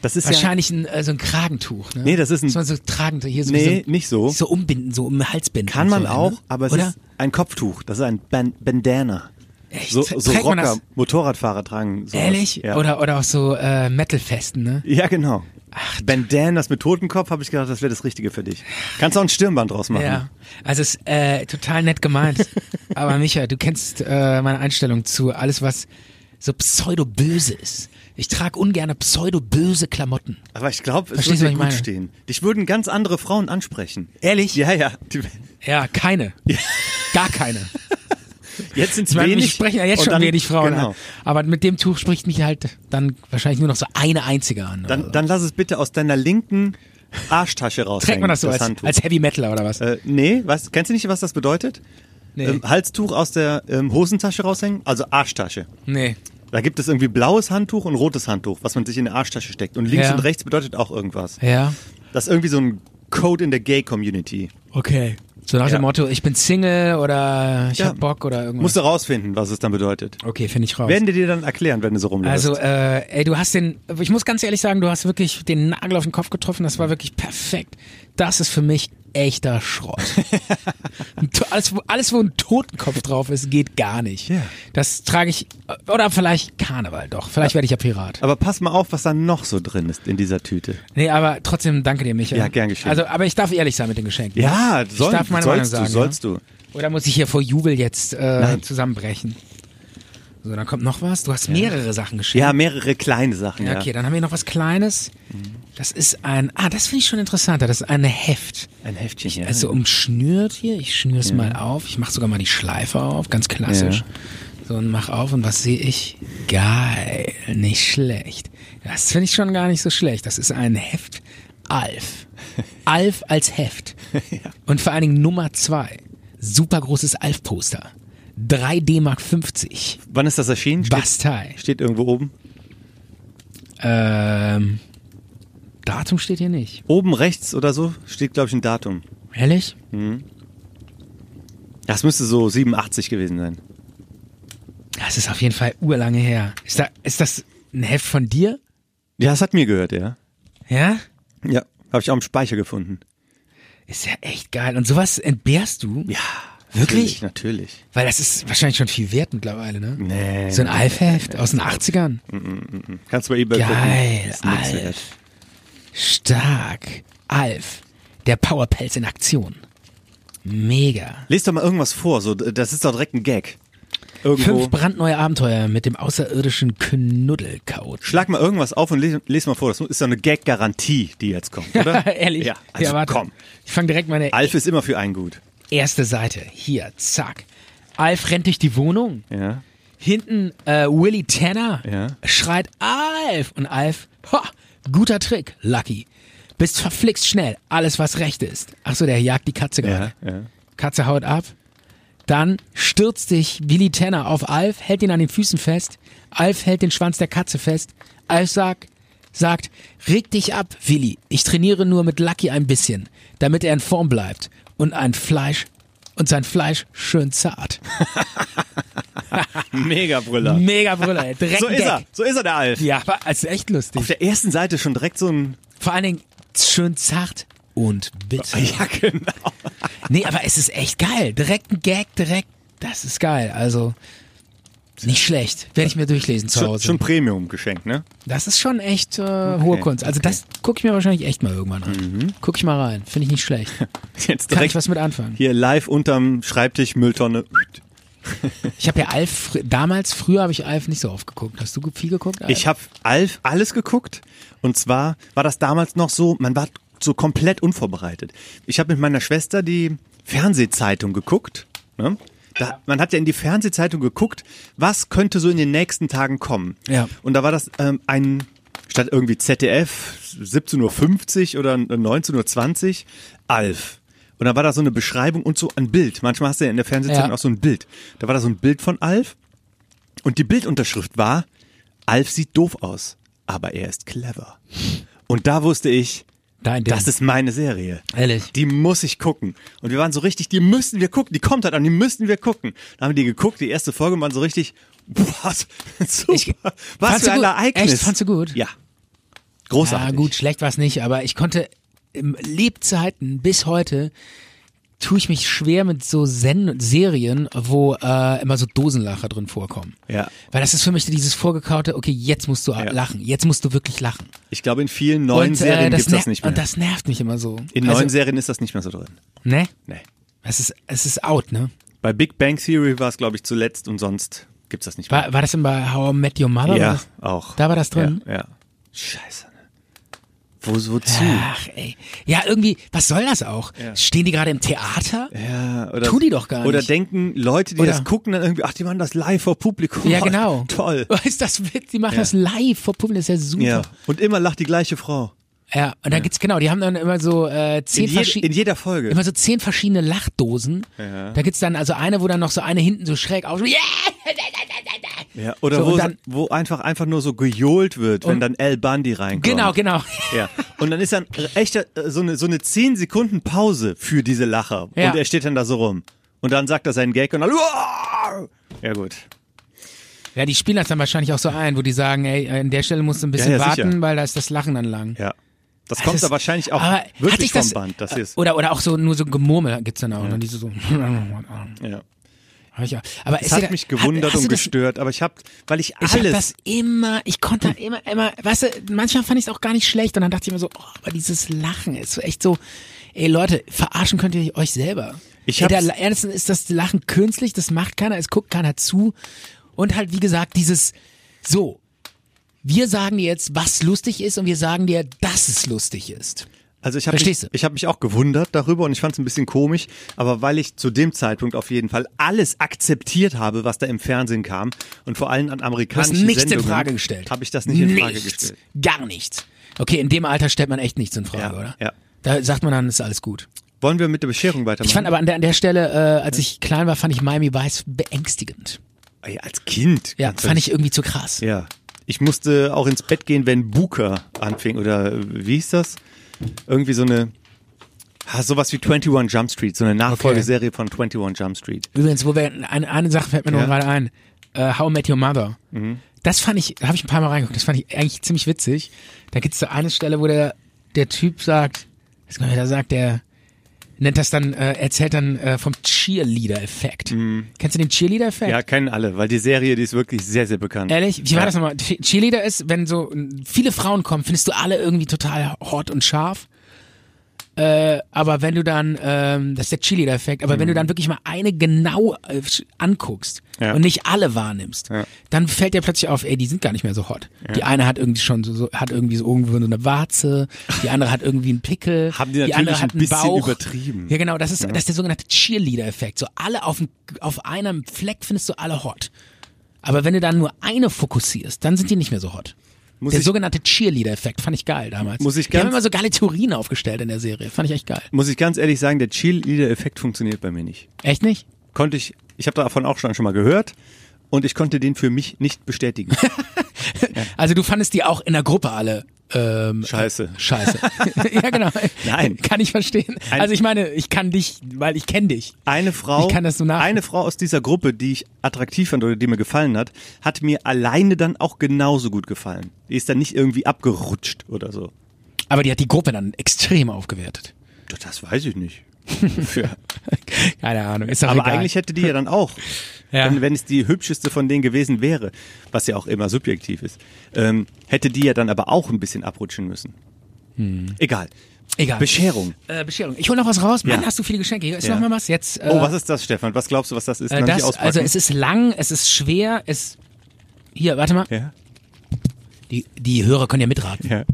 Das ist ja Wahrscheinlich ein, äh, so ein Kragentuch. Ne? Nee, das ist ein- So, so tragend, hier so, wie Nee, so ein- nicht so. So umbinden, so um den Hals binden. kann man und so, ne? auch, aber es Oder? ist ein Kopftuch. Das ist ein Ban Bandana. Echt? So, Trägt so man das? Rocker, Motorradfahrer tragen sowas. Ehrlich? Ja. Oder, oder auch so äh, Metal-Festen, ne? Ja, genau. Ach, Bandanas mit Totenkopf, habe ich gedacht, das wäre das Richtige für dich. Kannst auch ein Stirnband draus machen. Ja. Also es ist äh, total [laughs] nett gemeint. Aber Micha, du kennst äh, meine Einstellung zu alles, was so pseudo-böse ist. Ich trage ungerne pseudo-böse Klamotten. Aber ich glaube, es Verstehst würde dir du, gut was ich meine? stehen. Dich würden ganz andere Frauen ansprechen. Ehrlich? Ja, ja. Die- Ja, keine. Gar keine. [laughs] Jetzt sind Ich meine, ich spreche ja jetzt schon wenig Frauen Genau. an. Aber mit dem Tuch spricht mich halt dann wahrscheinlich nur noch so eine einzige an. oder Dann, so. dann lass es bitte aus deiner linken Arschtasche raus. Trägt man das so als, Handtuch. als Heavy Metaler oder was? äh, nee, was, kennst du nicht, was das bedeutet? nee. Ähm, Halstuch aus der ähm, Hosentasche raushängen, also Arschtasche. nee. Da gibt es irgendwie blaues Handtuch und rotes Handtuch, was man sich in die Arschtasche steckt. Und links Ja. und rechts bedeutet auch irgendwas. Ja. Das ist irgendwie so ein Code in der Gay-Community. Okay. So nach Ja. dem Motto, ich bin Single oder ich Ja. hab Bock oder irgendwas. Musst du rausfinden, was es dann bedeutet. Okay, finde ich raus. Werden die dir dann erklären, wenn du so rumläufst. also, äh, ey, du hast den, ich muss ganz ehrlich sagen, du hast wirklich den Nagel auf den Kopf getroffen, das war wirklich perfekt. Das ist für mich echter [laughs] Schrott. alles, wo- alles, wo ein Totenkopf drauf ist, geht gar nicht. Ja. Das trage ich, oder vielleicht Karneval doch, vielleicht werde ich ja Pirat. Aber pass mal auf, was da noch so drin ist in dieser Tüte. Nee, aber trotzdem danke dir, Michael. Ja, gern geschehen. Also, aber ich darf ehrlich sein mit den Geschenken. Ja, soll, darf meine Meinung sollst sagen, du, sollst du. du. Oder muss ich hier vor Jubel jetzt äh, Nein. zusammenbrechen? So, dann kommt noch was. Du hast mehrere Sachen geschenkt. Ja, mehrere kleine Sachen. Ja, Mhm. Ja, okay, dann haben wir noch was Kleines. Das ist ein, ah, das finde ich schon interessanter. Das ist ein Heft. Ein Heftchen, ja. Also umschnürt hier. Ich schnüre es mal auf. Ich mache sogar mal die Schleife auf, ganz klassisch. So und mach auf und was sehe ich? Geil, nicht schlecht. Das finde ich schon gar nicht so schlecht. Das ist ein Heft Alf. Alf [laughs] als Heft. Und vor allen Dingen Nummer zwei. Super großes Alf-Poster. 3D Mark 50. Wann ist das erschienen? Steht- Bastei. Steht irgendwo oben. Ähm, Datum steht hier nicht. Oben rechts oder so steht, glaube ich, ein Datum. Ehrlich? Das müsste so 87 gewesen sein. Das ist auf jeden Fall urlange her. Ist, da, ist das ein Heft von dir? Ja, das hat mir gehört, ja. Ja? Ja, habe ich auch im Speicher gefunden. Ist ja echt geil. Und sowas entbehrst du? Ja. Wirklich? Natürlich. Weil das ist wahrscheinlich schon viel wert mittlerweile, ne? Nee. Hm. So ein Alf-Heft aus den 80ern. natürlich. Kannst du bei eBay Geil, gucken. Ist nix Alf. wert. Stark. Alf. Der Powerpelz in Aktion. Mega. Lest doch mal irgendwas vor, so, das ist doch direkt ein Gag. Irgendwo. Fünf brandneue Abenteuer mit dem außerirdischen Knuddelcouch. Schlag mal irgendwas auf und lese, lese mal vor. Das ist doch eine Gag-Garantie, die jetzt kommt, [laughs] oder? [laughs] Ehrlich? Ja, also warte. komm. Ich fange direkt meine Alf ist immer für einen gut. erste Seite. Hier, zack. Alf rennt durch die Wohnung. Ja. Hinten äh, Willy Tanner Ja. schreit Alf und Alf, ha, guter Trick, Lucky. Bist verflixt schnell, alles was recht ist. Achso, der jagt die Katze gerade. ja. Katze haut ab. Dann stürzt sich Willy Tanner auf Alf, hält ihn an den Füßen fest. Alf hält den Schwanz der Katze fest. Alf sagt, sagt, reg dich ab, Willy. Ich trainiere nur mit Lucky ein bisschen, damit er in Form bleibt und ein Fleisch und sein Fleisch schön zart. Mega Brüller. Mega Brüller, ey. [laughs] direkt So ein ist Gag. er, so ist er, der Alf. Ja, aber es ist echt Auf lustig. der ersten Seite schon direkt so ein. Vor allen Dingen schön zart und bitter. genau. Nee, aber es ist echt geil. Direkt ein Gag, direkt. Das ist geil. Also nicht schlecht. Werde ich mir durchlesen zu Schon, Hause. schon Premium-Geschenk, ne? Das ist schon echt äh, hohe Kunst. Also das gucke ich mir wahrscheinlich echt mal irgendwann an. Mhm. Guck ich mal rein. Finde ich [laughs] nicht schlecht. Jetzt Kann direkt ich was mit anfangen. Äh, hier live unterm Schreibtisch, Mülltonne. Ich habe ja Alf fr damals früher habe ich Alf nicht so oft geguckt. Hast du viel geguckt? Alf? Ich habe Alf alles geguckt und zwar war das damals noch so, man war so komplett unvorbereitet. Ich habe mit meiner Schwester die Fernsehzeitung geguckt. Ne? Da, man hat ja in die Fernsehzeitung geguckt, was könnte so in den nächsten Tagen kommen. Ja. Und da war das ähm, ein, statt irgendwie ZDF, 17.50 Uhr oder 19.20 Uhr, Alf. Und da war da so eine Beschreibung und so ein Bild. Manchmal hast du ja in der Fernsehzeitung Ja. auch so ein Bild. Da war da so ein Bild von Alf. Und die Bildunterschrift war, Alf sieht doof aus, aber er ist clever. Und da wusste ich, Dein Ding. das ist meine Serie. Ehrlich? Die muss ich gucken. Und wir waren so richtig, die müssen wir gucken. Die kommt halt an, die müssen wir gucken. Dann haben wir die geguckt, die erste Folge und waren so richtig, was, [laughs] super. Ich- was für Fandst du ein gut? Ereignis. Echt? Fandst du gut? Ja. Ja, Großartig. gut, schlecht war es nicht, aber ich konnte im Lebzeiten bis heute tue ich mich schwer mit so Zen Serien, wo äh, immer so Dosenlacher drin vorkommen. Ja. Weil das ist für mich dieses vorgekaute, okay, jetzt musst du lachen, jetzt musst du wirklich lachen. Ich glaube, in vielen neuen und, äh, Serien das gibt's das ner- nicht mehr. Und das nervt mich immer so. in also, neuen Serien ist das nicht mehr so drin. Ne? Nee. Es ist, es ist out, ne? Bei Big Bang Theory war es, glaube ich, zuletzt und sonst gibt's das nicht mehr. War, war das denn bei How I Met Your Mother? War ja, das, auch. Da war das drin? Ja. ja. Scheiße. Ne? Wo, wozu? Ach, ey. Ja, irgendwie, was soll das auch? Stehen die gerade im Theater? Ja, oder, Tun die doch gar Oder nicht. denken Leute, die Oder- das gucken, dann irgendwie, ach, die machen das live vor Publikum. [laughs] Oh, Ja, genau. Toll. [laughs] Weißt du, das Witz? Die machen Ja. das live vor Publikum, das ist ja super. Ja. Ja, Und immer lacht die gleiche Frau. und dann gibt's genau, die haben dann immer so äh, In, zehn je, in verschiedene. jeder Folge. Immer so zehn verschiedene Lachdosen. Da gibt's dann also eine, wo dann noch so eine hinten so schräg auf. Yeah! ja. Oder So, wo, und dann- wo einfach, einfach nur so gejohlt wird, wenn Und- dann El Bundy reinkommt. Genau, genau. [laughs] Ja. Und dann ist dann echter äh, so eine, so eine 10 Sekunden Pause für diese Lacher. Ja. Und er steht dann da so rum. Und dann sagt er seinen Gag und dann. Uah! Ja, gut. Ja, die spielen das dann wahrscheinlich auch so ein, wo die sagen, ey, äh, an der Stelle musst du ein bisschen Ja, ja, sicher. warten, weil da ist das Lachen dann lang. Ja. Das kommt Das- da wahrscheinlich auch aber hatte wirklich ich vom das, Band. Das äh, ist. Oder, oder auch so nur so ein Gemurmel gibt's dann auch. Und diese so. [laughs] Ja. Hab ich auch. Aber Es hat mich gewundert und gestört. gestört, aber ich habe, weil ich alles. Ich Hm. hab das immer, ich konnte immer, immer, weißt du, manchmal fand ich es auch gar nicht schlecht und dann dachte ich immer so, oh, aber dieses Lachen ist so echt so, ey Leute, verarschen könnt ihr euch selber. Ich Ey, da, hab's- erstens ist das Lachen künstlich, das macht keiner, es guckt keiner zu und halt wie gesagt dieses, so, wir sagen dir jetzt, was lustig ist und wir sagen dir, dass es lustig ist. Also ich habe Verstehst mich, du? ich hab mich auch gewundert darüber und ich fand es ein bisschen komisch, aber weil ich zu dem Zeitpunkt auf jeden Fall alles akzeptiert habe, was da im Fernsehen kam und vor allem an Du hast amerikanischen nichts Sendungen, in Frage gestellt. Habe ne? ich das nicht in Frage nichts, gestellt. Gar nichts. Okay, in dem Alter stellt man echt nichts in Frage, Ja, oder? ja. Da sagt man dann, ist alles gut. Wollen wir mit der Bescherung weitermachen? Ich fand aber an der, an der Stelle, äh, Mhm. als ich klein war, fand ich Miami Vice beängstigend. ja, als Kind. Ja, ganz fand ehrlich. ich irgendwie zu krass. Ja. Ich musste auch ins Bett gehen, wenn Booker anfing oder äh, wie hieß das? Irgendwie so eine ah, sowas wie 21 Jump Street, so eine Nachfolgeserie von 21 Jump Street. Übrigens, wo wir eine, eine Sache fällt mir Ja. Mhm. noch gerade ein. Äh, How I Met Your Mother. Das fand ich, da habe ich ein paar Mal reingeguckt, das fand ich eigentlich ziemlich witzig. Da gibt's so eine Stelle, wo der, der Typ sagt, was kann man da sagt, der nennt das dann, äh, erzählt dann äh, vom Cheerleader-Effekt. Mhm. Kennst du den Cheerleader-Effekt? Ja, kennen alle, weil die Serie, die ist wirklich sehr, sehr bekannt. Ehrlich? Wie war Ja. das nochmal? Che- Cheerleader ist, wenn so n- viele Frauen kommen, findest du alle irgendwie total hot und scharf. Äh, aber wenn du dann, ähm, das ist der Cheerleader-Effekt, aber wenn du dann wirklich mal eine genau äh, sch- anguckst Mhm. Ja. und nicht alle wahrnimmst, dann fällt dir plötzlich auf, ey, die sind gar nicht mehr so hot. Die eine hat irgendwie schon so, so hat irgendwie so irgendwo so eine Warze, die andere hat irgendwie einen Pickel, [laughs] Haben die die, andere natürlich hat ein einen bisschen Bauch. übertrieben. Ja, genau, das ist, das ist der sogenannte Cheerleader-Effekt. So alle auf, dem- auf einem Fleck findest du alle hot. Aber wenn du dann nur eine fokussierst, dann sind die nicht mehr so hot. Muss der ich- sogenannte Cheerleader-Effekt fand ich geil damals. Muss ich die haben ganz- immer so geile Theorien aufgestellt in der Serie. Fand ich echt geil. Muss ich ganz ehrlich sagen, der Cheerleader-Effekt funktioniert bei mir nicht. Echt nicht? Konnte ich, ich habe davon auch schon, schon mal gehört und ich konnte den für mich nicht bestätigen. Also du fandest die auch in der Gruppe alle ähm, Scheiße. [laughs] scheiße. ja, genau. Nein. Kann ich verstehen. Ein- also ich meine, ich kann dich, weil ich kenne dich. Eine Frau, Ich kann das nur nach- eine Frau aus dieser Gruppe, die ich attraktiv fand oder die mir gefallen hat, hat mir alleine dann auch genauso gut gefallen. Die ist dann nicht irgendwie abgerutscht oder so. Aber die hat die Gruppe dann extrem aufgewertet. [laughs] Doch, Das weiß ich [laughs] nicht. Keine Ahnung, ist doch Aber egal. eigentlich hätte die ja dann auch, [laughs] Ja. wenn, wenn es die hübscheste von denen gewesen wäre, was ja auch immer subjektiv ist, ähm, hätte die ja dann aber auch ein bisschen abrutschen müssen. Hm. Egal. egal. Bescherung. äh, Bescherung. Ich hol noch was raus. Mann, Ja. hast du viele Geschenke. Hier ist Ja. noch mal was. Jetzt, äh, Oh, was ist das, Stefan? Was glaubst du, was das ist? Äh, Noch nicht das, auspacken. also es ist lang, es ist schwer, es. Hier, warte mal. ja, Die, die Hörer können ja mitraten. ja.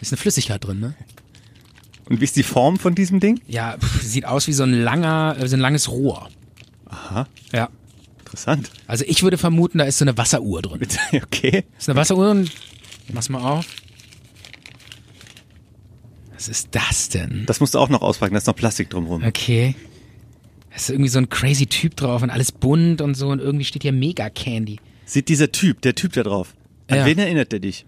Ist eine Flüssigkeit drin, ne? Und wie ist die Form von diesem Ding? Ja, pff, sieht aus wie so ein langer, äh, so ein langes Rohr. Aha, Ja. interessant. Also ich würde vermuten, da ist so eine Wasseruhr drin. [laughs] Okay. Ist eine Wasseruhr und mach's mal auf. Was ist das denn? Das musst du auch noch auspacken, da ist noch Plastik drumrum. Okay. Da ist irgendwie so ein crazy Typ drauf und alles bunt und so und irgendwie steht hier Mega Candy. Sieht dieser Typ, der Typ da drauf. An Ja. wen erinnert der dich?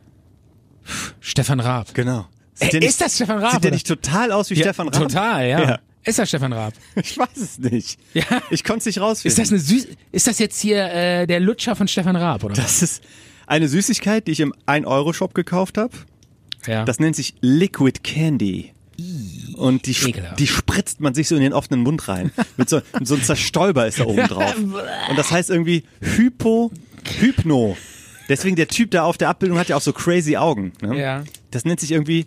Stefan Raab. Genau. Äh, Sieht der ist das Stefan Raab, Sieht der oder? nicht total aus wie Stefan Raab? Total, ja. Ist das Stefan Raab? [laughs] Ich weiß es nicht. Ja. Ich konnte es nicht rausfinden. Ist das eine süß Ist das jetzt hier äh, der Lutscher von Stefan Raab, oder? Das ist eine Süßigkeit, die ich im 1-Euro-Shop gekauft habe. ja. Das nennt sich Liquid Candy. Und die, ekelhaft. die spritzt man sich so in den offenen Mund rein. Mit so, so einem Zerstäuber ist da oben [laughs] drauf. Und das heißt irgendwie Hypo, Hypno. Deswegen der Typ da auf der Abbildung hat ja auch so crazy Augen. Ne? Ja. Das nennt sich irgendwie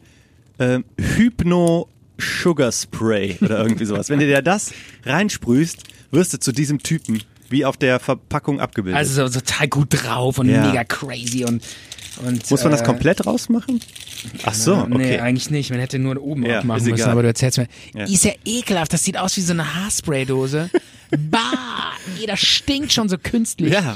ähm, Hypno Sugar Spray oder irgendwie sowas. Wenn du dir das reinsprühst, wirst du zu diesem Typen, wie auf der Verpackung abgebildet. also so, so total gut drauf und Ja. mega crazy und. und Muss man das äh, komplett rausmachen? Ach so, okay. Nee, eigentlich nicht. Man hätte nur oben Ja, aufmachen ist müssen, egal. aber du erzählst mir. Ja. Ist ja ekelhaft, das sieht aus wie so [laughs] eine Haarspraydose. bah! Jeder stinkt schon so künstlich. Ja. Ah,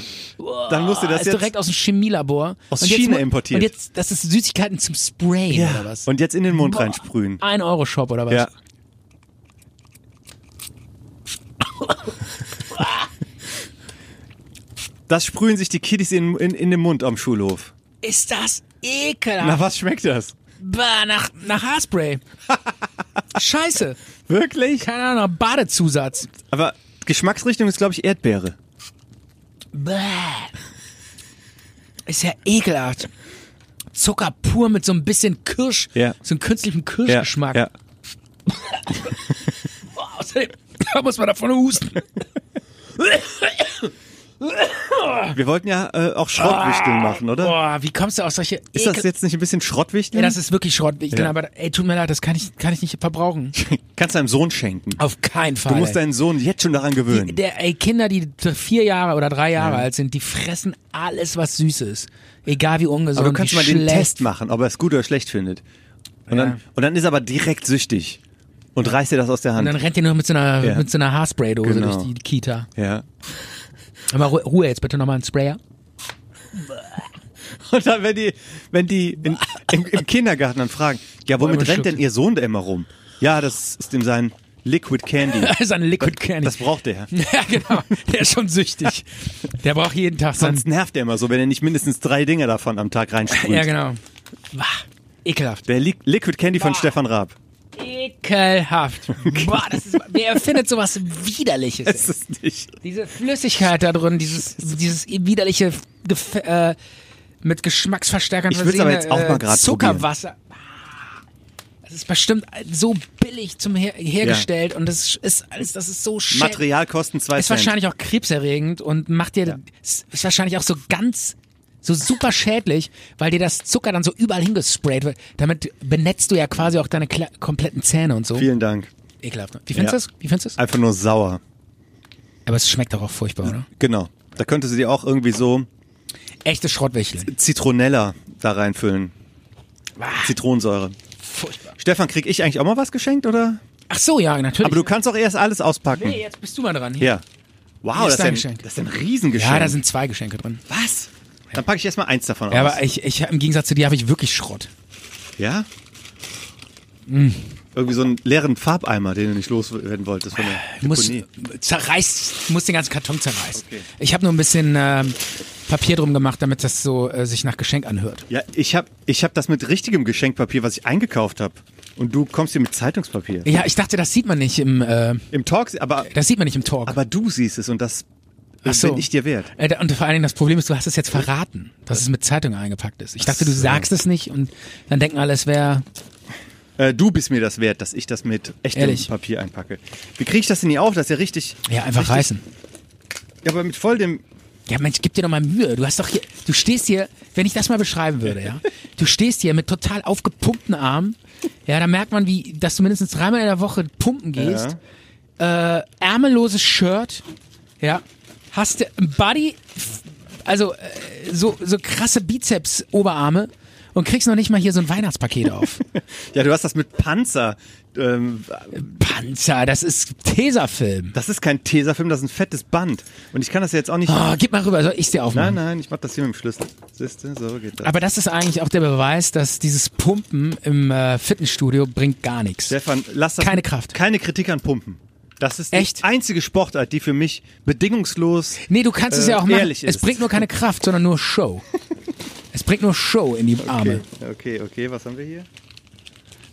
Dann musst du das ist jetzt- direkt aus dem Chemielabor. Aus Und jetzt China mu- importiert. Und jetzt, das ist Süßigkeiten zum Sprayen ja. oder was? Und jetzt in den Mund reinsprühen. Ein Euro Shop oder was? Ja. Das sprühen sich die Kiddies in, in, in den Mund am Schulhof. Ist das ekelhaft? Na, was schmeckt das? Bah, nach, nach Haarspray. Scheiße. Wirklich? Keine Ahnung, Badezusatz. Aber Geschmacksrichtung ist, glaube ich, Erdbeere. Bäh. Ist ja ekelhaft. Zucker pur mit so ein bisschen Kirsch, Ja. so einem künstlichen Kirschgeschmack. Ja. Oh, außerdem da muss man davon husten. ja. Wir wollten ja äh, auch Schrottwichteln machen, oder? Ah. Boah, wie kommst du auf solche Ist das Ekel... jetzt nicht ein bisschen Ey, Schrottwichteln? das ist wirklich Schrottwichteln, Ja. aber ey, tut mir leid, das kann ich, kann ich nicht verbrauchen. [laughs] Kannst deinem Sohn schenken. Auf keinen Fall. Du musst ey. deinen Sohn jetzt schon daran gewöhnen. Der, ey, Kinder, die vier Jahre oder drei Jahre alt sind, die fressen alles, was süß ist. Egal wie ungesund, Aber du kannst wie mal schlecht. den Test machen, ob er es gut oder schlecht findet. Und, Ja. dann, und dann ist er aber direkt süchtig und reißt dir das aus der Und Hand. dann rennt ihr noch mit so einer, Ja. mit so einer Haarspraydose Genau. durch die Kita. ja. [laughs] Aber Ru- Ruhe jetzt bitte nochmal einen Sprayer. [laughs] Und dann, wenn die, wenn die in, im, im Kindergarten dann fragen, ja, womit Einmal rennt denn schluckt. ihr Sohn da immer rum? Ja, das ist ihm sein Liquid Candy. [laughs] Das ist ein Also Liquid Candy. Das braucht er. [laughs] ja, genau. Der ist schon süchtig. Der braucht jeden Tag Sonst seinen. nervt er immer so, wenn er nicht mindestens drei Dinge davon am Tag reinsprüht. Ja, genau. Bah, ekelhaft. Der Li Liquid Candy von Stefan Raab. [laughs] Ekelhaft. Boah, das ist, wer erfindet sowas Widerliches? ey? Es ist nicht. Diese Flüssigkeit da drin, dieses, dieses widerliche Gef äh, mit Geschmacksverstärkern äh, Ich würd's aber jetzt auch mal grad Zuckerwasser. Ah, Das ist bestimmt so billig zum her hergestellt und das ist alles, das ist so schä- Material kosten zwei Ist Cent. wahrscheinlich auch krebserregend und macht dir ist ist wahrscheinlich auch so ganz so super schädlich, weil dir das Zucker dann so überall hingesprayt wird. Damit benetzt du ja quasi auch deine kla- kompletten Zähne und so. Vielen Dank. Ekelhaft. ne? Wie findest Ja. Also du das? Wie findest du das? Einfach nur sauer. Aber es schmeckt doch auch furchtbar, oder? Genau. Da könnte sie dir auch irgendwie so Echte Schrottwächeln. Zitronella da reinfüllen. Zitronensäure. Furchtbar. Stefan, krieg ich eigentlich auch mal was geschenkt, oder? Ach so, ja, natürlich. Aber du kannst auch erst alles auspacken. nee, jetzt bist du mal dran. Ja. Wow, Hier das ist ist, dein ein, Geschenk. das ist ein Riesengeschenk. Ja, da sind zwei Geschenke drin. Was? Dann packe ich erstmal eins davon aus. Ja, aber ich, ich, im Gegensatz zu dir habe ich wirklich Schrott. Ja? Hm. Irgendwie so einen leeren Farbeimer, den du nicht loswerden wolltest von der Ich muss, Deponie. zerreiß, muss den ganzen Karton zerreißen. Okay. Ich habe nur ein bisschen ähm, Papier drum gemacht, damit das so äh, sich nach Geschenk anhört. Ja, ich hab, ich hab das mit richtigem Geschenkpapier, was ich eingekauft habe. Und du kommst hier mit Zeitungspapier. Ja, ich dachte, das sieht man nicht im, äh, Im Talk, aber, das sieht man nicht im Talk. aber du siehst es und das Ach so. bin ich dir wert. Äh, da- Und vor allen Dingen das Problem ist, du hast es jetzt verraten, dass es mit Zeitung eingepackt ist. Ich dachte, du sagst es nicht und dann denken alle, es wäre Äh, du bist mir das wert, dass ich das mit echtem Ehrlich? Papier einpacke. Wie kriege ich das denn hier auf, dass er richtig... ja einfach richtig, reißen. Ja, aber mit voll dem... [laughs] Ja, Mensch, gib dir doch mal Mühe. Du hast doch hier, du stehst hier, wenn ich das mal beschreiben würde, ja. Du stehst hier mit total aufgepumpten Armen. Ja, da merkt man, wie, dass du mindestens dreimal in der Woche pumpen gehst. Äh, ärmelloses Shirt, ja. Hast du ein Body, also äh, so, so krasse Bizeps-Oberarme und kriegst noch nicht mal hier so ein Weihnachtspaket auf. Ja, du hast das mit Panzer. Ähm, Panzer, das ist Tesafilm. das ist kein Tesafilm, das ist ein fettes Band. Und ich kann das ja jetzt auch nicht. Oh, gib mal rüber, soll ich's dir aufmachen? Nein, nein, ich mach das hier mit dem Schlüssel. Siehste, so geht das. Aber das ist eigentlich auch der Beweis, dass dieses Pumpen im äh, Fitnessstudio bringt gar nichts. Stefan, lass das. Keine Kraft. Keine Kritik an Pumpen. Das ist die Echt? einzige Sportart, die für mich bedingungslos. Nee, du kannst es äh, ja auch machen. ehrlich Es ist. bringt nur keine Kraft, sondern [laughs] nur Show. es bringt nur Show in die Arme. Okay, okay, okay, was haben wir hier?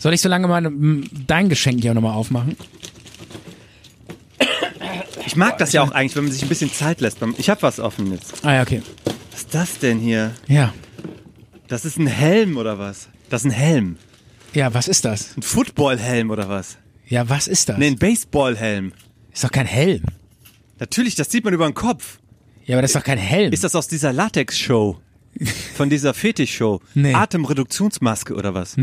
Soll ich so lange mal m, dein Geschenk hier nochmal aufmachen? Ich mag das ja auch eigentlich, wenn man sich ein bisschen Zeit lässt. beim- Ich habe was offen jetzt. Ah ja, okay. Was ist das denn hier? Ja. Das ist ein Helm oder was? Das ist ein Helm. Ja, was ist das? Ein Footballhelm oder was? Ja, was ist das? Nee, ein Baseballhelm. Ist doch kein Helm. Natürlich, das sieht man über den Kopf. Ja, aber das ist doch kein Helm. Ist das aus dieser Latex-Show? Von dieser Fetisch-Show? [laughs] Nee. Atemreduktionsmaske oder was?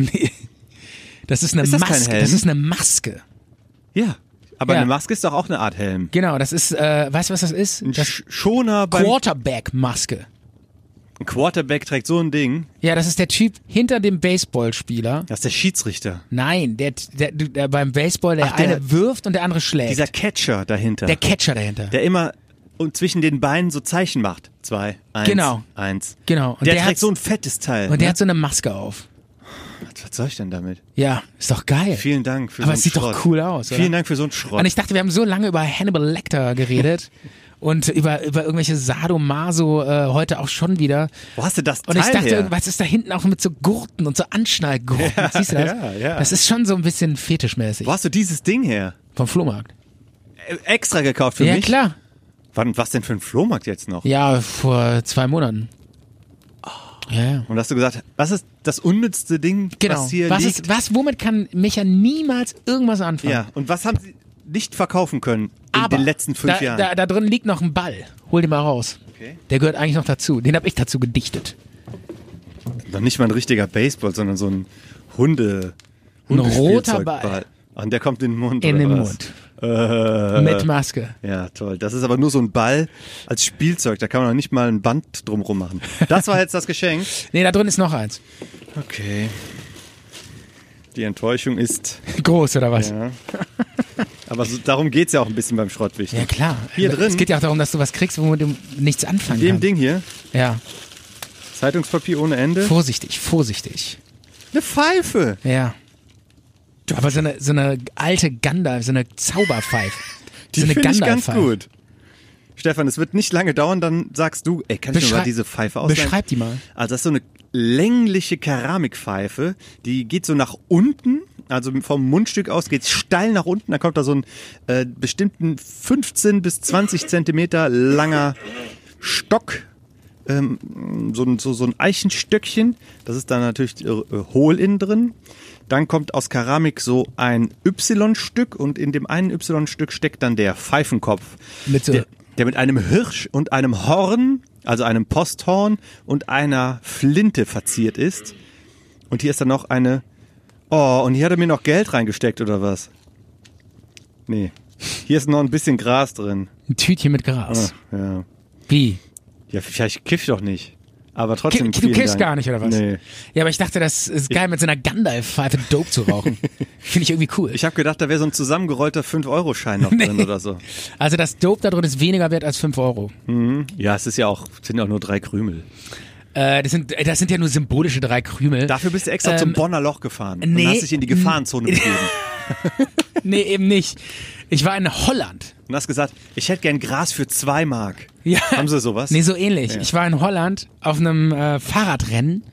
das ist eine ist das kein Maske. Helm? das ist eine Maske. Ja. Aber Ja. eine Maske ist doch auch eine Art Helm. Genau, das ist, äh, weißt du, was das ist? Ein Das Sch Schoner beim Quarterback-Maske. ein Quarterback trägt so ein Ding. Ja, das ist der Typ hinter dem Baseballspieler. Das ist der Schiedsrichter. Nein, der, der, der beim Baseball, der, Ach, der- eine wirft und der andere schlägt. Dieser Catcher dahinter. der Catcher dahinter. der immer und zwischen den Beinen so Zeichen macht. Zwei, eins, Genau. eins. Genau. Und der, der trägt hat- so ein fettes Teil. und der ne? hat so eine Maske auf. Was soll ich denn damit? Ja, ist doch geil. Vielen Dank für so Aber es einen sieht Schrott. doch cool aus, oder? Vielen Dank für so einen Schrott. Und ich dachte, wir haben so lange über Hannibal [laughs] Lecter geredet und über, über irgendwelche Sadomaso äh, heute auch schon wieder. Wo hast du das Und Teil ich dachte, her? was ist da hinten auch mit so Gurten und so Anschnallgurten? Siehst du das? ja, ja. Das ist schon so ein bisschen fetischmäßig. Wo hast du dieses Ding her? Vom Flohmarkt. Äh, Extra gekauft für ja, mich? klar. Wann, was denn für ein Flohmarkt jetzt noch? Ja, vor zwei Monaten. Ah. Ja, ja. Und hast du gesagt, was ist das unnützte Ding, Genau. was hier was liegt? ist, was, womit kann Micha niemals irgendwas anfangen? ja, und was haben sie nicht verkaufen können in Aber den letzten fünf da, Jahren? Da, da drin liegt noch ein Ball. Hol den mal raus. Okay. Der gehört eigentlich noch dazu. Den habe ich dazu gedichtet. Noch nicht mal ein richtiger Baseball, sondern so ein Hunde. Ein roter Hundespielzeugball. Ball. Und der kommt in den Mund. In oder den was? Mund. Äh, Mit Maske. Ja, toll. Das ist aber nur so ein Ball als Spielzeug. Da kann man noch nicht mal ein Band drumrum machen. Das war jetzt das [laughs] Geschenk. Nee, da drin ist noch eins. [laughs] Okay. Die Enttäuschung ist. Groß oder was? Ja, Ja. Aber so, darum geht's ja auch ein bisschen beim Schrottwichteln. klar. Hier drin. Es geht ja auch darum, dass du was kriegst, womit du nichts anfangen Dem kannst. Ding hier, Ja. Zeitungspapier ohne Ende. Vorsichtig, vorsichtig. Eine Pfeife. Ja. Aber so eine, so eine alte Gandalf, so eine Zauberpfeife. [laughs] Die so eine finde ich ganz Gandalf-Pfeife. gut. Stefan, es wird nicht lange dauern, dann sagst du, ey, kann ich mir Beschrei- mal diese Pfeife ausleihen? beschreib die mal. Also das ist so eine längliche Keramikpfeife, die geht so nach unten, also vom Mundstück aus geht's steil nach unten, da kommt da so ein äh, bestimmten 15 bis 20 Zentimeter langer Stock, ähm, so, ein- so, so ein Eichenstöckchen, das ist dann natürlich äh, hohl innen drin. Dann kommt aus Keramik so ein Y-Stück und in dem einen Y-Stück steckt dann der Pfeifenkopf. Mit so- der, der mit einem Hirsch und einem Horn, also einem Posthorn und einer Flinte verziert ist. Und hier ist dann noch eine. Oh, und hier hat er mir noch Geld reingesteckt oder was? Nee. Hier ist noch ein bisschen Gras drin. Ein Tütchen mit Gras. Ja. Wie? Ja, vielleicht kiff ich doch nicht. Aber Ki- trotzdem. Du vielen kiffst Dank. gar nicht, oder was? Nee. Ja, aber ich dachte, das ist geil, mit so einer Gandalf-Pfeife Dope [laughs] zu rauchen. Finde ich irgendwie cool. Ich habe gedacht, da wäre so ein zusammengerollter 5-Euro-Schein [laughs] noch drin Nee. oder so. Also das Dope da drin ist weniger wert als 5 Euro. Hm. Ja, es ist ja auch, sind ja auch nur drei Krümel. Äh, das, sind, das sind ja nur symbolische drei Krümel. Dafür bist du extra Ähm, zum Bonner Loch gefahren und nee. hast dich in die [laughs] Gefahrenzone begeben. Nee, eben nicht. Ich war in Holland. und hast gesagt, ich hätte gern Gras für zwei Mark. Ja. Haben sie sowas? Nee, so e- ähnlich. Ich war in Holland auf einem äh, Fahrradrennen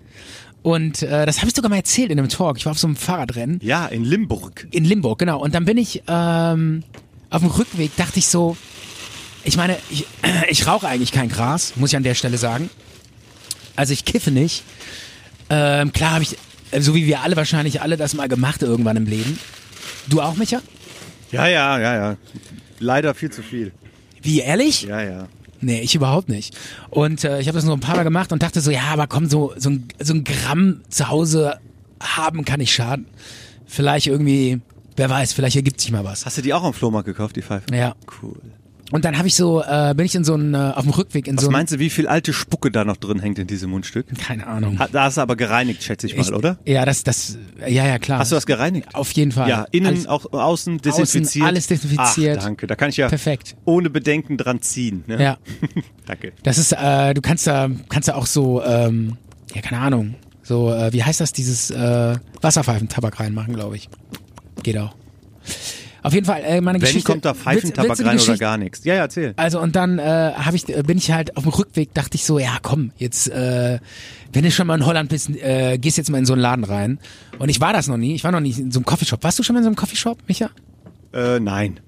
und äh, das habe ich sogar mal erzählt in einem Talk. Ich war auf so einem Fahrradrennen ja, in Limburg. in Limburg, genau. Und dann bin ich ähm, auf dem Rückweg, dachte ich so, ich meine, ich, [clears throat] ich rauche eigentlich kein Gras, muss ich an der Stelle sagen. Also ich kiffe nicht. Ähm, klar habe ich, äh, so wie wir alle wahrscheinlich alle das mal gemacht irgendwann im Leben. Du auch, Micha? Ja, ja, ja, ja. Leider viel zu viel. Wie, ehrlich? Ja, ja. Nee, ich überhaupt nicht. Und äh, ich habe das nur ein paar Mal gemacht und dachte so, ja, aber komm, so, so, ein, so ein Gramm zu Hause haben kann nicht schaden. Vielleicht irgendwie, wer weiß, vielleicht ergibt sich mal was. Hast du die auch am Flohmarkt gekauft, die Pfeife? Ja. Cool. Und dann habe ich so, äh, bin ich in so einen, äh, auf dem Rückweg in Was so einen, meinst du, wie viel alte Spucke da noch drin hängt in diesem Mundstück? keine Ahnung. Ha- Da hast du aber gereinigt, schätze ich mal, Ich- oder? Ja, das, das, ja, ja, klar. Hast du das gereinigt? Auf jeden Fall. Ja, innen, Alles- auch außen desinfiziert. alles desinfiziert. Ach, danke. Da kann ich ja Perfekt. ohne Bedenken dran ziehen. Ne? Ja. [laughs] danke. Das ist, äh, du kannst da, kannst da auch so, ähm, ja, keine Ahnung, so, äh, wie heißt das, dieses äh, Wasserpfeifen-Tabak reinmachen, glaube ich. Geht auch. Auf jeden Fall, äh, meine Wenn Geschichte. kommt da Pfeifentabak Willst- willst du die rein oder Geschichte- gar nichts? Ja, ja, erzähl. Also und dann äh, hab ich, bin ich halt auf dem Rückweg, dachte ich so, ja komm, jetzt, äh, wenn du schon mal in Holland bist, äh, gehst jetzt mal in so einen Laden rein. Und ich war das noch nie, ich war noch nicht in so einem Coffeeshop. Warst du schon mal in so einem Coffeeshop, Micha? Äh, nein,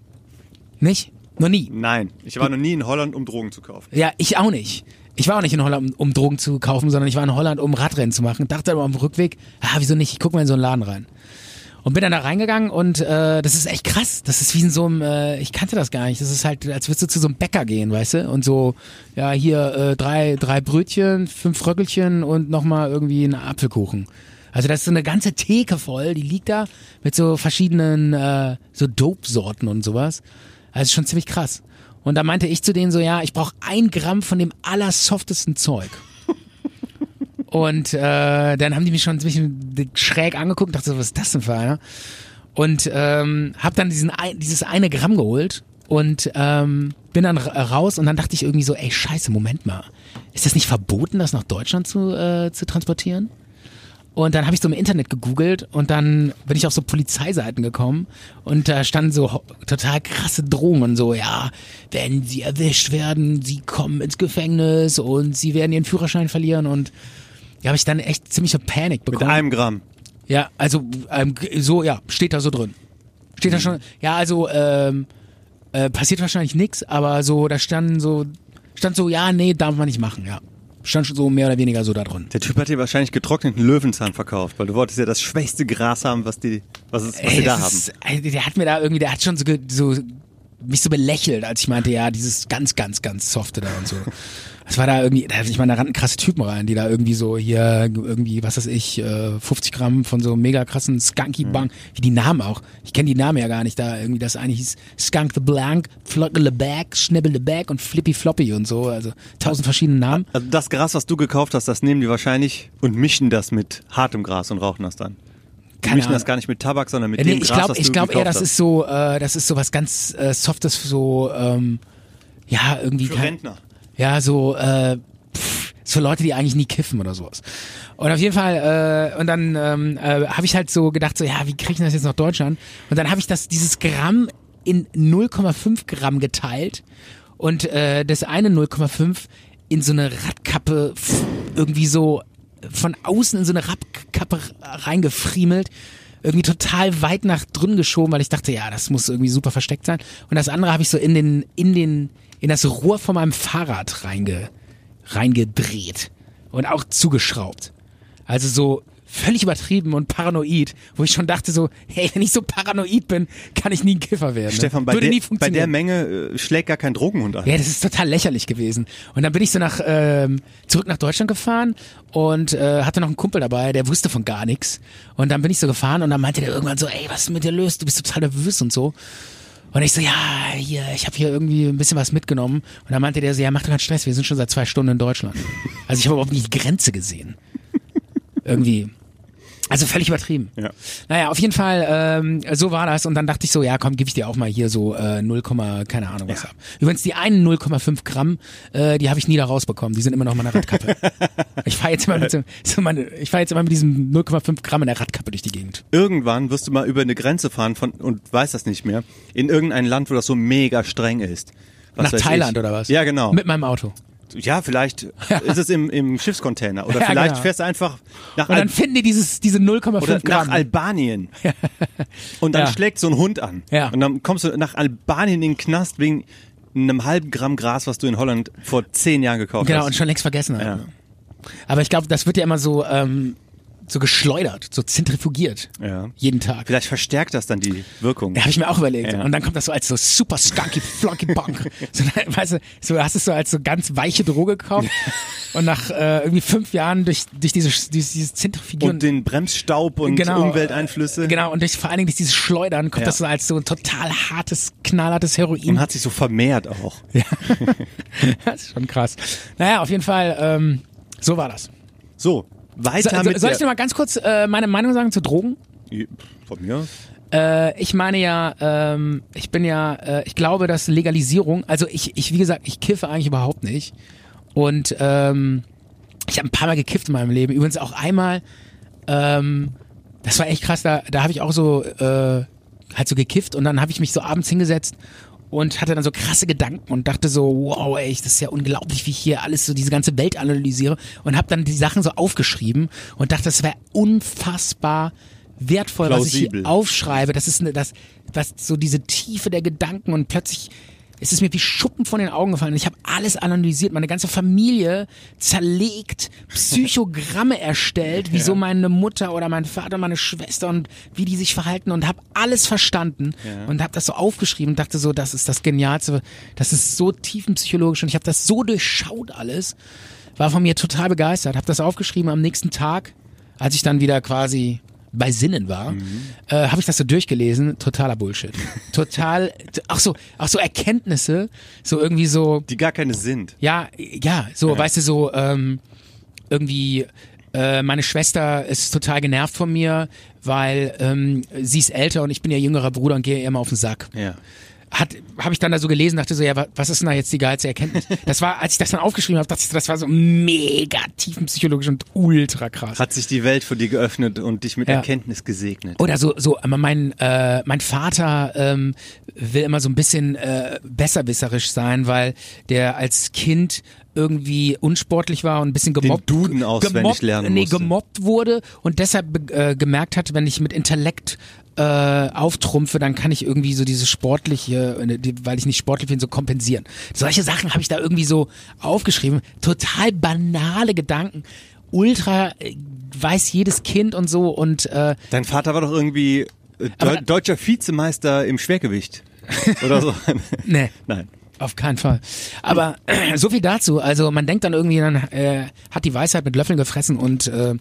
Nicht? Noch nie? nein. Ich war noch nie in Holland, um Drogen zu kaufen. Ja, ich auch nicht. Ich war auch nicht in Holland, um, um Drogen zu kaufen, sondern ich war in Holland, um Radrennen zu machen. Dachte aber am Rückweg, ah, wieso nicht, ich guck mal in so einen Laden rein. Und bin dann da reingegangen und äh, das ist echt krass. Das ist wie in so einem, äh, ich kannte das gar nicht. Das ist halt, als würdest du zu so einem Bäcker gehen, weißt du? Und so, ja, hier äh, drei, drei Brötchen, fünf Röckelchen und nochmal irgendwie einen Apfelkuchen. Also das ist so eine ganze Theke voll, die liegt da mit so verschiedenen äh, so Dope-Sorten und sowas. Also schon ziemlich krass. Und da meinte ich zu denen so, ja, ich brauche ein Gramm von dem allersoftesten Zeug. Und äh, dann haben die mich schon ein bisschen schräg angeguckt und dachte, so, was ist das denn für einer? Und ähm, hab dann diesen ein, dieses eine Gramm geholt und ähm, bin dann ra- raus und dann dachte ich irgendwie so, ey scheiße, Moment mal, ist das nicht verboten, das nach Deutschland zu, äh, zu transportieren? Und dann habe ich so im Internet gegoogelt und dann bin ich auf so Polizeiseiten gekommen und da standen so ho- total krasse Drohungen so, ja, wenn sie erwischt werden, sie kommen ins Gefängnis und sie werden ihren Führerschein verlieren und ja, habe ich dann echt ziemliche Panik Mit bekommen. einem Gramm. Ja, also ähm, so, ja, steht da so drin. Steht da schon, ja, also ähm, äh, passiert wahrscheinlich nix, aber so, da standen so, stand so, ja, nee, darf man nicht machen, ja. Stand schon so mehr oder weniger so da drin. Der Typ hat dir wahrscheinlich getrockneten Löwenzahn verkauft, weil du wolltest ja das schwächste Gras haben, was die, was, es, was Ey, sie da das haben. ist- ey, der hat mir da irgendwie, der hat schon so, ge- so mich so belächelt, als ich meinte, ja, dieses ganz, ganz, ganz softe da [laughs] und so. Das war da irgendwie, da, ich meine, da rannten krasse Typen rein, die da irgendwie so hier, irgendwie, was weiß ich, äh, 50 Gramm von so mega krassen Mhm. Skunky Bang, wie die Namen auch. Ich kenne die Namen ja gar nicht da. Irgendwie das eine hieß Skunk the Blank, Flocke the Back, Schnibbel the Back und Flippy Floppy und so. Also tausend verschiedene Namen. Also das Gras, was du gekauft hast, das nehmen die wahrscheinlich und mischen das mit hartem Gras und rauchen das dann. Die Keine mischen das Ahnung. gar nicht mit Tabak, sondern mit nee, dem ich Gras, glaube was du ich glaub eher, gekauft das hast. ist so, äh, das ist so was ganz äh, Softes, so, ähm, ja, irgendwie. Für kein- Rentner. Ja, so, äh, pff, so Leute, die eigentlich nie kiffen oder sowas. Und auf jeden Fall, äh, und dann ähm, äh, habe ich halt so gedacht, so, ja, wie krieg ich das jetzt nach Deutschland? Und dann habe ich das, dieses Gramm in 0,5 Gramm geteilt und äh, das eine 0,5 in so eine Radkappe pff, irgendwie so von außen in so eine Radkappe reingefriemelt. Irgendwie total weit nach drin geschoben, weil ich dachte, ja, das muss irgendwie super versteckt sein. Und das andere habe ich so in den, in den, in das Rohr von meinem Fahrrad reinge, reingedreht und auch zugeschraubt. Also so völlig übertrieben und paranoid, wo ich schon dachte so, hey, wenn ich so paranoid bin, kann ich nie ein Kiffer werden. Ne? Stefan, bei Würde der, nie bei der funktionieren. Menge äh, schlägt gar kein Drogenhund ein. Ja, das ist total lächerlich gewesen. Und dann bin ich so nach ähm, zurück nach Deutschland gefahren und äh, hatte noch einen Kumpel dabei, der wusste von gar nichts. Und dann bin ich so gefahren und dann meinte der irgendwann so, ey, was ist mit dir los? Du bist total nervös und so. Und ich so, ja, hier, ich habe hier irgendwie ein bisschen was mitgenommen. Und dann meinte der so, ja, mach doch keinen Stress, wir sind schon seit zwei Stunden in Deutschland. Also ich habe überhaupt nicht die Grenze gesehen. Irgendwie. Also völlig übertrieben. Ja. Naja, auf jeden Fall, ähm, so war das. Und dann dachte ich so, ja komm, gebe ich dir auch mal hier so äh, 0, keine Ahnung was ab. Übrigens, die einen 0,5 Gramm, äh, die habe ich nie da rausbekommen. Die sind immer noch in [laughs] meiner Radkappe. ich fahre jetzt, immer mit so, so meine- ich fahr jetzt immer mit diesem 0,5 Gramm in der Radkappe durch die Gegend. Irgendwann wirst du mal über eine Grenze fahren von, und weißt das nicht mehr, in irgendein Land, wo das so mega streng ist. Was Nach weiß Thailand ich. oder was? Ja, genau. Mit meinem Auto. ja, vielleicht ist es im, im Schiffscontainer oder Ja, vielleicht genau. fährst du einfach nach, Und Al dann finden die dieses, diese oder 0,5 nach Gramm. Albanien. und dann Ja. schlägt so ein Hund an. Ja. Und dann kommst du nach Albanien in den Knast wegen einem halben Gramm Gras, was du in Holland vor zehn Jahren gekauft Genau, hast. und schon längst vergessen. Halt, Ja. ne? Aber ich glaube, das wird ja immer so, ähm, so geschleudert, so zentrifugiert. Ja. Jeden Tag. Vielleicht verstärkt das dann die Wirkung. Ja, habe ich mir auch überlegt. Ja. Und dann kommt das so als so super skunky, [laughs] flunky Punk. So, weißt du, so hast es so als so ganz weiche Droge gekauft. Und nach äh, irgendwie fünf Jahren durch, durch diese, durch dieses Zentrifugieren. Und den Bremsstaub und Genau, Umwelteinflüsse. genau, und durch vor allen Dingen durch dieses Schleudern kommt Ja. das so als so ein total hartes, knallhartes Und Heroin. hat sich so vermehrt auch. das ist schon krass. Naja, auf jeden Fall, ähm, so war das. So, So, weiter so, mit soll ich dir der, mal ganz kurz äh, meine Meinung sagen zu Drogen? Von mir? Äh, ich meine ja, ähm, ich bin ja, äh, ich glaube, dass Legalisierung, also ich, ich, wie gesagt, ich kiffe eigentlich überhaupt nicht. Und ähm, ich habe ein paar Mal gekifft in meinem Leben. Übrigens auch einmal, ähm, das war echt krass, da, da habe ich auch so äh, halt so gekifft und dann habe ich mich so abends hingesetzt und hatte dann so krasse Gedanken und dachte so, wow, ey, das ist ja unglaublich, wie ich hier alles so diese ganze Welt analysiere und habe dann die Sachen so aufgeschrieben und dachte, das wäre unfassbar wertvoll, was ich Plausibel. hier aufschreibe. Das ist ne, das, das so diese Tiefe der Gedanken und plötzlich ist es mir wie Schuppen von den Augen gefallen. Ich habe alles analysiert, meine ganze Familie zerlegt, Psychogramme [laughs] erstellt, wieso meine Mutter oder mein Vater, meine Schwester und wie die sich verhalten und habe alles verstanden und habe das so aufgeschrieben und dachte so, das ist das Genialste, das ist so tiefenpsychologisch und ich habe das so durchschaut alles war von mir total begeistert, habe das aufgeschrieben am nächsten Tag, als ich dann wieder quasi bei Sinnen war, äh, habe ich das so durchgelesen, totaler Bullshit. Total, ach so, ach so Erkenntnisse, so irgendwie so, Die gar keine sind. ja, ja, so, weißt du, so ähm, irgendwie äh, meine Schwester ist total genervt von mir, weil ähm, sie ist älter und ich bin ihr jüngerer Bruder und gehe ihr immer auf den Sack Ja. hat habe ich dann da so gelesen, dachte so, ja, wa- was ist denn da jetzt die geilste Erkenntnis? Das war, als ich das dann aufgeschrieben habe, dachte ich, das war so mega tiefenpsychologisch und ultra krass. Hat sich die Welt für die geöffnet und dich mit Ja. Erkenntnis gesegnet. Oder so, so, aber mein, äh, mein Vater ähm, will immer so ein bisschen äh, besserwisserisch sein, weil der als Kind irgendwie unsportlich war und ein bisschen gemobbt, Duden auswendig gemobbt, lernen nee, musste. gemobbt wurde und deshalb be- äh, gemerkt hat, wenn ich mit Intellekt äh, auftrumpfe, dann kann ich irgendwie so dieses sportliche, äh, die- weil ich nicht sportlich bin, so kompensieren. Solche Sachen habe ich da irgendwie so aufgeschrieben. Total banale Gedanken. Ultra äh, weiß jedes Kind und so und äh, Dein Vater war doch irgendwie äh, Aber- Deu deutscher Vizemeister im [laughs] Schwergewicht. Oder so. Nee. Nein. Auf keinen Fall. Aber so viel dazu. Also man denkt dann irgendwie, dann äh, hat die Weisheit mit Löffeln gefressen und äh,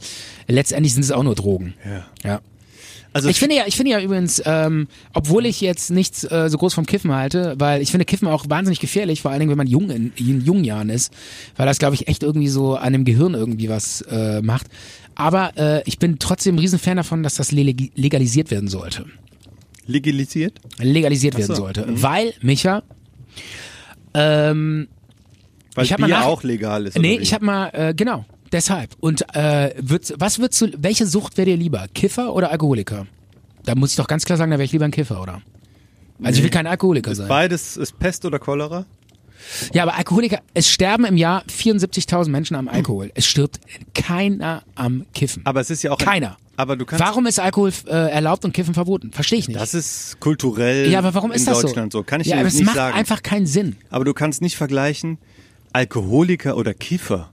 letztendlich sind es auch nur Drogen. Ja. ja. Also Ich finde ja, ich finde ja übrigens, ähm, obwohl ich jetzt nichts äh, so groß vom Kiffen halte, weil ich finde Kiffen auch wahnsinnig gefährlich, vor allen Dingen, wenn man jung in, in jungen Jahren ist, weil das, glaube ich, echt irgendwie so an dem Gehirn irgendwie was äh, macht. Aber äh, ich bin trotzdem ein Riesenfan davon, dass das leg- legalisiert werden sollte legalisiert? legalisiert werden so. Mhm. sollte. Weil, Micha, ähm, Weil Ich hab mal Bier nach- auch legal ist. nee, oder wie? ich habe mal, äh, genau, deshalb. Und äh, würd's, was würdest du, welche Sucht wäre dir lieber? Kiffer oder Alkoholiker? Da muss ich doch ganz klar sagen, da wäre ich lieber ein Kiffer, oder? Also ich will kein Alkoholiker sein. Beides ist Pest oder Cholera? Ja, aber Alkoholiker, es sterben im Jahr 74.000 Menschen am Alkohol. Es stirbt keiner am Kiffen. Aber es ist ja auch. keiner. aber du kannst. Warum ist Alkohol äh, erlaubt und Kiffen verboten? Verstehe ich nicht. Das ist kulturell ja, aber warum in ist das Deutschland so? Kann ich ja, dir aber jetzt es nicht macht sagen. einfach keinen Sinn. Aber du kannst nicht vergleichen Alkoholiker oder Kiffer.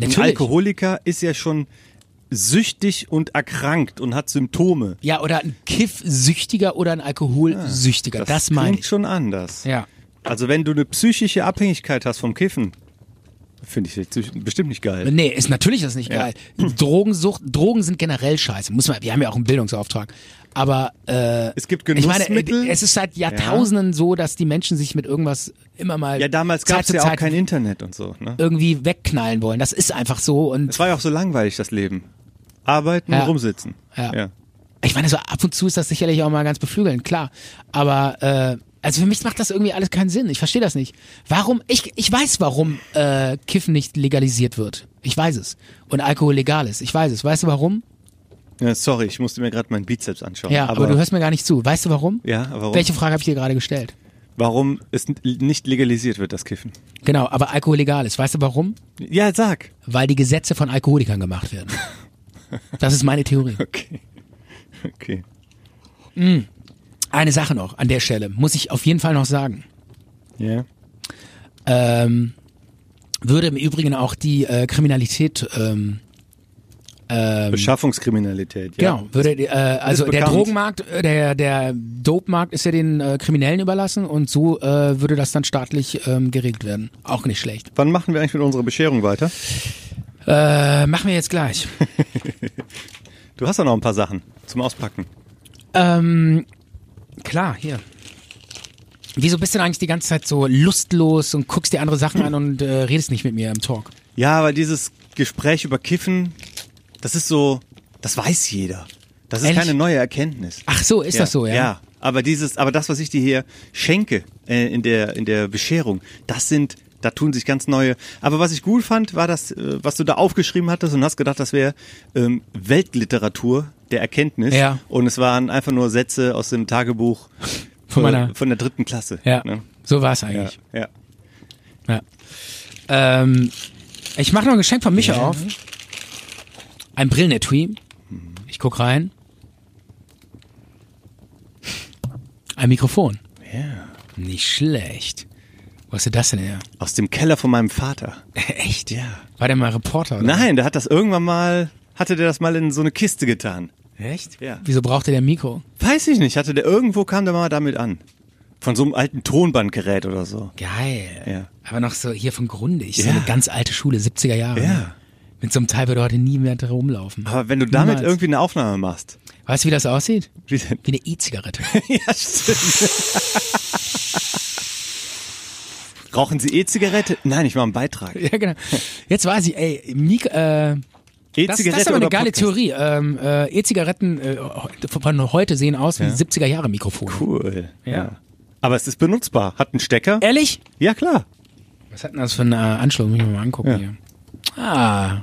Ein Alkoholiker ist ja schon süchtig und erkrankt und hat Symptome. Ja, oder ein Kiffsüchtiger oder ein Alkoholsüchtiger. das meine Ah, klingt ich. schon anders. Ja. Also wenn du eine psychische Abhängigkeit hast vom Kiffen, finde ich jetzt bestimmt nicht geil. Nee, ist natürlich das nicht Ja. geil. Drogensucht, Drogen sind generell scheiße. Muss man, wir haben ja auch einen Bildungsauftrag. Aber äh, Es gibt ich meine, Genussmittel. es ist seit Jahrtausenden so, dass die Menschen sich mit irgendwas immer mal ja, damals Zeit gab es zu ja auch Zeit Äh. kein Internet und so. Ne? irgendwie wegknallen wollen. Das ist einfach so und Es war ja auch so langweilig, das Leben. Arbeiten, Ja. rumsitzen. Ja. ich meine, so ab und zu ist das sicherlich auch mal ganz beflügelnd, klar. Aber äh, also für mich macht das irgendwie alles keinen Sinn. Ich verstehe das nicht. Warum? Ich, ich weiß, warum äh, Kiffen nicht legalisiert wird. Ich weiß es. Und Alkohol legal ist. Ich weiß es. Weißt du warum? Ja, sorry, ich musste mir gerade meinen Bizeps anschauen. Ja, aber, du hörst mir gar nicht zu. Weißt du warum? Ja, warum? Welche Frage habe ich dir gerade gestellt? warum es n- nicht legalisiert wird, das Kiffen. Genau, aber Alkohol legal ist. Weißt du warum? Ja, sag. Weil die Gesetze von Alkoholikern [laughs] gemacht werden. Das ist meine Theorie. Okay. [laughs] Okay. Eine Sache noch an der Stelle muss ich auf jeden Fall noch sagen. Ja. ähm, würde im Übrigen auch die äh, Kriminalität ähm, Beschaffungskriminalität, ja. Genau, würde äh, also Ist der bekannt. Drogenmarkt, äh, der der Dope-Markt ist ja den äh, Kriminellen überlassen und so äh, würde das dann staatlich ähm, geregelt werden. Auch nicht schlecht. Wann machen wir eigentlich mit unserer Bescherung weiter? Äh, machen wir jetzt gleich. Du hast ja noch ein paar Sachen zum Auspacken. ähm, klar, hier. Wieso bist du denn eigentlich die ganze Zeit so lustlos und guckst dir andere Sachen an und äh, redest nicht mit mir im Talk? Ja, weil dieses Gespräch über Kiffen, das ist so, das weiß jeder. Das ist Ehrlich? keine neue Erkenntnis. Ach so, ist das so, ja? Ja, aber dieses, aber das, was ich dir hier schenke äh, in der in der Bescherung, das sind, da tun sich ganz neue. Aber was ich gut fand, war das, äh, was du da aufgeschrieben hattest und hast gedacht, das wäre ähm, Weltliteratur der Erkenntnis. Ja. Und es waren einfach nur Sätze aus dem Tagebuch Von äh, meiner- von der dritten Klasse. Ja, Ne? so war es ja, eigentlich. ja. Ja. Ähm, ich mache noch ein Geschenk von Micha auf. Ein Brillenetui. Ich guck rein. Ein Mikrofon. Ja. Nicht schlecht. Wo hast du das denn her? [laughs] Aus dem Keller von meinem Vater. Echt? Ja. War der mal Reporter? Oder? Nein, der hat das irgendwann mal, hatte der das mal in so eine Kiste getan. Echt? Ja. Wieso brauchte der Mikro? Weiß ich nicht, hatte der irgendwo kam der mal damit an. Von so einem alten Tonbandgerät oder so. Geil. Ja. Aber noch so hier von Grundig. So Ja. eine ganz alte Schule, 70er Jahre. ne? Ja. Mit so einem Teil würde heute nie mehr drin rumlaufen. Aber wenn du damit Niemals. irgendwie eine Aufnahme machst. Weißt du, wie das aussieht? Wie denn? Wie eine E-Zigarette. [laughs] ja, stimmt. Rauchen Sie E-Zigarette? Nein, ich mache einen Beitrag. Ja, genau. Jetzt weiß ich, ey, Mik äh, das, das E-Zigarette ist aber eine oder geile Podcast? Theorie. Ähm, äh, E-Zigaretten äh, von heute sehen aus wie 70er-Jahre-Mikrofone. Cool. Ja. Äh. Aber es ist benutzbar. Hat einen Stecker? Ehrlich? Ja, klar. Was hat denn das für einen äh, Anschluss? Muss ich mir mal angucken Ja. hier. Ah,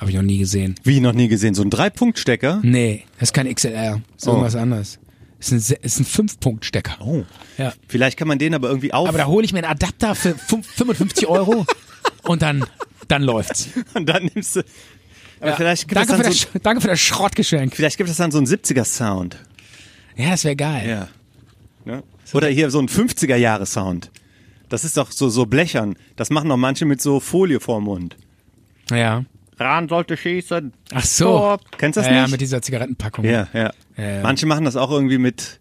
habe ich noch nie gesehen. Wie noch nie gesehen. So ein Drei-Punkt-Stecker? Nee, das ist kein XLR. Ist Oh. irgendwas anderes. Ist ein, Se- ist ein Fünf-Punkt-Stecker. Oh. Hm. Ja. Vielleicht kann man den aber irgendwie auf. Aber da hole ich mir einen Adapter für fünf- 55 Euro und dann, dann läuft's. [laughs] und dann nimmst du. Aber Ja. vielleicht gibt danke, es für dann das, so, Sch- danke für das Schrottgeschenk. vielleicht gibt es dann so einen 70er-Sound. Ja, das wäre geil. Ja. Ne? Oder hier so ein 50er-Jahre-Sound. Das ist doch so, so Blechern. Das machen doch manche mit so Folie vorm Mund. ja. Rahn sollte schießen. Ach so. Stop. Kennst du das ja, Ja, nicht? mit dieser Zigarettenpackung. Ja, ja. ja. Manche machen das auch irgendwie mit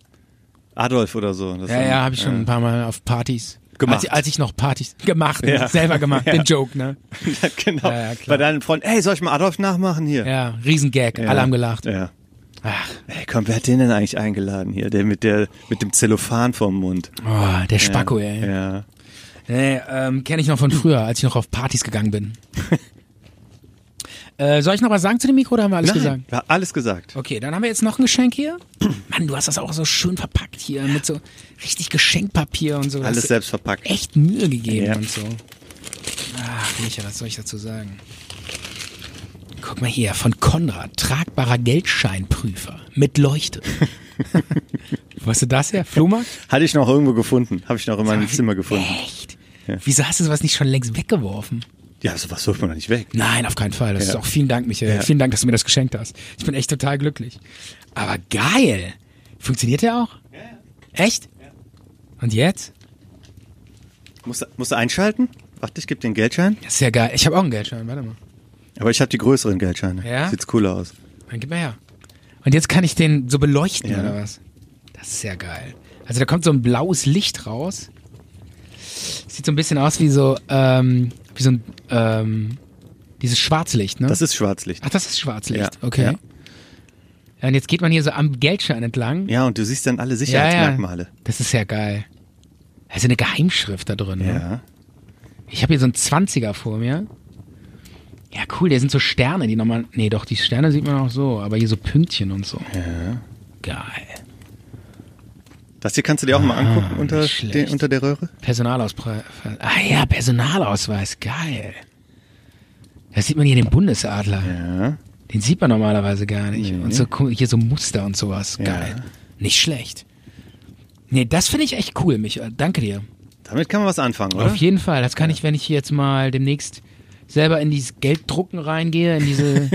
Adolf oder so. Das Ja, dann- ja, habe ich schon ein paar Mal auf Partys Gemacht. Als, als ich noch Partys gemacht, ne? Ja. selber gemacht, Ja. den Joke, ne? [laughs] Ja, genau. Ja, ja, Bei klar. deinen Freunden, ey, soll ich mal Adolf nachmachen hier? Ja, Riesengag, alle haben gelacht. Ja. Ach, Ey, komm, wer hat den denn eigentlich eingeladen hier? Der mit der mit dem Zellophan vorm Mund. oh, der Spacko, ey. Ja. Nee, ähm, kenne ich noch von früher, als ich noch auf Partys [laughs] gegangen bin. äh, soll ich noch was sagen zu dem Mikro oder haben wir alles Nein, gesagt? war alles gesagt. Okay, dann haben wir jetzt noch ein Geschenk hier. [clears throat] Mann, du hast das auch so schön verpackt hier mit so richtig Geschenkpapier und so. Alles Das- selbst verpackt. echt Mühe gegeben Ja. und so. Ach, Micha, was soll ich dazu sagen? Guck mal hier, von Konrad, tragbarer Geldscheinprüfer [laughs] mit Leuchte. Wo hast du das her? Flohmarkt? Hatte ich noch irgendwo gefunden. Habe ich noch in meinem Zimmer gefunden. Echt? Wieso hast du sowas nicht schon längst weggeworfen? Ja, sowas wirft man doch nicht weg. Nein, auf keinen Fall. Das Ja. ist auch vielen Dank, Michael. Ja. Vielen Dank, dass du mir das geschenkt hast. Ich bin echt total glücklich. Aber geil. Funktioniert der auch? Ja. Echt? Ja. Und jetzt? Musst, du- musst du einschalten? Warte, ich gebe den Geldschein. Das ist ja geil. Ich habe auch einen Geldschein. Warte mal. Aber ich habe die größeren Geldscheine. Ja? Sieht's cooler aus. Dann gib mal her. Und jetzt kann ich den so beleuchten Ja. oder was? Das ist ja geil. Also da kommt so ein blaues Licht raus. Sieht so ein bisschen aus wie so ähm, wie so ein ähm, dieses Schwarzlicht, ne? Das ist Schwarzlicht. Ach, das ist Schwarzlicht. Ja, Okay. ja. Ja, Und jetzt geht man hier so am Geldschein entlang. Ja, und du siehst dann alle Sicherheitsmerkmale. Das ist ja geil. Da ist ja eine Geheimschrift da drin. Ne? ja. Ich habe hier so einen 20er vor mir. Ja, cool, da sind so Sterne, die nochmal. Nee, doch, die Sterne sieht man auch so, aber hier so Pünktchen und so. Ja. Geil. Das hier kannst du dir auch mal angucken unter, Ah, nicht schlecht. den, unter der Röhre. Personalausweis. Ah ja, Personalausweis, geil. Da sieht man hier den Bundesadler. Ja. Den sieht man normalerweise gar nicht. Und so gu- hier so Muster und sowas. Ja. Geil. Nicht schlecht. Nee, das finde ich echt cool, Michael. Danke dir. Damit kann man was anfangen, oder? Auf jeden Fall. Das kann ich, wenn ich hier jetzt mal demnächst selber in dieses Gelddrucken reingehe, [laughs] in diese.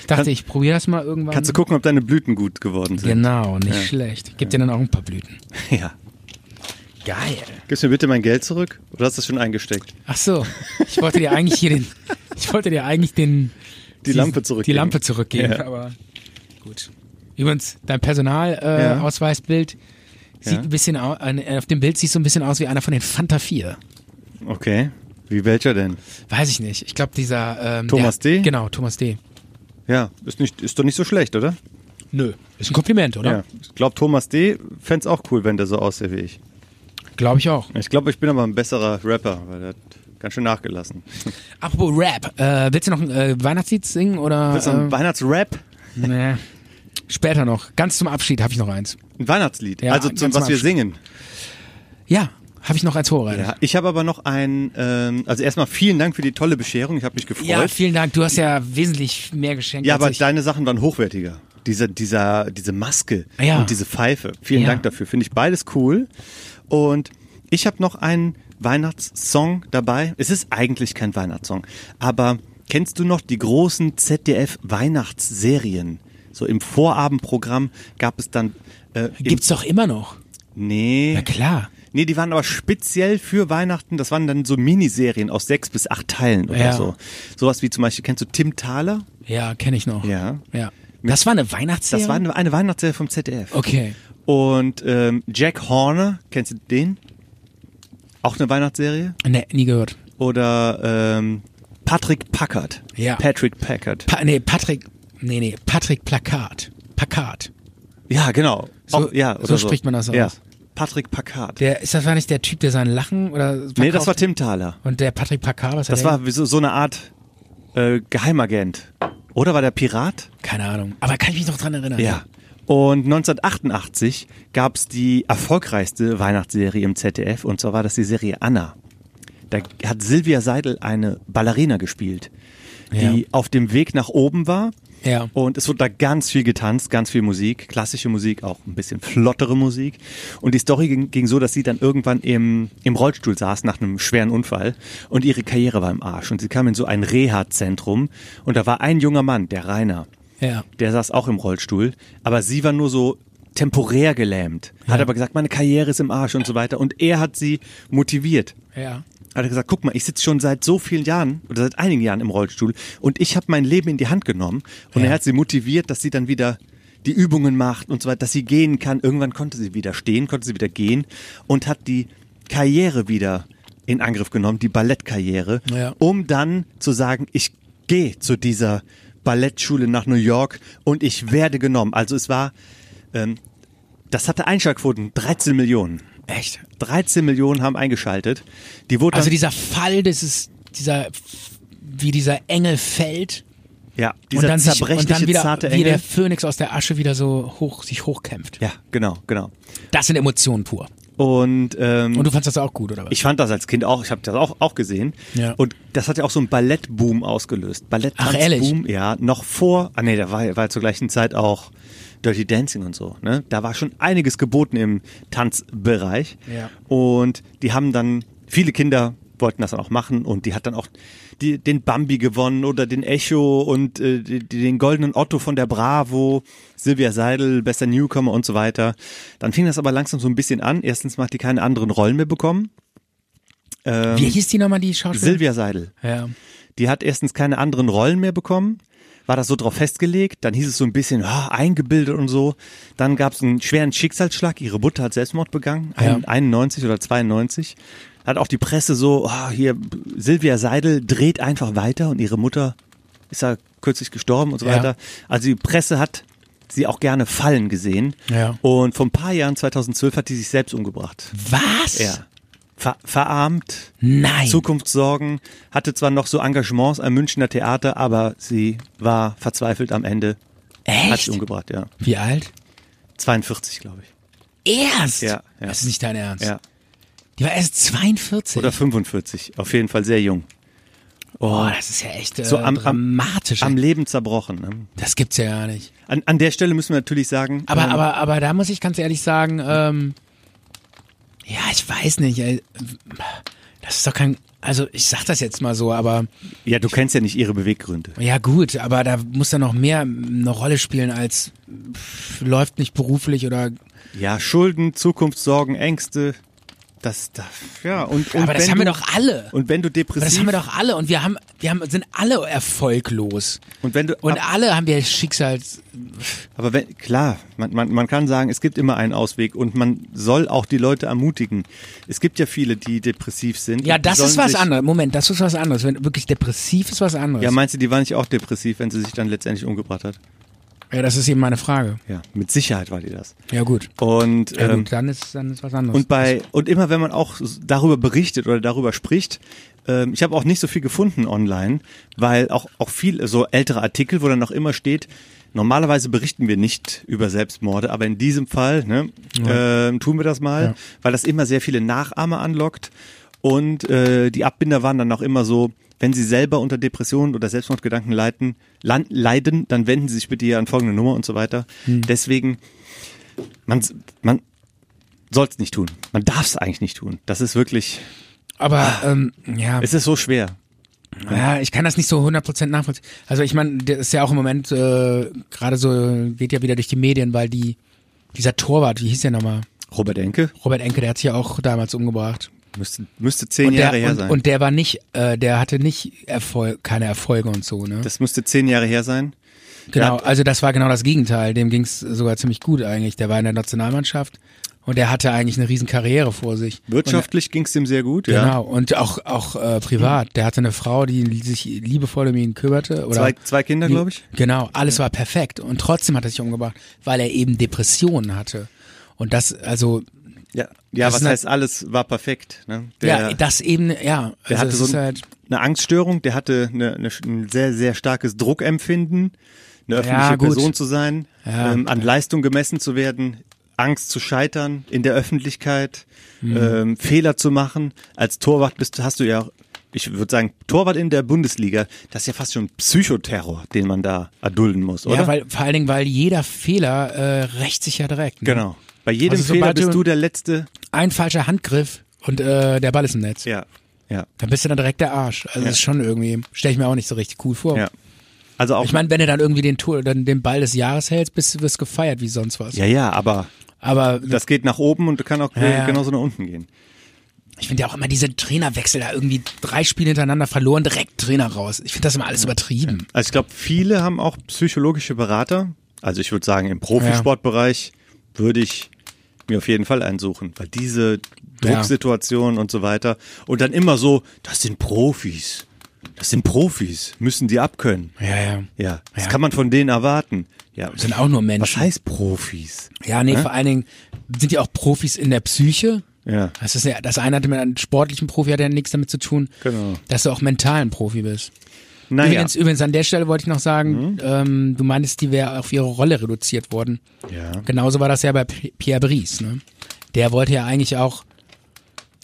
Ich dachte, ich probiere das mal irgendwann. Kannst du gucken, ob deine Blüten gut geworden sind. Genau, nicht schlecht. Gib dir dann auch ein paar Blüten. [laughs] Ja. Geil. Gibst du mir bitte mein Geld zurück? Oder hast du es schon eingesteckt? Ach so, ich wollte dir eigentlich hier den. Ich wollte dir eigentlich den Die Lampe zurück. die Lampe zurückgeben. Ja. Aber gut. Übrigens, dein Personalausweisbild äh, Ja. Ausweisbild sieht Ja. ein bisschen aus, auf dem Bild siehst du ein bisschen aus wie einer von den Fanta 4. Okay. Wie welcher denn? Weiß ich nicht. Ich glaube, dieser. Ähm, Thomas der, D.? Genau, Thomas D. Ja, ist, nicht, ist doch nicht so schlecht, oder? Nö. Ist ein Kompliment, oder? Ja. Ich glaube, Thomas D. fänd's auch cool, wenn der so aussähe wie ich. Glaube ich auch. Ich glaube, ich bin aber ein besserer Rapper, weil der hat ganz schön nachgelassen. Apropos Rap. Äh, willst du noch ein äh, Weihnachtslied singen? Oder, Willst du ein äh, Weihnachtsrap? nee. Später noch. Ganz zum Abschied habe ich noch eins. Ein Weihnachtslied. Ja, also ganz zum, was mal wir absch- singen. Ja, habe ich noch als Vorbereitung. Ja, ich habe aber noch ein, ähm, also erstmal vielen Dank für die tolle Bescherung. Ich habe mich gefreut. Ja, vielen Dank. Du hast ja wesentlich mehr geschenkt. Ja, als aber ich. deine Sachen waren hochwertiger. Diese, dieser, diese Maske Ah, Ja. und diese Pfeife. Vielen Ja. Dank dafür. Finde ich beides cool. Und ich habe noch einen Weihnachtssong dabei. Es ist eigentlich kein Weihnachtssong, aber kennst du noch die großen ZDF-Weihnachtsserien? So im Vorabendprogramm gab es dann. Äh, im- Gibt's doch immer noch. Nee. Na klar. Nee, die waren aber speziell für Weihnachten. Das waren dann so Miniserien aus sechs bis acht Teilen oder Ja. so. Sowas wie zum Beispiel, kennst du Tim Thaler? Ja, kenne ich noch. Ja. Ja. Das war eine Weihnachtsserie? Das war eine, eine Weihnachtsserie vom ZDF. Okay. Und ähm, Jack Horner, kennst du den? Auch eine Weihnachtsserie? Nee, Ne, nie gehört. Oder ähm, Patrick Packard. Ja. Patrick Packard. Pa nee, Patrick. Nee, nee, Patrick Plakat. Plakat. ja, genau. So- Auch- ja, so oder spricht man das Ja. aus. Patrick Packard. Der, ist das war nicht der Typ, der sein Lachen oder. Verkauft? nee, das war Tim Thaler. Und der Patrick Plakat, was hat Das der- war wie so, so eine Art äh, Geheimagent. Oder war der Pirat? Keine Ahnung. Aber kann ich mich noch dran erinnern. Ja. Und 1988 gab's die erfolgreichste Weihnachtsserie im ZDF und zwar war das die Serie Anna. Da hat Silvia Seidel eine Ballerina gespielt, die Ja. auf dem Weg nach oben war. Ja. Und es wurde da ganz viel getanzt, ganz viel Musik, klassische Musik, auch ein bisschen flottere Musik. Und die Story ging, ging so, dass sie dann irgendwann im, im Rollstuhl saß nach einem schweren Unfall und ihre Karriere war im Arsch. Und sie kam in so ein Reha-Zentrum und da war ein junger Mann, der Rainer. Ja. Der saß auch im Rollstuhl, aber sie war nur so temporär gelähmt. Hat aber gesagt, meine Karriere ist im Arsch und so weiter. Und er hat sie motiviert. Ja. Hat er gesagt, guck mal, ich sitze schon seit so vielen Jahren oder seit einigen Jahren im Rollstuhl und ich habe mein Leben in die Hand genommen. Und Ja. er hat sie motiviert, dass sie dann wieder die Übungen macht und so weiter, dass sie gehen kann. Irgendwann konnte sie wieder stehen, konnte sie wieder gehen und hat die Karriere wieder in Angriff genommen, die Ballettkarriere, Ja. um dann zu sagen, ich gehe zu dieser Ballettschule nach New York und ich werde genommen. Also es war, ähm, das hatte Einschaltquoten, 13 Millionen. Echt? 13 Millionen haben eingeschaltet. Die wurde Also dann- dieser Fall, das ist dieser, wie dieser Engel fällt Ja, dieser und dann sich, zerbrechliche, und dann wieder, zarte wie der Engel. Phönix aus der Asche wieder so hoch, sich hochkämpft. Ja, genau, genau. Das sind Emotionen pur. Und, ähm, Und du fandst das auch gut, oder was? ich fand das als Kind auch, ich habe das auch, auch gesehen. Ja. Und das hat ja auch so einen Ballettboom ausgelöst. Ach, ehrlich? Ballettboom, ja, noch vor, ah nee, da war, war zur gleichen Zeit auch Dirty Dancing und so, ne? Da war schon einiges geboten im Tanzbereich. Ja. Und die haben dann, viele Kinder wollten das dann auch machen und die hat dann auch die, den Bambi gewonnen oder den Echo und äh, die, die- den goldenen Otto von der Bravo, Silvia Seidel, bester Newcomer und so weiter. Dann fing das aber langsam so ein bisschen an. Erstens hat die keine anderen Rollen mehr bekommen. Wie hieß die nochmal, die Schauspielerin? Silvia Seidel. Ja. Die hat erstens keine anderen Rollen mehr bekommen, war das so drauf festgelegt, dann hieß es so ein bisschen ah, eingebildet und so. Dann gab es einen schweren Schicksalsschlag, ihre Mutter hat Selbstmord begangen, ein- 91 oder 92. Hat auch die Presse so, ah, hier, Silvia Seidel dreht einfach weiter und ihre Mutter ist ja kürzlich gestorben und so Ja. weiter. Also die Presse hat sie auch gerne fallen gesehen. Ja. Und vor ein paar Jahren, 2012, hat die sich selbst umgebracht. Was? Ja. Ver verarmt. Hm. Nein. Zukunftssorgen, hatte zwar noch so Engagements am Münchner Theater, aber sie war verzweifelt am Ende. Hat Echt? sich umgebracht, ja. Wie alt? 42, glaube ich. Erst? Ja, ja. Das ist nicht dein Ernst. Ja. Die war erst 42. Oder 45, auf jeden Fall sehr jung. Boah, das ist ja echt äh, So am- am- dramatisch. Am Leben zerbrochen. Ne? das gibt's ja gar nicht. An, an der Stelle müssen wir natürlich sagen, Aber, ähm, aber, aber da muss ich ganz ehrlich sagen, ähm, ja, ich weiß nicht. Ey, das ist doch kein. Also ich sag das jetzt mal so, aber ja, du kennst ja nicht ihre Beweggründe. ja gut, aber da muss ja noch mehr eine Rolle spielen als pff, läuft nicht beruflich oder Ja, Schulden, Zukunftssorgen, Ängste, Das, das ja, und, und Aber das wenn haben wir du, doch alle. Und wenn du Aber das depressiv haben wir doch alle und wir haben, wir haben, sind alle erfolglos. und wenn du Und ab- alle haben wir Schicksals. Aber wenn, klar, man, man, man kann sagen, es gibt immer einen Ausweg und man soll auch die Leute ermutigen. Es gibt ja viele, die depressiv sind. Ja, und die das ist sollen was sich- anderes. Moment, das ist was anderes. Wenn wirklich depressiv ist was anderes. Ja, meinst du, die war nicht auch depressiv, wenn sie sich dann letztendlich umgebracht hat? ja das ist eben meine Frage. Ja, mit Sicherheit war die das. Ja gut. Und, Ja, ähm, gut, dann ist dann ist was anderes. und bei und immer wenn man auch s- darüber berichtet oder darüber spricht, ähm, ich habe auch nicht so viel gefunden online, weil auch auch viel so ältere Artikel, wo dann noch immer steht, normalerweise berichten wir nicht über Selbstmorde, aber in diesem Fall ne, ähm, tun wir das mal, weil das immer sehr viele Nachahmer anlockt und äh, die Abbinder waren dann auch immer so. Wenn Sie selber unter Depressionen oder Selbstmordgedanken leiden, lan- leiden, dann wenden Sie sich bitte hier an folgende Nummer und so weiter. Deswegen, man, s- man, soll's nicht tun. Man darf's eigentlich nicht tun. Das ist wirklich, Aber ähm, ja, es ist so schwer. ja, ich kann das nicht so 100% nachvollziehen. Also ich meine, das ist ja auch im Moment äh, gerade so, geht ja wieder durch die Medien, weil die, dieser Torwart, wie hieß der nochmal? Robert Enke Robert Enke, der hat sich ja auch damals umgebracht. müsste, müsste zehn und der, Jahre her und, sein. und der war nicht, äh, der hatte nicht Erfolg, keine Erfolge und so, ne? das müsste zehn Jahre her sein. genau, der hat- also das war genau das Gegenteil. Dem ging's sogar ziemlich gut eigentlich. Der war in der Nationalmannschaft und der hatte eigentlich eine riesen Karriere vor sich. Wirtschaftlich ging's dem sehr gut, Und, ja. Genau, und auch, auch äh, privat. Der hatte eine Frau, die sich liebevoll um ihn kümmerte. Oder Zwei- zwei Kinder, Die- glaub ich. Genau, alles war perfekt. Und trotzdem hat er sich umgebracht, weil er eben Depressionen hatte. Und das, also, Ja, ja was Das ist eine- heißt, alles war perfekt. Ne? ja, das eben, ja. Also Der hatte es so ist ein, halt, eine Angststörung, der hatte eine, eine, ein sehr, sehr starkes Druckempfinden, eine öffentliche Ja, gut. Person zu sein, ähm, an Leistung gemessen zu werden, Angst zu scheitern in der Öffentlichkeit, Mhm. ähm, Fehler zu machen. Als Torwart bist, hast du ja, auch- ich würde sagen, Torwart in der Bundesliga, das ist ja fast schon Psychoterror, den man da erdulden muss, oder? ja, weil, vor allen Dingen, weil jeder Fehler äh, rächt sich ja direkt. Ne? genau. Bei jedem Also Fehler sobald bist du- du der Letzte. Ein falscher Handgriff und äh, der Ball ist im Netz. Ja, ja, Dann bist du dann direkt der Arsch. Also das ist schon irgendwie, stelle ich mir auch nicht so richtig cool vor. ja. Also auch. Oh. Ich meine, wenn du dann irgendwie den Tour, dann den Ball des Jahres hältst, bist du wirst gefeiert wie sonst was. ja, ja, aber Aber das geht nach oben und kann auch ja. genauso nach unten gehen. Ich finde ja auch immer diese Trainerwechsel da irgendwie drei Spiele hintereinander verloren, direkt Trainer raus. Ich finde das immer alles übertrieben. Also ich glaube, viele haben auch psychologische Berater. Also ich würde sagen, im Profisportbereich würde ich mir auf jeden Fall einen suchen, weil diese Ja. Drucksituationen und so weiter und dann immer so, das sind Profis. Das sind Profis, müssen die abkönnen. Ja, ja. Ja, das Ja. kann man von denen erwarten. Ja, Sind auch nur Menschen. Was heißt Profis? Ja, nee, vor allen Dingen sind ja auch Profis in der Psyche. Ja. Das, ist ja, das eine hat mit einem sportlichen Profi hat ja nichts damit zu tun, Genau. dass du auch mentalen Profi bist. Naja. Mhm. Übrigens, übrigens an der Stelle wollte ich noch sagen, ähm, du meintest, die wäre auf ihre Rolle reduziert worden. Ja. Genauso war das ja bei P- Pierre Brice. Ne? Der wollte ja eigentlich auch,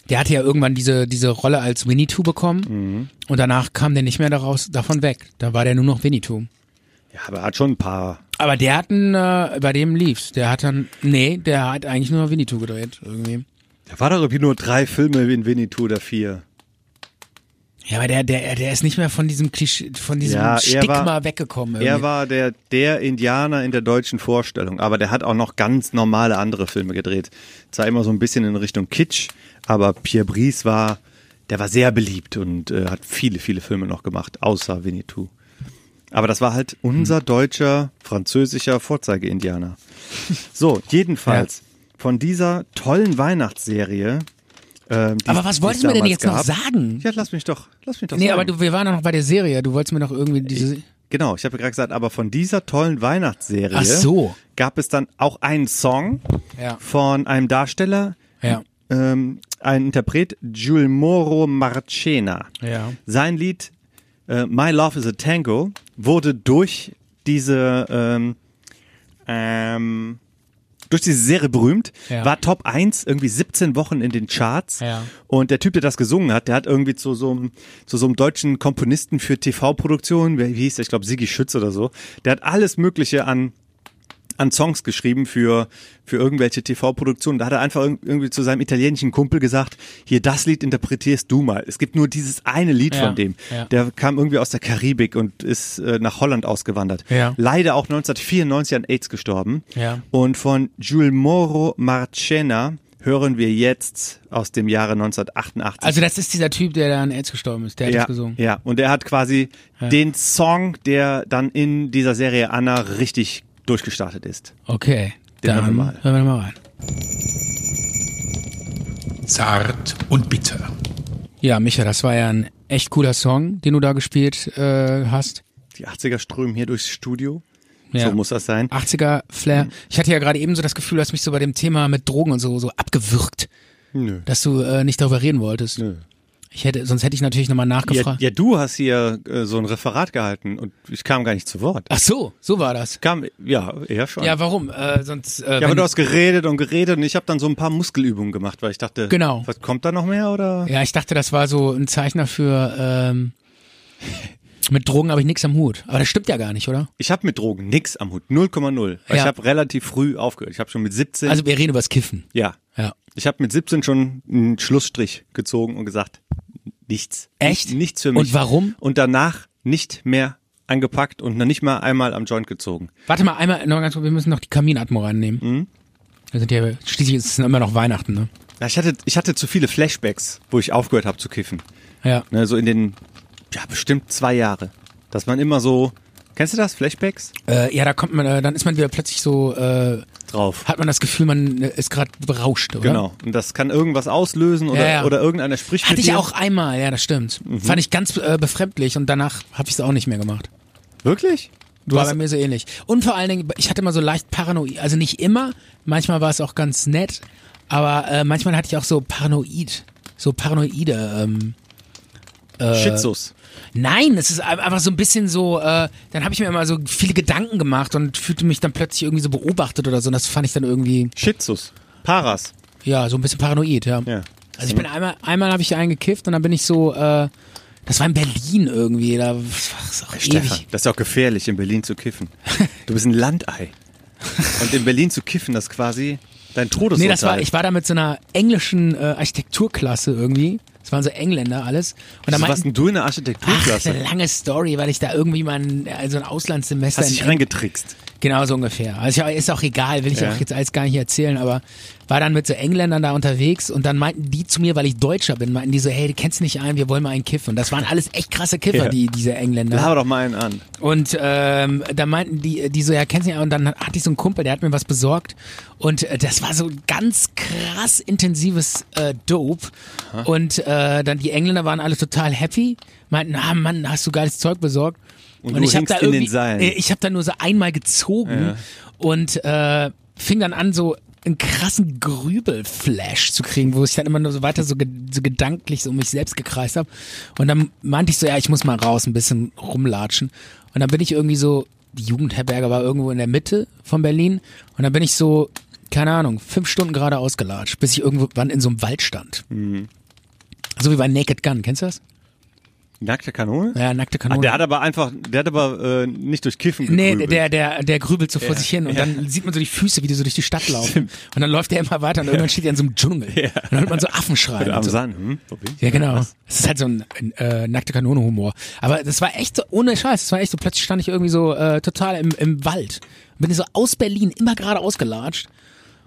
der hatte ja irgendwann diese, diese Rolle als Winnie-Two bekommen Mhm. und danach kam der nicht mehr daraus, davon weg. Da war der nur noch Winnie-Two. Ja, aber hat schon ein paar. Aber der hat einen, äh, bei dem lief's. Der hat dann, nee, der hat eigentlich nur noch Winnie-Two gedreht irgendwie. Da war doch irgendwie nur drei Filme in Winnetou oder vier. Ja, aber der, der, der ist nicht mehr von diesem Klischee, von diesem Ja, er Stigma war- weggekommen. Irgendwie. Er war der, der Indianer in der deutschen Vorstellung, aber der hat auch noch ganz normale andere Filme gedreht. Zwar immer so ein bisschen in Richtung Kitsch, aber Pierre Brice war, der war sehr beliebt und äh, hat viele, viele Filme noch gemacht, außer Winnetou. Aber das war halt unser Hm. deutscher, französischer Vorzeige-Indianer. So, [laughs] jedenfalls, von dieser tollen Weihnachtsserie. Ähm, die Aber es- was die wolltest es du mir denn damals jetzt noch gab- sagen? Ja, lass mich doch, lass mich doch nee, sagen. aber du, wir waren doch noch bei der Serie. Du wolltest mir doch irgendwie diese. Genau, ich habe ja gerade gesagt, aber von dieser tollen Weihnachtsserie Ach so. gab es dann auch einen Song Ja. von einem Darsteller, Ja. ähm, ein Interpret, Giulmoro Marchena. Ja. Sein Lied äh, My Love is a Tango wurde durch diese ähm, ähm, durch diese Serie berühmt, Ja. war Top 1 irgendwie 17 Wochen in den Charts. Ja. Und der Typ, der das gesungen hat, der hat irgendwie zu so einem, zu so einem deutschen Komponisten für TV-Produktionen, wie hieß der, ich glaube Sigi Schütz oder so, der hat alles Mögliche an an Songs geschrieben für, für irgendwelche TV-Produktionen. Da hat er einfach irg- irgendwie zu seinem italienischen Kumpel gesagt, hier, das Lied interpretierst du mal. Es gibt nur dieses eine Lied Ja, von dem. ja. Der kam irgendwie aus der Karibik und ist äh, nach Holland ausgewandert. Ja. Leider auch 1994 an AIDS gestorben. Ja. Und von Giulmoro Marchena hören wir jetzt aus dem Jahre 1988. Also das ist dieser Typ, der da an AIDS gestorben ist. Der hat ja, das gesungen. ja, und er hat quasi den Song, der dann in dieser Serie Anna richtig durchgestartet ist. Okay, Den dann hören wir hören wir, mal. mal rein. Zart und bitter. Ja, Micha, das war ja ein echt cooler Song, den du da gespielt äh, hast. Die 80er strömen hier durchs Studio. Ja. So muss das sein. 80er Mhm. Flair. Ich hatte ja gerade eben so das Gefühl, du hast mich so bei dem Thema mit Drogen und so so abgewürgt, Nö. dass du äh, nicht darüber reden wolltest. Ich hätte, sonst hätte ich natürlich nochmal Ja, nachgefragt. ja, du hast hier äh, so ein Referat gehalten und ich kam gar nicht zu Wort. Ach so, so war das. Kam, ja, eher schon. Ja, warum? Äh, sonst. Äh, Ja, aber wenn- du hast geredet und geredet und ich habe dann so ein paar Muskelübungen gemacht, weil ich dachte, Genau. was kommt da noch mehr oder? ja, ich dachte, das war so ein Zeichen dafür. Ähm, [laughs] mit Drogen habe ich nichts am Hut. Aber das stimmt ja gar nicht, oder? Ich habe mit Drogen nix am Hut, 0,0. Weil Ja. Ich habe relativ früh aufgehört. Ich habe schon mit 17, Also wir reden über das Kiffen. ja, Ja. ich habe mit 17 schon einen Schlussstrich gezogen und gesagt, nichts. Echt? Nichts für mich. Und warum? Und danach nicht mehr angepackt und noch nicht mal einmal am Joint gezogen. Warte mal, einmal noch ganz kurz, wir müssen noch die Kaminatmo reinnehmen. Mhm. Wir sind ja, schließlich ist es immer noch Weihnachten, ne? Ja, ich hatte, ich hatte zu viele Flashbacks, wo ich aufgehört habe zu kiffen. Ja. Ne, so in den, ja, bestimmt zwei Jahre. Dass man immer so, kennst du das, Flashbacks? Äh, ja, da kommt man, äh, dann ist man wieder plötzlich so, äh, Drauf. hat man das Gefühl, man äh, ist gerade berauscht, oder? Genau. Und das kann irgendwas auslösen oder, Ja, ja. oder irgendeiner spricht Hatte mit ich dir. Mhm. auch einmal, ja, das stimmt. Fand ich ganz äh, befremdlich und danach habe ich es auch nicht mehr gemacht. Wirklich? Du War hast, bei mir so ähnlich. Und vor allen Dingen, ich hatte immer so leicht paranoid, also nicht immer, manchmal war es auch ganz nett, aber äh, manchmal hatte ich auch so paranoid, so paranoide. Ähm, Äh. Schizus. nein, es ist ein- einfach so ein bisschen so, äh, dann habe ich mir immer so viele Gedanken gemacht und fühlte mich dann plötzlich irgendwie so beobachtet oder so und das fand ich dann irgendwie, Schizus. Paras. ja, so ein bisschen paranoid, ja. Ja. Also ich bin einmal, einmal habe ich einen gekifft und dann bin ich so, äh, das war in Berlin irgendwie, da ach, ist auch Stefan, ewig. das ist auch gefährlich, in Berlin zu [laughs] kiffen. Du bist ein Landei. Und in Berlin zu kiffen, das ist quasi dein Todesurteil. Nee, das war, ich war da mit so einer englischen äh, Architekturklasse irgendwie. Das waren so Engländer alles. Und da Wieso warst denn meinten, du in der ach, das ist eine Architekturklasse? lange Story, weil ich da irgendwie mal ein, äh, so ein Auslandssemester Hast dich in Eng- reingetrickst. Genau so ungefähr. Also ich, ist auch egal, will ich Ja. auch jetzt alles gar nicht erzählen, aber war dann mit so Engländern da unterwegs und dann meinten die zu mir, weil ich Deutscher bin, meinten die so, hey, du kennst nicht einen, wir wollen mal einen kiffen. Und das waren alles echt krasse Kiffer, Ja. die diese Engländer. Laber doch mal einen an. Und ähm, da meinten die, die so, ja, kennst du ja, und dann hatte ich so einen Kumpel, der hat mir was besorgt. Und äh, das war so ein ganz krass intensives äh, Dope. Und äh, dann die Engländer waren alle total happy, meinten, ah Mann, hast du geiles Zeug besorgt. Und, du ich habe hingst da in den irgendwie, Seilen. äh, ich habe da nur so einmal gezogen und äh, fing dann an, so einen krassen Grübelflash zu kriegen, wo ich dann immer nur so weiter so, ge so gedanklich so um mich selbst gekreist habe. Und dann meinte ich so, ja, ich muss mal raus, ein bisschen rumlatschen. Und dann bin ich irgendwie so, die Jugendherberge war irgendwo in der Mitte von Berlin. Und dann bin ich so, keine Ahnung, fünf Stunden geradeaus gelatscht, bis ich irgendwann in so einem Wald stand. Mhm. So wie bei Naked Gun, kennst du das? Nackte Kanone? Ja, nackte Ah, Kanone. der hat aber einfach, der hat aber äh, nicht durch Kiffen Nee, gegrübelt. der, der, der grübelt so vor sich hin und dann sieht man so die Füße, wie die so durch die Stadt laufen. Und dann läuft er immer weiter und irgendwann steht er in so einem Dschungel. Und dann hört man so Affen schreien. am und so. Sand. Hm? Wo bin ich? Ja, genau. Das ist halt so ein äh, nackte Kanone-Humor. Aber das war echt so, ohne Scheiß, das war echt so, plötzlich stand ich irgendwie so äh, total im, im Wald. Bin so aus Berlin immer gerade ausgelatscht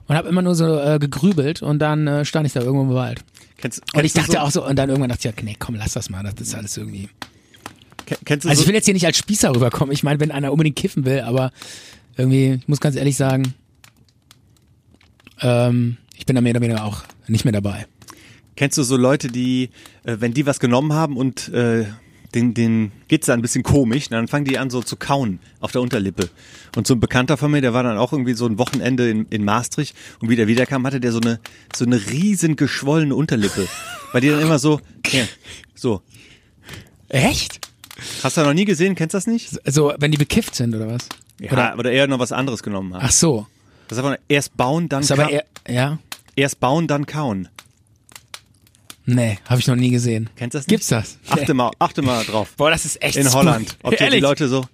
und habe immer nur so äh, gegrübelt und dann äh, stand ich da irgendwo im Wald. Kennst, kennst Und ich du dachte so, auch so, und dann irgendwann dachte ich, ja, nee, komm, lass das mal, das ist alles irgendwie... Ken- Kennst du Also so, ich will jetzt hier nicht als Spießer rüberkommen. Ich meine, wenn einer unbedingt kiffen will, aber irgendwie, ich muss ganz ehrlich sagen, ähm, ich bin da mehr oder weniger auch nicht mehr dabei. Kennst du so Leute, die, äh, wenn die was genommen haben und äh, den, den geht's da ein bisschen komisch, dann fangen die an so zu kauen auf der Unterlippe. Und so ein Bekannter von mir, der war dann auch irgendwie so ein Wochenende in, in Maastricht und wie der wiederkam, hatte der so eine so eine riesen geschwollene Unterlippe, weil die dann immer so ja, so. Echt? Hast du noch nie gesehen? Kennst das nicht? Also, wenn die bekifft sind oder was? Ja, Oder, oder, eher noch was anderes genommen haben. ach so. Das ist aber erst bauen, dann Ist aber ka- eher, ja? erst bauen, dann kauen. Nee, habe ich noch nie gesehen. Kennst du das nicht? Gibt's das? Achte Nee. mal, achte mal drauf. Boah, das ist echt in Holland. Ob dir Spooky. die Ehrlich? Leute so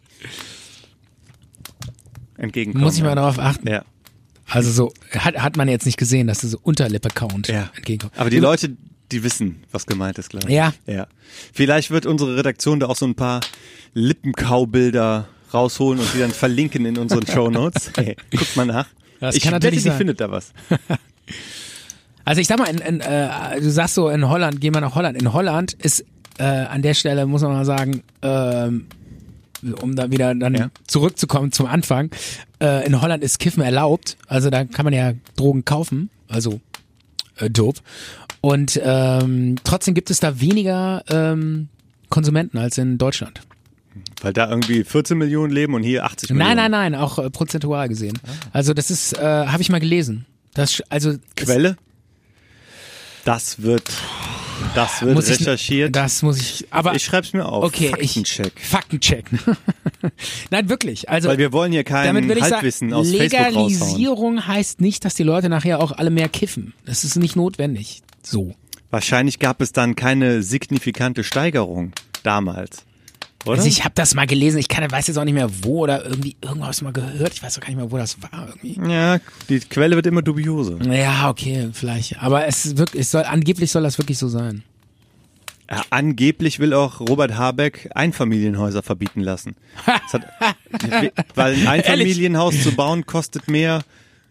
entgegenkommen. Muss ich mal darauf achten. Ja. Also so, hat, hat man jetzt nicht gesehen, dass du so Unterlippe count ja. entgegenkommst. Aber die Leute, die wissen, was gemeint ist, glaube ich. Ja. ja. Vielleicht wird unkere Redaktion da auch so ein paar Lippenkaubilder rausholen und die dann verlinken in [laughs] unseren Shownotes. Hey, guckt mal nach. Das ich kann wette, natürlich die sein. findet da was. Also ich sag mal, in, in, äh, du sagst so, in Holland, gehen wir nach Holland. In Holland ist äh, an der Stelle, muss man mal sagen, ähm, um da wieder dann Ja. zurückzukommen zum Anfang, äh, in Holland ist Kiffen erlaubt. Also da kann man ja Drogen kaufen, also äh, Dope. Und ähm, trotzdem gibt es da weniger ähm, Konsumenten als in Deutschland. Weil da irgendwie 14 Millionen leben und hier 80 Millionen. Nein, nein, nein, auch äh, prozentual gesehen. Ah. Also das ist, äh, habe ich mal gelesen. Das, sch- also Quelle? Das wird, das wird muss Ich, Ne, recherchiert. das muss ich. Aber ich schreib's mir auf. okay, Faktencheck. ich Faktencheck. [laughs] Nein, wirklich. Also Weil wir wollen hier damit kein würde ich Halbwissen sagen, aus Facebook raushauen. Legalisierung heißt nicht, dass die Leute nachher auch alle mehr kiffen. Das ist nicht notwendig. So. Wahrscheinlich gab es dann keine signifikante Steigerung damals. Oder? Also ich habe das mal gelesen. Ich kann, weiß jetzt auch nicht mehr wo oder irgendwie irgendwas mal gehört. Ich weiß auch gar nicht mehr, wo das war irgendwie. ja, die Quelle wird immer dubiose. Ja, okay, vielleicht. Aber es ist wirklich, es soll angeblich soll das wirklich so sein. Ja, angeblich will auch Robert Habeck Einfamilienhäuser verbieten lassen. Das [laughs] hat, weil ein Einfamilienhaus zu bauen kostet mehr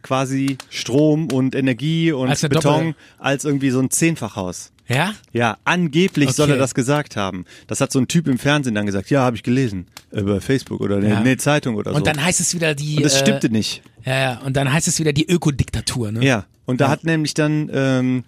quasi Strom und Energie und Als eine Beton Doppel- als irgendwie so ein Zehnfachhaus. Ja? Ja, angeblich soll er Okay. das gesagt haben. Das hat so ein Typ im Fernsehen dann gesagt. Ja, habe ich gelesen. Über Facebook oder eine Ja. nee, Zeitung oder so. Und dann heißt es wieder die. und das stimmte äh, nicht. Ja, ja, und dann heißt es wieder die Ökodiktatur, ne? Ja, und da hat nämlich dann ähm,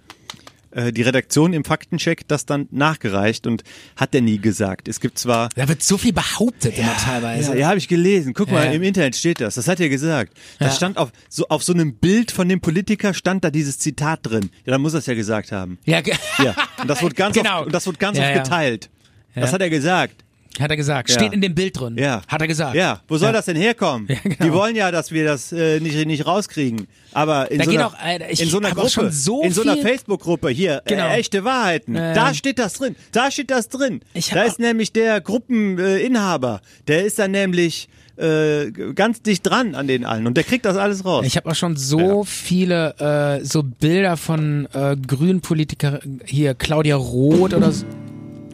äh, die Redaktion im Faktencheck das dann nachgereicht und hat er nie gesagt. Es gibt zwar Da wird so viel behauptet immer Ja, teilweise. ja habe ich gelesen. Guck Also Ja. mal, im Internet steht das. Das hat er gesagt. Das Ja. stand auf so auf so einem Bild von dem Politiker stand da dieses Zitat drin. Ja, dann muss er es ja gesagt haben. Ja, ge- Ja, und das wird ganz Genau. oft, und das wird ganz Ja, oft ja. geteilt. Das hat er gesagt. [laughs] Hat er gesagt. Ja. Steht in dem Bild drin. Ja. Hat er gesagt. Ja, wo soll das denn [laughs] herkommen? genau. Die wollen ja, dass wir das äh, nicht, nicht rauskriegen. Aber in Da so geht einer, auch, Alter, ich in so einer hab auch Gruppe, schon so in so einer viel- Facebook-Gruppe hier, Genau. äh, echte Wahrheiten. Ja, Da ja. steht das drin. Da steht das drin. Ich hab Da auch- ist nämlich der Gruppeninhaber. Äh, Inhaber. der ist dann nämlich äh, ganz dicht dran an den allen und der kriegt das alles raus. Ich habe auch schon so viele äh, so Bilder von äh, grünen Politiker hier Claudia Roth oder so.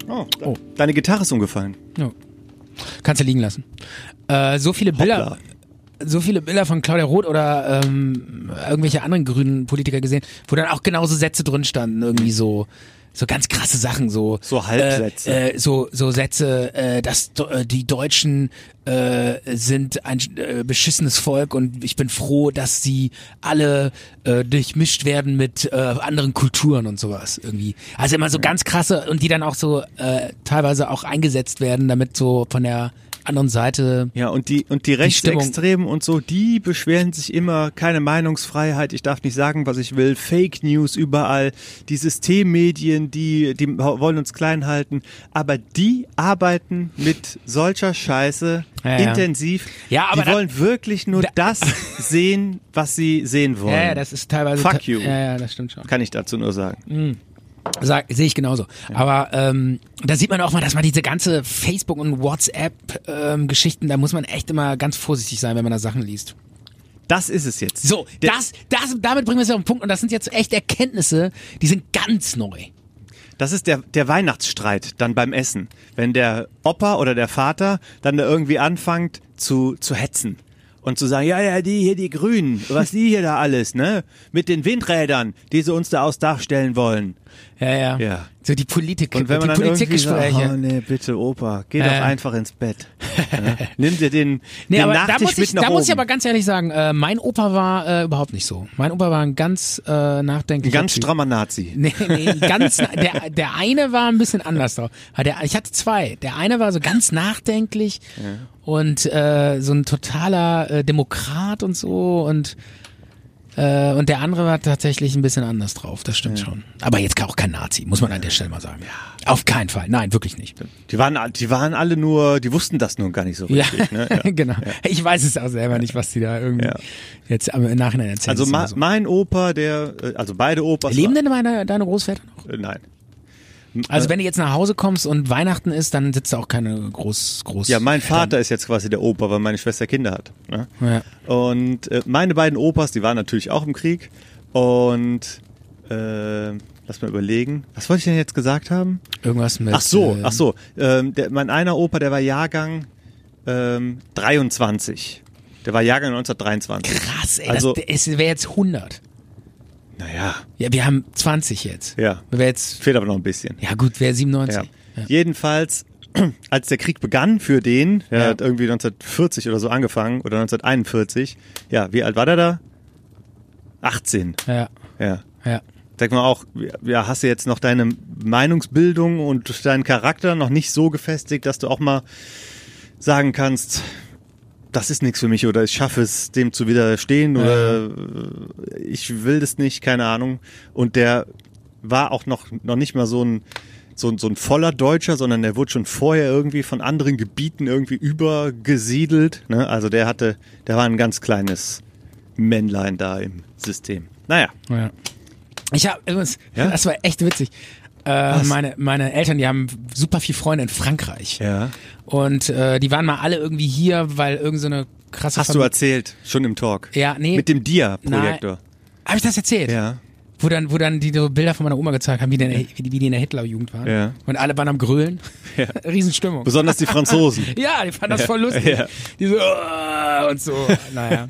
oh, de- Oh. Deine Gitarre ist umgefallen. Kannst du liegen lassen. Äh, so viele Bilder, Hoppla. so viele Bilder von Claudia Roth oder ähm, irgendwelche anderen grünen Politiker gesehen, wo dann auch genauso Sätze drin standen, irgendwie so so ganz krasse Sachen, so So Halbsätze. äh, äh, so so Sätze, äh, dass do- äh, die Deutschen äh, sind ein äh, beschissenes Volk und ich bin froh, dass sie alle äh, durchmischt werden mit äh, anderen Kulturen und sowas irgendwie. Also immer so ganz krasse und die dann auch so äh, teilweise auch eingesetzt werden, damit so von der anderen Seite Ja, und die, und die Stimmung. Rechtsextremen und so, die beschweren sich immer, keine Meinungsfreiheit, ich darf nicht sagen, was ich will, Fake News überall, die Systemmedien, die, die wollen uns klein halten, aber die arbeiten mit solcher Scheiße Ja, ja. intensiv. Ja, aber die da- wollen wirklich nur da- das sehen, was sie sehen wollen. Ja, ja, das ist teilweise. Fuck you. Ja, ja, das stimmt schon. Kann ich dazu nur sagen. Sag- Sehe ich genauso. Aber ähm, da sieht man auch mal, dass man diese ganze Facebook- und WhatsApp-Geschichten, da muss man echt immer ganz vorsichtig sein, wenn man da Sachen liest. Das ist es jetzt. So, Der- das, das, damit bringen wir es auf den Punkt. Und das sind jetzt echt Erkenntnisse, die sind ganz neu. Das ist der, der Weihnachtsstreit dann beim Essen. Wenn der Opa oder der Vater dann da irgendwie anfängt zu, zu hetzen. Und zu sagen, ja, ja, die hier, die Grünen, was die hier da alles, ne? Mit den Windrädern, die sie uns da aufs Dach stellen wollen. Ja, ja. Ja. So die Politik, Und wenn man dann die irgendwie sagt, oh Politikgespräche. nee, bitte Opa, geh Äh. doch einfach ins [laughs] Bett. Ja? Nimm dir den, Nee, den aber Nachtisch da muss mit ich, nach da oben. muss ich aber ganz ehrlich sagen, äh, mein Opa war äh, überhaupt nicht so. Mein Opa war ein ganz äh, Ein nachdenklicher ganz Typ. strammer Nazi. Nee, nee, ganz, der, der eine war ein bisschen anders drauf. Aber Der, ich hatte zwei. Der eine war so ganz nachdenklich und äh, so ein totaler äh, Demokrat und so und äh, und der andere war tatsächlich ein bisschen anders drauf, das stimmt schon. Aber jetzt auch kein Nazi, muss man an der Stelle mal sagen. Auf keinen Fall, nein, wirklich nicht. Die waren, die waren alle nur, die wussten das nur gar nicht so Ja, richtig. Ne? Ja. [laughs] genau. Ich weiß es auch selber nicht, was die da irgendwie Ja. jetzt im Nachhinein erzählen. Also Das ist ma, immer so. mein Opa, der, äh, also beide Opas. Leben denn meine, deine Großväter noch? Äh, Nein. Also Äh. wenn du jetzt nach Hause kommst und Weihnachten ist, dann sitzt da auch keine groß, groß. Ja, mein Vater ist jetzt quasi der Opa, weil meine Schwester Kinder hat. Ne? Ja. Und äh, meine beiden Opas, die waren natürlich auch im Krieg. Und äh, lass mal überlegen, was wollte ich denn jetzt gesagt haben? Irgendwas mit. Ach so, äh, ach so. Ähm, der, mein einer Opa, der war Jahrgang ähm, 23. Der war Jahrgang 1923. Krass, ey. Also- Also, das, es wäre jetzt 100. Naja, Ja, wir haben 20 jetzt. Ja. Wer jetzt, fehlt aber noch ein bisschen. ja gut, wer 97? Ja. Jedenfalls, [clears throat] als der Krieg begann für den, er Ja. hat irgendwie 1940 oder so angefangen oder 1941. Ja, wie alt war der da? 18. Ja. Ja. ja. Sag mal auch, ja, hast du jetzt noch deine Meinungsbildung und deinen Charakter noch nicht so gefestigt, dass du auch mal sagen kannst, das ist nichts für mich oder ich schaffe es, dem zu widerstehen oder äh, ich will das nicht, keine Ahnung. Und der war auch noch, noch nicht mal so ein, so, ein- so ein voller Deutscher, sondern der wurde schon vorher irgendwie von anderen Gebieten irgendwie übergesiedelt. Ne? Also der hatte, der war ein ganz kleines Männlein da im System. Naja, Ja. Ich habe übrigens, Ja? das war echt witzig. Äh, meine, meine Eltern, die haben super viel Freunde in Frankreich. Ja. Und äh, die waren mal alle irgendwie hier, weil irgend so eine krasse Hast du Familie- erzählt, schon im Talk. Ja, nee. Mit dem Dia-Projektor. Hab ich das erzählt? Ja. Wo dann, wo dann die so Bilder von meiner Oma gezeigt haben, wie die in der, wie die- wie die in der Hitlerjugend waren. Ja. Und alle waren am Grölen. [laughs] Ja. [laughs] Riesenstimmung. Besonders die [laughs] Franzosen. Ja, die fanden das voll lustig. Ja. Die so, "Ah", [laughs] und so. Naja.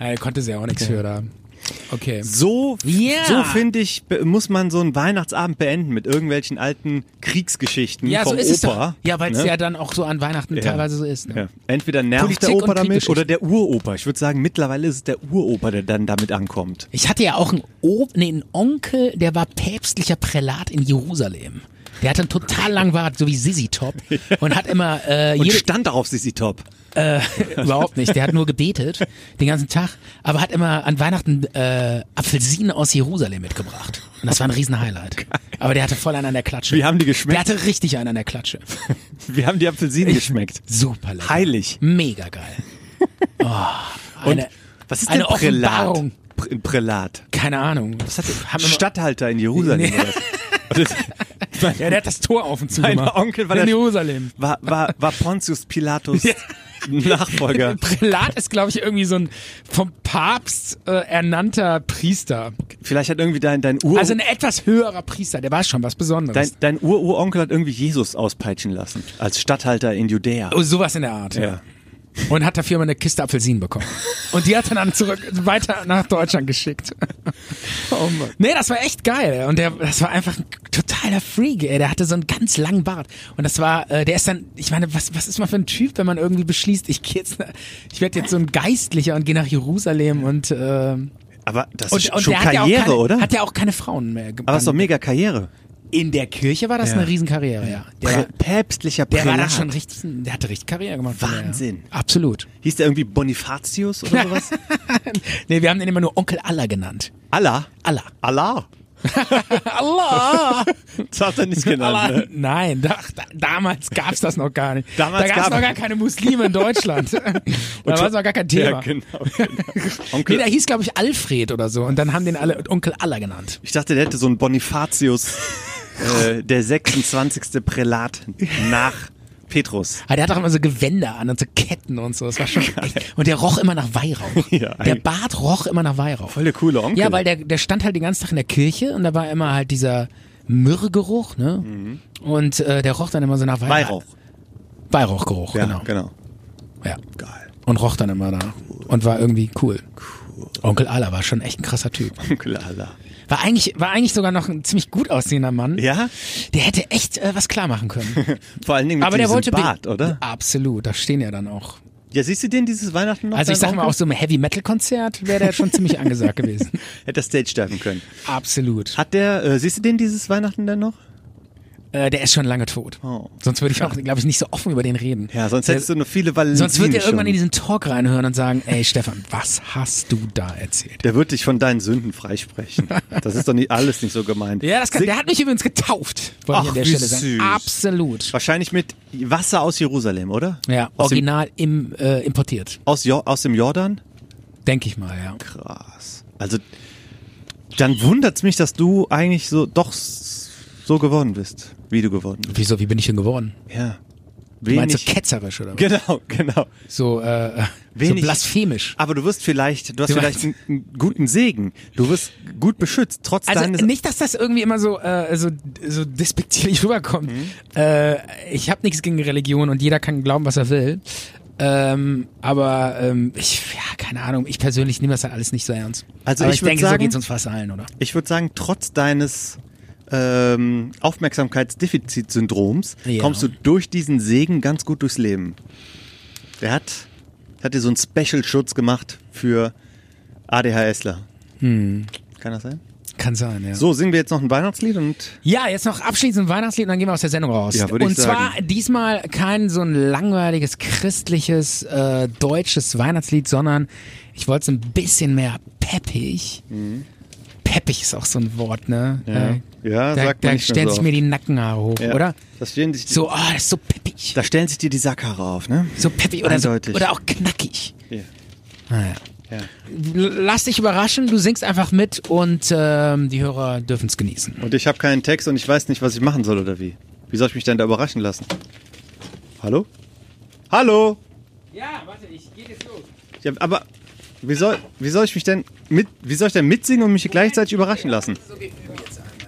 Er konnte sie ja auch nichts für da. Okay. So, Ja. so finde ich, be- muss man so einen Weihnachtsabend beenden mit irgendwelchen alten Kriegsgeschichten Ja, vom so ist Opa. es doch. Ja, weil es ne? ja dann auch so an Weihnachten teilweise so ist. Ne? Ja. Entweder nervt Politik der und Opa damit Kriegsgeschichte. oder der Uropa. Ich würde sagen, mittlerweile ist es der Uropa, der dann damit ankommt. Ich hatte ja auch einen, o nee, einen Onkel, der war päpstlicher Prälat in Jerusalem. Der hatte einen total langen Bart, so wie Sissy [laughs] Top. Und hat immer äh, Und jede, stand darauf, Sissi Top. überhaupt nicht. Der hat nur gebetet den ganzen Tag, aber hat immer an Weihnachten äh, Apfelsinen aus Jerusalem mitgebracht. Und das war ein Riesenhighlight. Aber der hatte voll einen an der Klatsche. Wie haben die der geschmeckt? hatte richtig einen an der Klatsche. Wir haben die Apfelsinen geschmeckt. Super lecker. Heilig. [laughs] Mega geil. Oh, eine, Was ist eine denn Prälat? Offenbarung. Prä- Ein Prälat. Keine Ahnung. Was hat, haben immer- Statthalter in Jerusalem. Nee. [laughs] oder was? Das- Ja, der hat das Tor auf und zu Mein gemacht. Onkel war in der- Jerusalem. War, war, war Pontius [laughs] Pilatus Nachfolger. Prälat ist, glaube ich, irgendwie so ein vom Papst äh, ernannter Priester. Vielleicht hat irgendwie dein, dein Ur... Also ein etwas höherer Priester, der war schon was Dein, Besonderes. dein Ururonkel hat irgendwie Jesus auspeitschen lassen. Als Statthalter in Judäa. oh, sowas in der Art. Ja. Und hat dafür immer eine Kiste Apfelsinen bekommen. Und die hat er dann zurück weiter nach Deutschland geschickt. Oh Mann. Nee, das war echt geil. Und der, das war einfach ein totaler Freak, ey. Der hatte so einen ganz langen Bart. Und das war, äh, der ist dann, ich meine, was, was ist man für ein Typ, wenn man irgendwie beschließt, ich geh jetzt, ich werde jetzt so ein Geistlicher und gehe nach Jerusalem und, äh, Aber das und, ist und schon der hat ja auch Karriere, keine, oder? Hat ja auch keine Frauen mehr. ge- Aber es ist doch mega Karriere. In der Kirche war das Ja. eine Riesenkarriere, ja. Der, Prä war, päpstlicher der Prälat. war da schon richtig, der hatte richtig Karriere gemacht. Wahnsinn. Ja. Absolut. Hieß der irgendwie Bonifatius oder sowas? Nee, wir haben den immer nur Onkel Allah [laughs] genannt. Allah. [laughs] Allah. Allah. [laughs] Allah! Das hat er [laughs] nicht genannt. Allah, Ne? nein, da, da, damals gab's das noch gar nicht. Damals da gab's gab- noch gar keine Muslime [laughs] in Deutschland. da war es noch gar kein Thema. Ja, [laughs] genau. genau. Nee, Onkel, der hieß, glaube ich, Alfred oder so. Und dann haben den alle Onkel Allah genannt. Ich dachte, der hätte so einen [laughs] Bonifatius, äh, der 26. Prälat nach Petrus. Aber der hat auch immer so Gewänder an und so Ketten und so. Das [laughs] war schon echt. Und der roch immer nach Weihrauch. Ja, der eigentlich. Bart roch immer nach Weihrauch. Voll der coole Onkel. Ja, weil der, der stand halt den ganzen Tag in der Kirche und da war immer halt dieser Myrrhegeruch, ne? Und äh, der roch dann immer so nach Weihrauch. Mhm. Weihrauch. Weihrauchgeruch, Ja, genau. genau. [laughs] Ja. Geil. Und roch dann immer da. Und war irgendwie cool. Onkel Ala war schon echt ein krasser Typ. Onkel Allah. War eigentlich, war eigentlich sogar noch ein ziemlich gut aussehender Mann. Ja? Der hätte echt äh, was klar machen können. Vor allen Dingen [laughs] mit Aber der diesem wollte be- Bart, oder? Absolut, da stehen ja dann auch. Ja, siehst du den dieses Weihnachten noch? Also ich sag deinen mal, auf Onkel? so einem Heavy-Metal-Konzert wäre der schon ziemlich [laughs] angesagt gewesen. Hätte er Stage sterben können. Absolut. Hat der, äh, siehst du den dieses Weihnachten denn noch? Äh, der ist schon lange tot. Oh. Sonst würde ich auch, glaube ich, nicht so offen über den reden. Ja, sonst Der- hättest du nur viele Valentine Sonst wird er irgendwann schon. in diesen Talk reinhören und sagen, ey Stefan, was hast du da erzählt? Der wird dich von deinen Sünden freisprechen. Das ist doch nicht, alles nicht so gemeint. Ja, das kann, Sing- der hat mich übrigens getauft, wollte Ach, ich an der wie Stelle sagen. süß. Absolut. Wahrscheinlich mit Wasser aus Jerusalem, oder? Ja, aus dem, original im, äh, importiert, aus, jo aus dem Jordan? denke ich mal, ja. Krass. Also, dann wundert's mich, dass du eigentlich so doch s- so geworden bist, wie du geworden bist. Wieso, wie bin ich denn geworden? Ja. Du meinst Wenig. du ketzerisch oder was? [laughs] genau, genau. So, äh, so Wenig- blasphemisch. Aber du wirst vielleicht, du hast Du vielleicht einen, einen guten Segen. Du wirst gut beschützt, trotz Also deines. nicht, dass das irgendwie immer so, äh, so, so [laughs] Mhm. despektierlich rüberkommt. Äh, ich habe nichts gegen Religion und jeder kann glauben, was er will. Ähm, aber ähm, ich, ja, keine Ahnung, ich persönlich nehme das halt alles nicht so ernst. Also aber ich ich würd denke, so sagen- geht's uns fast allen, oder? Ich würde sagen, trotz deines ähm, Aufmerksamkeitsdefizitsyndroms Ja. kommst du durch diesen Segen ganz gut durchs Leben. Der hat, hat dir so einen Special-Schutz gemacht für ADHSler. Hm. Kann das sein? Kann sein, ja. So, singen wir jetzt noch ein Weihnachtslied und Ja, jetzt noch abschließend ein Weihnachtslied und dann gehen wir aus der Sendung raus. Ja, würde ich und zwar sagen. diesmal kein so ein langweiliges christliches äh, deutsches Weihnachtslied, sondern ich wollte es ein bisschen mehr peppig. Peppig ist auch so ein Wort, ne? Äh, Mhm. Ja, da, sagt man da nicht mehr stellen so sich oft. mir die Nackenhaare hoch, Ja. oder? Das stellen sich die- so, ah, das ist so peppig. da stellen sich dir die Sackhaare auf, ne? So peppig oder, so, Eindeutig. oder auch knackig. Ja. Naja. Ja. L- Lass dich überraschen, du singst einfach mit und ähm, die Hörer dürfen es genießen. Und ich habe keinen Text und ich weiß nicht, was ich machen soll oder wie. Wie soll ich mich denn da überraschen lassen? Hallo? Hallo? Ja, warte, ich gehe jetzt los. Ja, aber wie soll, wie soll ich mich denn mit, wie soll ich denn mitsingen und mich gleichzeitig überraschen lassen?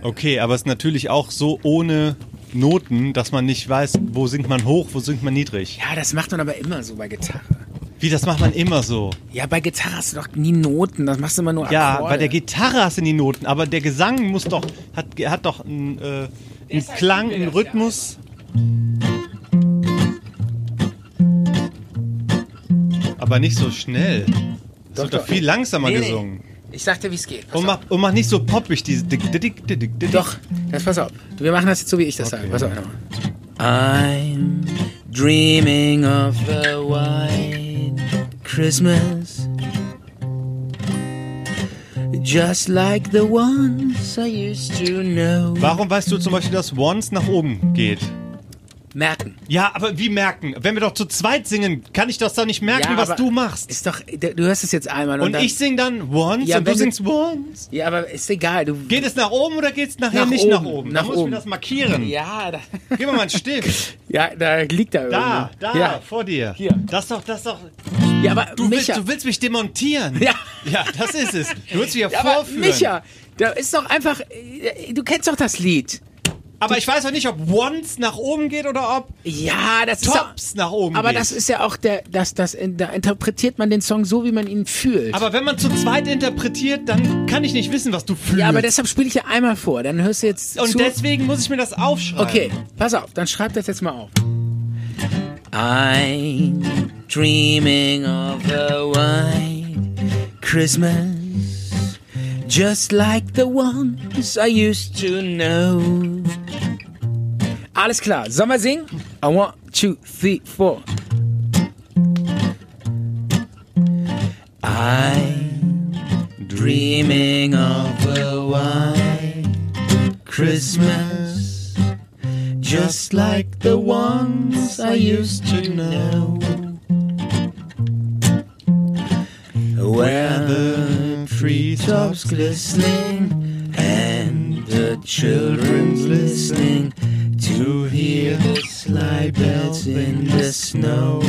Okay, aber es ist natürlich auch so ohne Noten, dass man nicht weiß, wo singt man hoch, wo singt man niedrig. Ja, das macht man aber immer so bei Gitarre. Wie, das macht man immer so. Ja, bei Gitarre hast du doch nie Noten, das machst du immer nur Ja, Akkorde. bei der Gitarre hast du die Noten, aber der Gesang muss doch, hat, hat doch einen, äh, einen Klang, einen Rhythmus. Aber nicht so schnell. Das wird doch viel langsamer Nee, nee. gesungen. Um Ich sag dir, wie es geht. Pass Und auf. mach, und mach nicht so poppig, diese dick, dick, dick, dick, dick. Doch, das pass auf. Wir machen das jetzt so, wie ich das sage. Pass auf. nochmal. I'm dreaming of a white Christmas Just like the ones I used to know Warum weißt du zum Beispiel, dass Once nach oben geht? Merken. Ja, aber wie merken? Wenn wir doch zu zweit singen, kann ich das doch nicht merken, Ja, was aber du machst. Ist doch, du hörst es jetzt einmal und, Und dann, ich sing dann Once Ja, und du wenn du- singst Once. Ja, aber ist egal. Du, Geht es nach oben oder geht es nachher Nach nicht oben, nach oben? nach da muss ich oben. mir das markieren. ja, da, [laughs] Gib mir mal einen Stift. ja, da liegt da Da, irgendwie. da, Ja, vor dir. Hier. Das ist doch, das ist doch. ja aber Du willst, Micha, du willst mich demontieren. Ja. Ja, das ist es. Du willst mich ja, Ja, aber vorführen. Micha, da ist doch einfach, äh, du kennst doch das Lied. Aber ich weiß doch nicht, ob Once nach oben geht oder ob Ja, das ist Tops nach oben ja, aber geht. das ist ja auch der, das, das, äh, da interpretiert man den Song so, wie man ihn fühlt. aber wenn man zu zweit interpretiert, dann kann ich nicht wissen, was du fühlst. ja, aber deshalb spiele ich ja einmal vor. Dann hörst du jetzt Und zu. deswegen muss ich mir das aufschreiben. Okay, pass auf, dann schreib das jetzt mal auf. I'm dreaming of a white Christmas Just like the ones I used to know Alles klar, sollen wir singen? I want two, three, four I'm dreaming of a white Christmas just like the ones I used to know. Where the treetops glistening and the children's listening to hear the sleigh bells in the snow.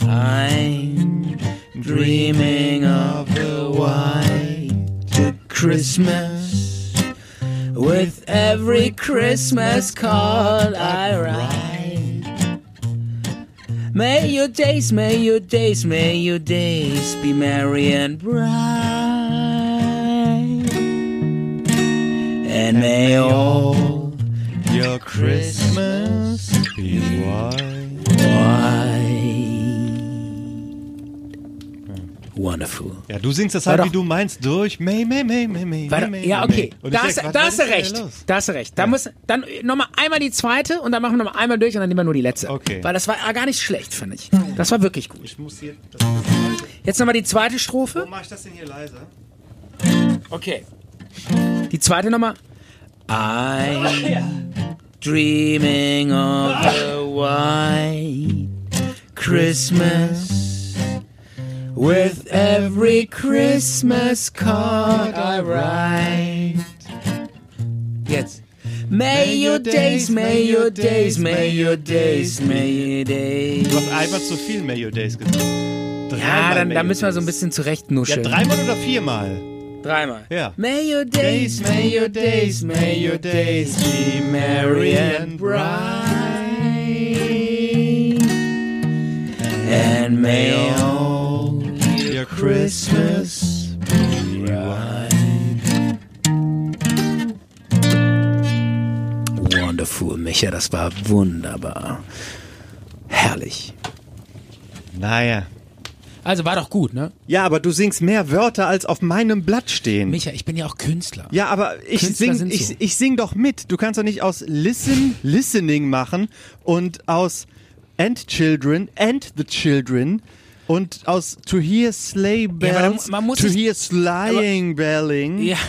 I'm dreaming of a white Christmas. With every Christmas card I write. May your days, may your days, may your days be merry and bright. And may all Your Christmas be wonderful. Ja, du singst das War halt, doch- wie du meinst, durch. May, may, may, may, may, Warte, may, ja, may, okay. may. Und Da ich hast, denk, was- da was hast du ist denn recht. los? Da hast du recht. Da muss, dann nochmal einmal die zweite und dann machen wir nochmal einmal durch und dann nehmen wir nur die letzte. Okay. Weil das war ah, gar nicht schlecht, finde ich. Das war wirklich gut. Ich muss hier. Das, Jetzt nochmal die zweite Strophe. warum mache ich das denn hier leiser? Okay. Die zweite Nummer. I'm dreaming of a white Christmas with every Christmas card I write. Jetzt. May your days, may your days, may your days, may your days. Du hast einmal zu viel May Your Days gesungen. Ja, Dreimal dann, May dann Your müssen wir so ein Days. bisschen Ja, zurechtnuscheln. dreimal oder viermal? Dreimal. Ja. May your days, may your days, may your days be merry and bright. and mail. Your Christmas. Wonderful, Micha, das war wunderbar. Herrlich. Naja. Also war doch gut, ne? Ja, aber du singst mehr Wörter als auf meinem Blatt stehen. Micha, ich bin ja auch Künstler. ja, aber ich Künstler sing, sind ich, so. ich sing doch mit. Du kannst doch nicht aus Listen, Listening machen und aus And Children, And the Children und aus To Hear Sleigh Bells, da mu- man muss To sich- Hear Sleighing Belling. Ja. [laughs]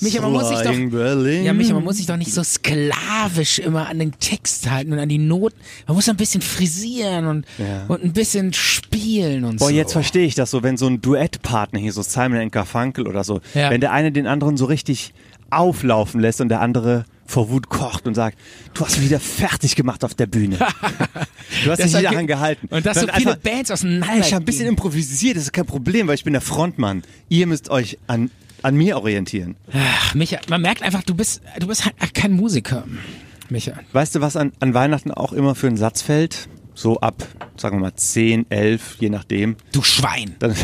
Micha, man muss sich doch. Sleighing Belling. Ja, Micha, man muss sich doch nicht so sklavisch immer an den Text halten und an die Noten. Man muss ein bisschen frisieren und, und ein bisschen spielen und Boah, so. jetzt verstehe ich das so, wenn so ein Duettpartner hier, so Simon and Garfunkel oder so, Ja. wenn der eine den anderen so richtig auflaufen lässt und der andere vor Wut kocht und sagt, du hast mich wieder fertig gemacht auf der [laughs] Bühne. du hast dich Das hat nicht ge- daran gehalten. Und dass so Dann viele einfach, Bands auseinander. ich habe ein bisschen improvisiert, das ist kein Problem, weil ich bin der Frontmann. Ihr müsst euch an, an mir orientieren. Ach, Micha, man merkt einfach, du bist, du bist halt kein Musiker. Micha. Weißt du, was an, an Weihnachten auch immer für einen Satz fällt? So ab, sagen wir mal, 10, 11, je nachdem. Du Schwein. Dann,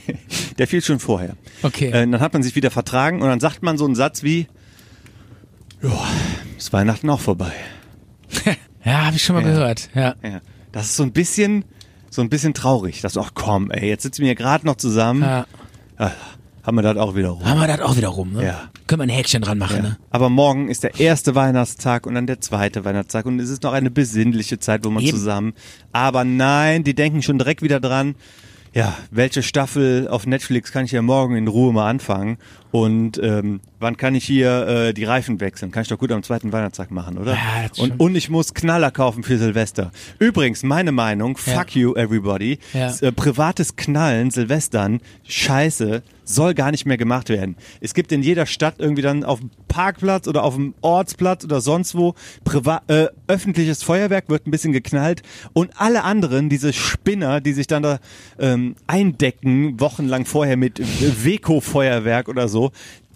[laughs] der fiel schon vorher. Okay. Äh, dann hat man sich wieder vertragen und dann sagt man so einen Satz wie, ja, ist Weihnachten auch vorbei. Ja, habe ich schon mal gehört. Ja. Ja. Das ist so ein bisschen, so ein bisschen traurig. Dass, ach komm, ey, jetzt sitzen wir hier gerade noch zusammen. Ja. Ah, haben wir das auch wieder rum. Haben wir das auch wieder rum, ne? Ja. Können wir ein Häkchen dran machen, ne? Aber morgen ist der erste Weihnachtstag und dann der zweite Weihnachtstag und es ist noch eine besinnliche Zeit, wo man Eben. zusammen. Aber nein, die denken schon direkt wieder dran. Ja, welche Staffel auf Netflix kann ich ja morgen in Ruhe mal anfangen? Und ähm, wann kann ich hier äh, die Reifen wechseln? Kann ich doch gut am zweiten Weihnachtstag machen, oder? Ja, das und, und ich muss Knaller kaufen für Silvester. Übrigens, meine Meinung, fuck you everybody. Ja. S- Äh, privates Knallen, Silvestern, Scheiße, soll gar nicht mehr gemacht werden. Es gibt in jeder Stadt irgendwie dann auf dem Parkplatz oder auf dem Ortsplatz oder sonst wo priva äh, öffentliches Feuerwerk wird ein bisschen geknallt und alle anderen, diese Spinner, die sich dann da ähm, eindecken, wochenlang vorher mit äh, Weko-Feuerwerk oder so,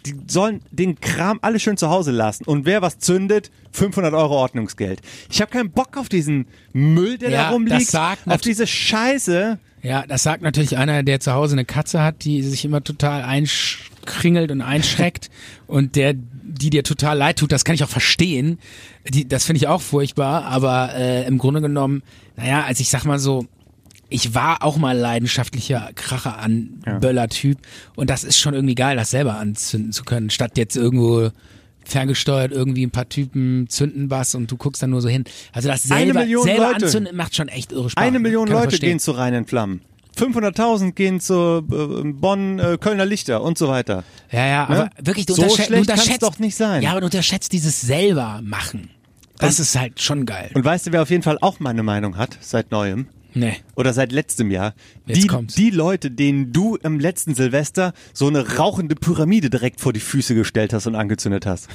die sollen den Kram alle schön zu Hause lassen. Und wer was zündet, 500 Euro Ordnungsgeld. Ich habe keinen Bock auf diesen Müll, der Ja, da rumliegt, das sagt auf nat- diese Scheiße. Ja, das sagt natürlich einer, der zu Hause eine Katze hat, die sich immer total einkringelt [laughs] und einschreckt und der, die dir total leid tut, das kann ich auch verstehen. Die, das finde ich auch furchtbar, aber äh, im Grunde genommen, naja, als ich sag mal so, ich war auch mal leidenschaftlicher Kracher an Böller-Typ und das ist schon irgendwie geil, das selber anzünden zu können, statt jetzt irgendwo ferngesteuert irgendwie ein paar Typen zünden was und du guckst dann nur so hin. Also das Eine selber, Million selber Leute. anzünden macht schon echt irre Spaß. Eine Million Ah, Kann man Leute verstehen. gehen zu reinen Flammen. 500.000 gehen zu äh, Bonn, äh, Kölner Lichter und so weiter. Ja, ja, aber wirklich, du Ne? So unterschätzt, du schlecht kann's unterschätzt doch nicht sein. Ja, aber du unterschätzt dieses selber machen. Das ist halt schon geil. Und weißt du, wer auf jeden Fall auch meine Meinung hat, seit neuem? Nee. Oder seit letztem Jahr. Hm. Jetzt die, kommt's. die Leute, denen du im letzten Silvester so eine rauchende Pyramide direkt vor die Füße gestellt hast und angezündet [laughs] hast.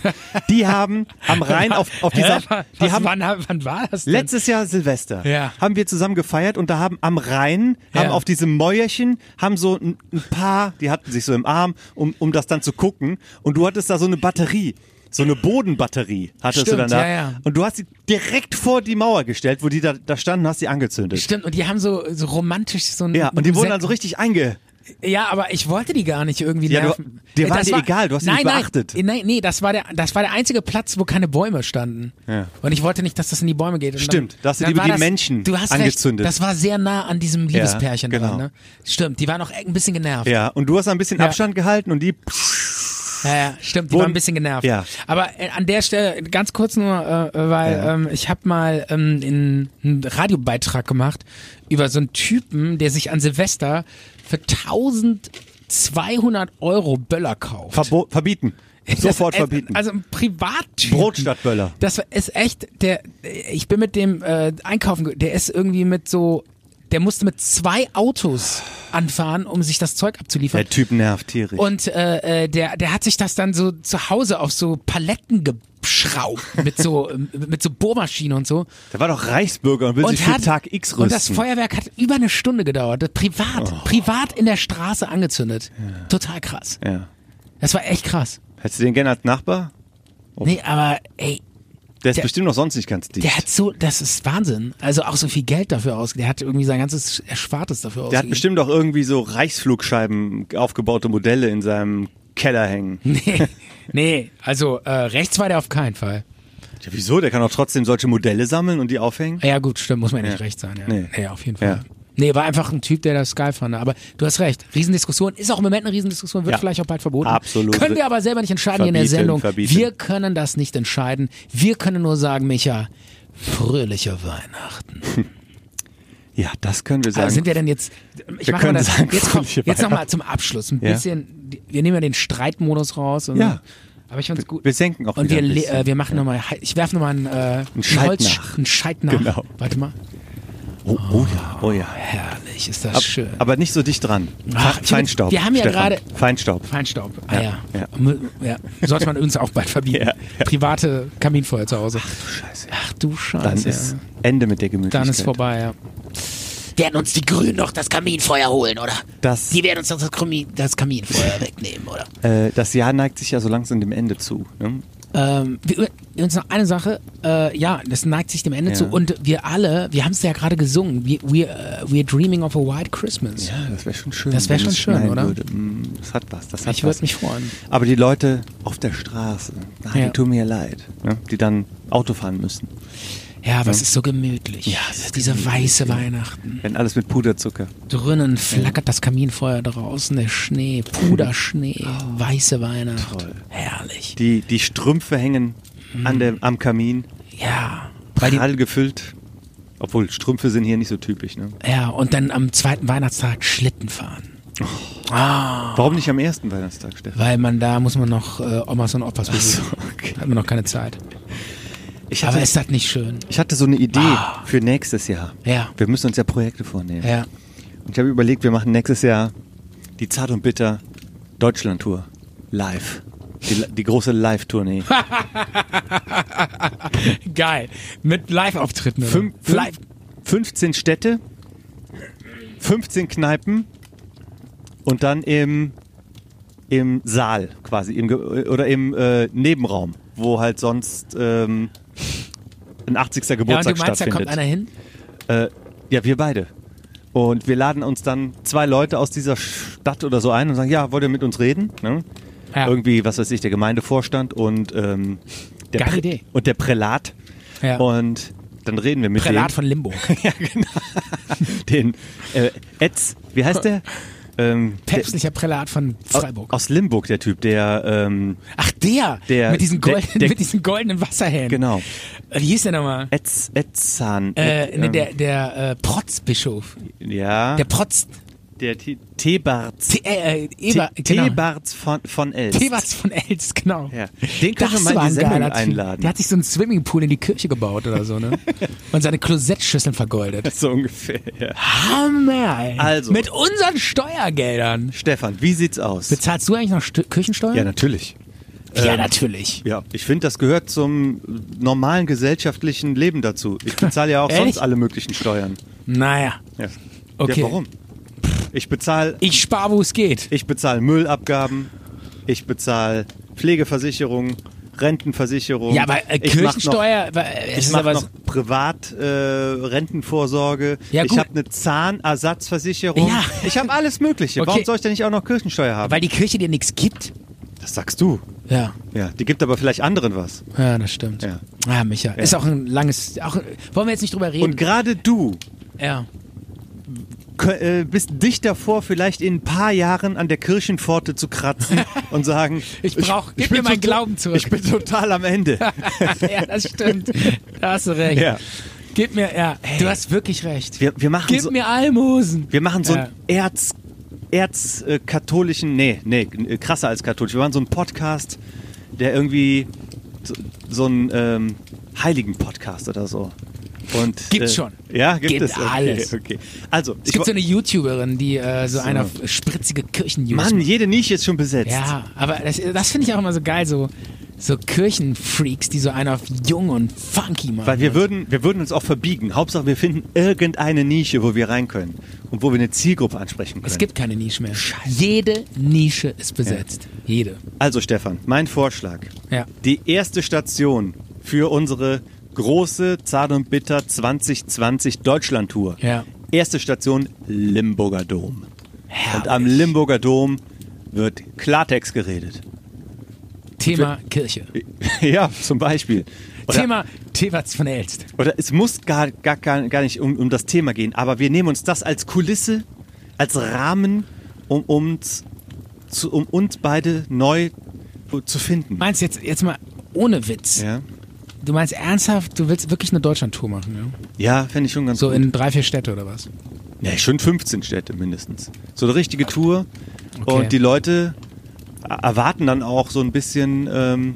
Die haben am Rhein auf, auf dieser, die haben wann, wann war das denn? Letztes Jahr Silvester Ja. haben wir zusammen gefeiert und da haben am Rhein, Ja. haben auf diesem Mäuerchen, haben so ein, ein paar, die hatten sich so im Arm, um, um das dann zu gucken. Und du hattest da so eine Batterie. So eine Bodenbatterie hattest Stimmt, du dann da. ja, ja. Und du hast sie direkt vor die Mauer gestellt, wo die da, da standen, hast sie angezündet. Stimmt, und die haben so, so romantisch so ein. Ja, und die wurden Sekt- dann so richtig einge... Ja, aber ich wollte die gar nicht irgendwie Ja, du- nerven. dir war Das dir egal, du hast sie nein, nicht beachtet. Nein, nein, nee, das war, der, das war der einzige Platz, wo keine Bäume standen. Ja. Und ich wollte nicht, dass das in die Bäume geht. Und Stimmt, da hast du lieber war die Menschen du hast angezündet. Recht, das war sehr nah an diesem Liebespärchen genau. dran. Ne? Stimmt, die waren auch ein bisschen genervt. Ja, und du hast ein bisschen Ja. Abstand gehalten und die... Ja, ja, stimmt, die Wurden- war ein bisschen genervt. Ja. Aber äh, an der Stelle ganz kurz nur, äh, weil Ja. ähm, ich habe mal ähm, in, einen Radiobeitrag gemacht über so einen Typen, der sich an Silvester für 1200 Euro Böller kauft. Verbo verbieten. Sofort [laughs] Das- äh, verbieten. Also ein Privattyp. Brot statt Böller. Das ist echt, der, ich bin mit dem äh, einkaufen, ge- der ist irgendwie mit so, der musste mit zwei Autos anfahren, um sich das Zeug abzuliefern. der Typ nervt tierisch. Und äh, äh, der, der hat sich das dann so zu Hause auf so Paletten geschraubt [laughs] mit so mit so Bohrmaschinen und so. der war doch Reichsbürger und will sich Und, für hat, Tag X rüsten. Oh. und das Feuerwerk hat über eine Stunde gedauert. Das Privat, privat in der Straße angezündet. Total krass. ja. Das war echt krass. Oh. Hättest du den gerne als Nachbar? Nee, aber ey, Der ist Der- bestimmt noch sonst nicht ganz dicht. Der hat so, das ist Wahnsinn. Also auch so viel Geld dafür ausgegeben. Der hat irgendwie sein ganzes Erspartes dafür Der hat ausgegeben. bestimmt auch irgendwie so Reichsflugscheiben aufgebaute Modelle in seinem Keller hängen. [laughs] Nee, nee, also äh, rechts war der auf keinen Fall. Ja, wieso? Der kann auch trotzdem solche Modelle sammeln und die aufhängen. Ja gut, stimmt, muss man ja nicht rechts sein. Ja. Nee. Nee. auf jeden Fall. Ja. Nee, war einfach ein Typ, der das geil fand. Aber du hast recht, Riesendiskussion, ist auch im Moment eine Riesendiskussion, wird Ja. vielleicht auch bald verboten. Absolut. Können wir aber selber nicht entscheiden hier in der Verbieten, Sendung. verbieten. Wir können das nicht entscheiden. Wir können nur sagen, Micha, fröhliche Weihnachten. Ja, das können wir sagen. Also sind wir denn jetzt, ich Wir mach mal können das, sagen, jetzt, komm, fröhliche jetzt nochmal Weihnachten. zum Abschluss. Ein Ja. bisschen, wir nehmen ja den Streitmodus raus. Und Ja. Aber ich fand's gut. wir senken auch Und wieder wir, ein le- bisschen. äh, wir machen nochmal, ich werfe nochmal einen, äh, einen Scheit Holz- nach. Einen Scheit nach. Genau. Warte mal. oh, oh ja, oh ja. Herrlich, ist das Ab, Ah, schön. aber nicht so dicht dran. Ach, ich hab Feinstaub. jetzt- wir haben ja Stefan. gerade- Feinstaub. Feinstaub. Ah ja. Ja, Ja. ja. Sollte man uns auch bald verbieten. [laughs] Ja, ja. Private Kaminfeuer zu Hause. Scheiße. Ach du Scheiße. Dann ist Ende mit der Gemütlichkeit. Dann ist vorbei, ja. Werden uns die Grünen noch das Kaminfeuer holen, oder? Das, Die werden uns das, Krumi- das [laughs] Kaminfeuer wegnehmen, oder? äh, das Jahr neigt sich ja so langsam dem Ende zu. Ne? Ähm, wir, uns noch eine Sache, äh, ja, das neigt sich dem Ende Ja. zu und wir alle, wir haben es ja gerade gesungen, we, we, äh, we're dreaming of a white Christmas. Ja, das wäre schon schön. Das wär wenn schon es schön, schneien oder? Würde. Mm, Das hat was. Das hat Ich würd was. mich freuen. Aber die Leute auf der Straße, ah, Ja. die tun mir leid, ne? die dann Auto fahren müssen. Ja, aber es ist so gemütlich. Ja, es ist diese weiße Weihnachten. Wenn alles mit Puderzucker. Drinnen flackert das Kaminfeuer draußen, der Schnee, [laughs] Puderschnee, weiße Weihnacht. Herrlich. Die, die Strümpfe hängen an der, am Kamin, Ja. Mhm. Weil die, prall gefüllt. Obwohl, Strümpfe sind hier nicht so typisch. Ne? ja, und dann am zweiten Weihnachtstag Schlitten fahren. Ah. Warum nicht am ersten Weihnachtstag, Stefan? Weil man da muss man noch äh, Omas und Opas besuchen. okay. Hat man noch keine Zeit. Ich Aber hatte, ist das nicht schön? ich hatte so eine Idee für nächstes Jahr. Ja. Wir müssen uns ja Projekte vornehmen. Ja. Und ich habe überlegt, wir machen nächstes Jahr die Zart und Bitter Deutschland-Tour live. Die, die große Live-Tournee. Geil. Mit Live-Auftritten. oder? Fünf, Live. fünf, 15 Städte, 15 Kneipen und dann im, im Saal quasi im, Ge- oder im äh, Nebenraum, wo halt sonst ähm, ein 80. Ja, und du Geburtstag meinst, da stattfindet. kommt einer hin? ja, wir beide. Und wir laden uns dann zwei Leute aus dieser Stadt oder so ein und sagen, ja, wollt ihr mit uns reden? Ne? Ja. Irgendwie, was weiß ich, der Gemeindevorstand und ähm, der Geile Prä- Idee. und der Prälat. Ja. Und dann reden wir mit Prälat [laughs] von Limburg. den, den äh, Etz, wie heißt [laughs] der? Ähm, der Päpstlicher Prälat von Freiburg. Aus Limburg, der Typ, der ähm, Ach, der, Der- mit, diesen der- goldenen, der- mit diesen goldenen Wasserhähnen. Genau. Äh, Wie hieß der nochmal? Etz, Etzahn. Äh, Et- ne, ähm, der der äh, Protzbischof. ja, der, Der Protz. T- Tebarts. T äh, äh, Eber, Te- genau. Tebarts von, von Elst. Tebas von Elst, genau. Ja. Den können wir das mal in die war ein Sendung geiler Typ. einladen. Der hat sich so einen Swimmingpool in die Kirche gebaut oder so, [laughs] ne? Und seine Klosettschüsseln vergoldet. [laughs] So ungefähr, ja. Hammer, ey. Also. Mit unseren Steuergeldern. Stefan, wie sieht's aus? Bezahlst du eigentlich noch Stö Kirchensteuer? Ja, natürlich. Ja, natürlich. Ja, ich finde, das gehört zum normalen gesellschaftlichen Leben dazu. Ich bezahle [laughs] ja auch Ehrlich? sonst alle möglichen Steuern. Naja, Ja. Okay. Ja, warum? Ich bezahle ich spare, wo es geht. ich bezahl Müllabgaben, ich bezahle Pflegeversicherung, Rentenversicherung. Ja, aber äh, ich mach noch- Kirchensteuer, weil, äh, es Ich ist mache aber noch privat äh, Rentenvorsorge. Ja, ich gut. habe eine Zahnersatzversicherung. Ja. Ich habe alles Mögliche. Okay. Warum soll ich denn nicht auch noch Kirchensteuer haben? weil die Kirche dir nichts gibt. das sagst du. Ja, Ja, die gibt aber vielleicht anderen was. ja, das stimmt. Ja, Ja. Micha, ist auch ein langes, auch, wollen wir jetzt nicht drüber reden. Und gerade du ja. kö- äh, bist dich davor, vielleicht in ein paar Jahren an der Kirchenpforte zu [laughs] kratzen und sagen, Ich brauch- gib mir bin meinen tota- Glauben zurück. Ich bin total am Ende. [laughs] ja, das stimmt. Da hast du recht. Ja. Gib mir, ja, du hast wirklich recht. Wir, wir machen Gib so, mir Almosen. wir machen so Ja. einen Erz, erzkatholischen, nee, nee, äh, krasser als katholisch. Wir machen so einen Podcast, der irgendwie so, so einen ähm, heiligen Podcast oder so. Und, äh, Gibt's schon. Ja, gibt Gibt es. Okay, alles. Okay. Also, Es ich gibt so wo- eine YouTuberin, die äh, so, eine spritzige Kirchen-News Mann, jede Nische ist schon besetzt. Ja, aber das, das finde ich auch immer so geil, so, so Kirchenfreaks, die so einen auf jung und funky machen. Weil wir würden, wir würden uns auch verbiegen. Hauptsache, wir finden irgendeine Nische, wo wir rein können und wo wir eine Zielgruppe ansprechen können. es gibt keine Nische mehr. Jede Nische ist besetzt. Jede. also Stefan, mein Vorschlag. Ja. Die erste Station für unsere große Zart und Bitter 2020 Deutschland-Tour. Ja. Erste Station Limburger Dom. Und am Limburger Dom wird Klartext geredet. [laughs] Thema Kirche. ja, zum Beispiel. Oder- Thema Thewatz von der Elst. Oder es muss gar, gar, gar, gar nicht um, um das Thema gehen, aber wir nehmen uns das als Kulisse, als Rahmen, um uns, zu, um uns beide neu zu finden. Meinst jetzt jetzt mal ohne Witz? Ja, Du meinst ernsthaft, du willst wirklich eine Deutschland-Tour machen? Ja? ja fände ich schon ganz So gut. in drei, vier Städte oder was? ja, schon 15 Städte mindestens. So eine richtige Tour. Und die Leute er- erwarten dann auch so ein bisschen, ähm,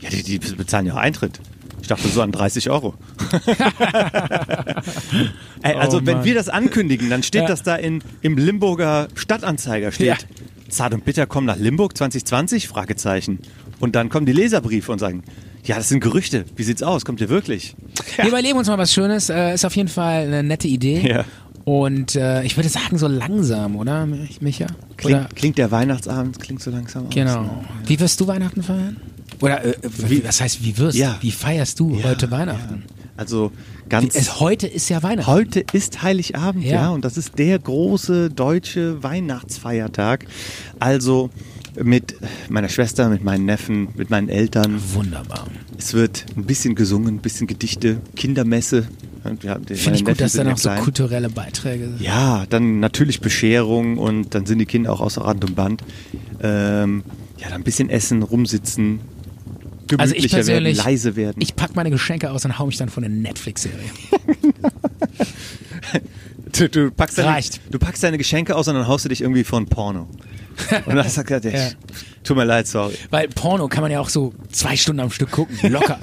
ja, die, die bezahlen ja auch Eintritt. Ich dachte so an 30 [laughs] Euro. Ey, also Oh wenn Mann. wir das ankündigen, dann steht Ja. das da in, im Limburger Stadtanzeiger steht. Ja. Zart und Bitter kommen nach Limburg 2020? Fragezeichen. Und dann kommen die Leserbriefe und sagen, ja, das sind Gerüchte. Wie sieht's aus? Kommt ihr wirklich? Wir überlegen uns mal was Schönes. Äh, ist auf jeden Fall eine nette Idee. Ja. Und äh, ich würde sagen, so langsam, oder, Mich- Micha? Oder, Klingt, klingt der Weihnachtsabend, klingt so langsam aus. genau. ne? Wie wirst du Weihnachten feiern? Oder, äh, wie, was heißt, wie wirst Ja. Wie feierst du Ja, heute Weihnachten? Ja. Also Wie, ganz. es, heute ist ja Weihnachten. heute ist Heiligabend, ja. Ja. und das ist der große deutsche Weihnachtsfeiertag. Also mit meiner Schwester, mit meinen Neffen, mit meinen Eltern. Wunderbar. Es wird ein bisschen gesungen, ein bisschen Gedichte, Kindermesse. Finde Finde ich gut, dass da noch so kulturelle Beiträge sind. Ja, dann natürlich Bescherung und dann sind die Kinder auch außer Rand und Band. Ähm, ja, dann ein bisschen essen, rumsitzen, gemütlicher Also ich persönlich, werden, leise werden. ich pack meine Geschenke aus und hau mich dann von der Netflix-Serie. Du, du, packst deine, Reicht. du packst deine Geschenke aus und dann haust du dich irgendwie von Porno. Und dann sagt er, Ja. tut mir leid, sorry. Weil Porno kann man ja auch so zwei Stunden am Stück gucken, [laughs] locker.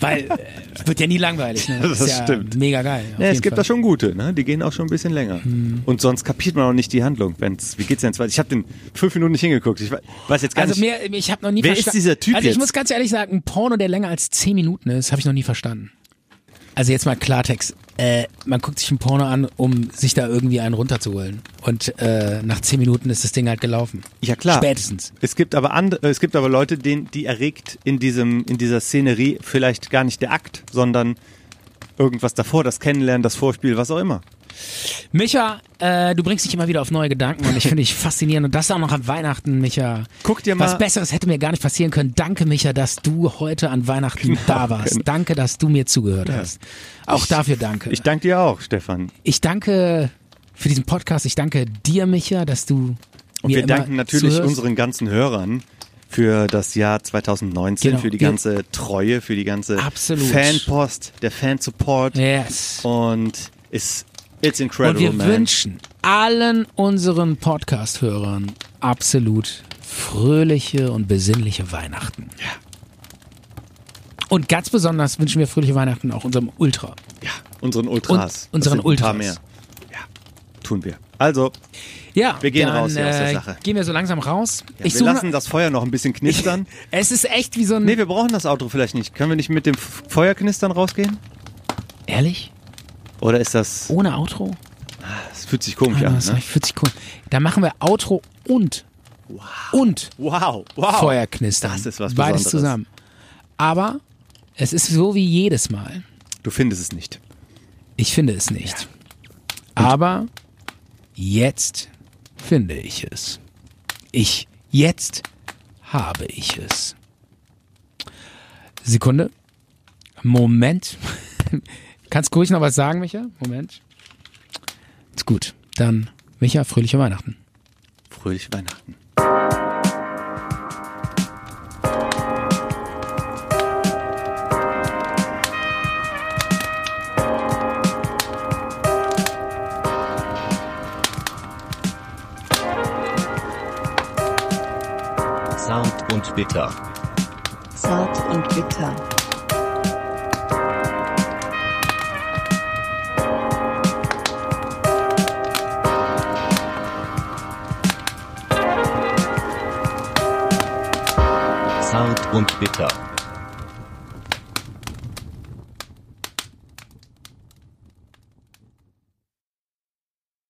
Weil äh, wird ja nie langweilig. Ne? Das ist ja stimmt. Mega geil. auf Ja, es jeden gibt Fall. Hm. da schon gute, ne? die gehen auch schon ein bisschen länger. Und sonst kapiert man auch nicht die Handlung. Wenn's, wie geht's denn jetzt weiter? Ich habe den fünf Minuten nicht hingeguckt. Ich we- weiß jetzt gar Also nicht. mir, ich habe noch nie Wer versta- ist dieser Typ Also ich jetzt? muss ganz ehrlich sagen, ein Porno, der länger als 10 Minuten ist, habe ich noch nie verstanden. Also jetzt mal Klartext. Äh, man guckt sich ein Porno an, um sich da irgendwie einen runterzuholen. Und äh, nach 10 Minuten ist das Ding halt gelaufen. ja klar. Spätestens. Es gibt aber andere, es gibt aber Leute, denen, die erregt in diesem, in dieser Szenerie vielleicht gar nicht der Akt, sondern irgendwas davor, das Kennenlernen, das Vorspiel, was auch immer. Micha, äh, du bringst dich immer wieder auf neue Gedanken und ich finde dich faszinierend. Und das auch noch an Weihnachten, Micha. Guck dir mal- Was Besseres hätte mir gar nicht passieren können. Danke, Micha, dass du heute an Weihnachten da warst. Danke, dass du mir zugehört hast. Auch dafür danke. Genau. Ich danke dir auch, Stefan. Ich danke für diesen Podcast. Ich danke dir, Micha, dass du Und mir wir immer danken natürlich zuhörst. unseren ganzen Hörern für das Jahr 2019, Genau. für die Wir- ganze Treue, für die ganze Absolut. Fanpost, der Fansupport. Yes. Und it's, it's incredible, Und wir man. wünschen allen unseren Podcast-Hörern absolut fröhliche und besinnliche Weihnachten. Ja. Und ganz besonders wünschen wir fröhliche Weihnachten auch unserem Ultra. ja, unseren Ultras. Und- unseren Das sind ein paar Ultras. mehr. Ja, tun wir. Also, Ja, Wir gehen dann, raus hier aus der äh, Sache. Gehen wir so langsam raus. ja, wir lassen das Feuer noch ein bisschen knistern. [laughs] es ist echt wie so ein. nee, wir brauchen das Outro vielleicht nicht. Können wir nicht mit dem F- Feuerknistern rausgehen? ehrlich? Oder ist das... Ohne Outro? Das fühlt sich komisch Ja, an, Oh. das ne? ne? 40 Sekunden. Da machen wir Outro und. Und. Wow, wow. Feuer knistern. Das ist was Beides Besonderes. zusammen. Aber es ist so wie jedes Mal. Du findest es nicht. Ich finde es nicht. Aber jetzt finde ich es. Ich, jetzt habe ich es. Sekunde. Moment. [laughs] Kannst ruhig noch was sagen, Micha? Moment. Ist gut. Dann, Micha, fröhliche Weihnachten. Fröhliche Weihnachten. Zart und bitter. Zart und bitter. Zart und bitter.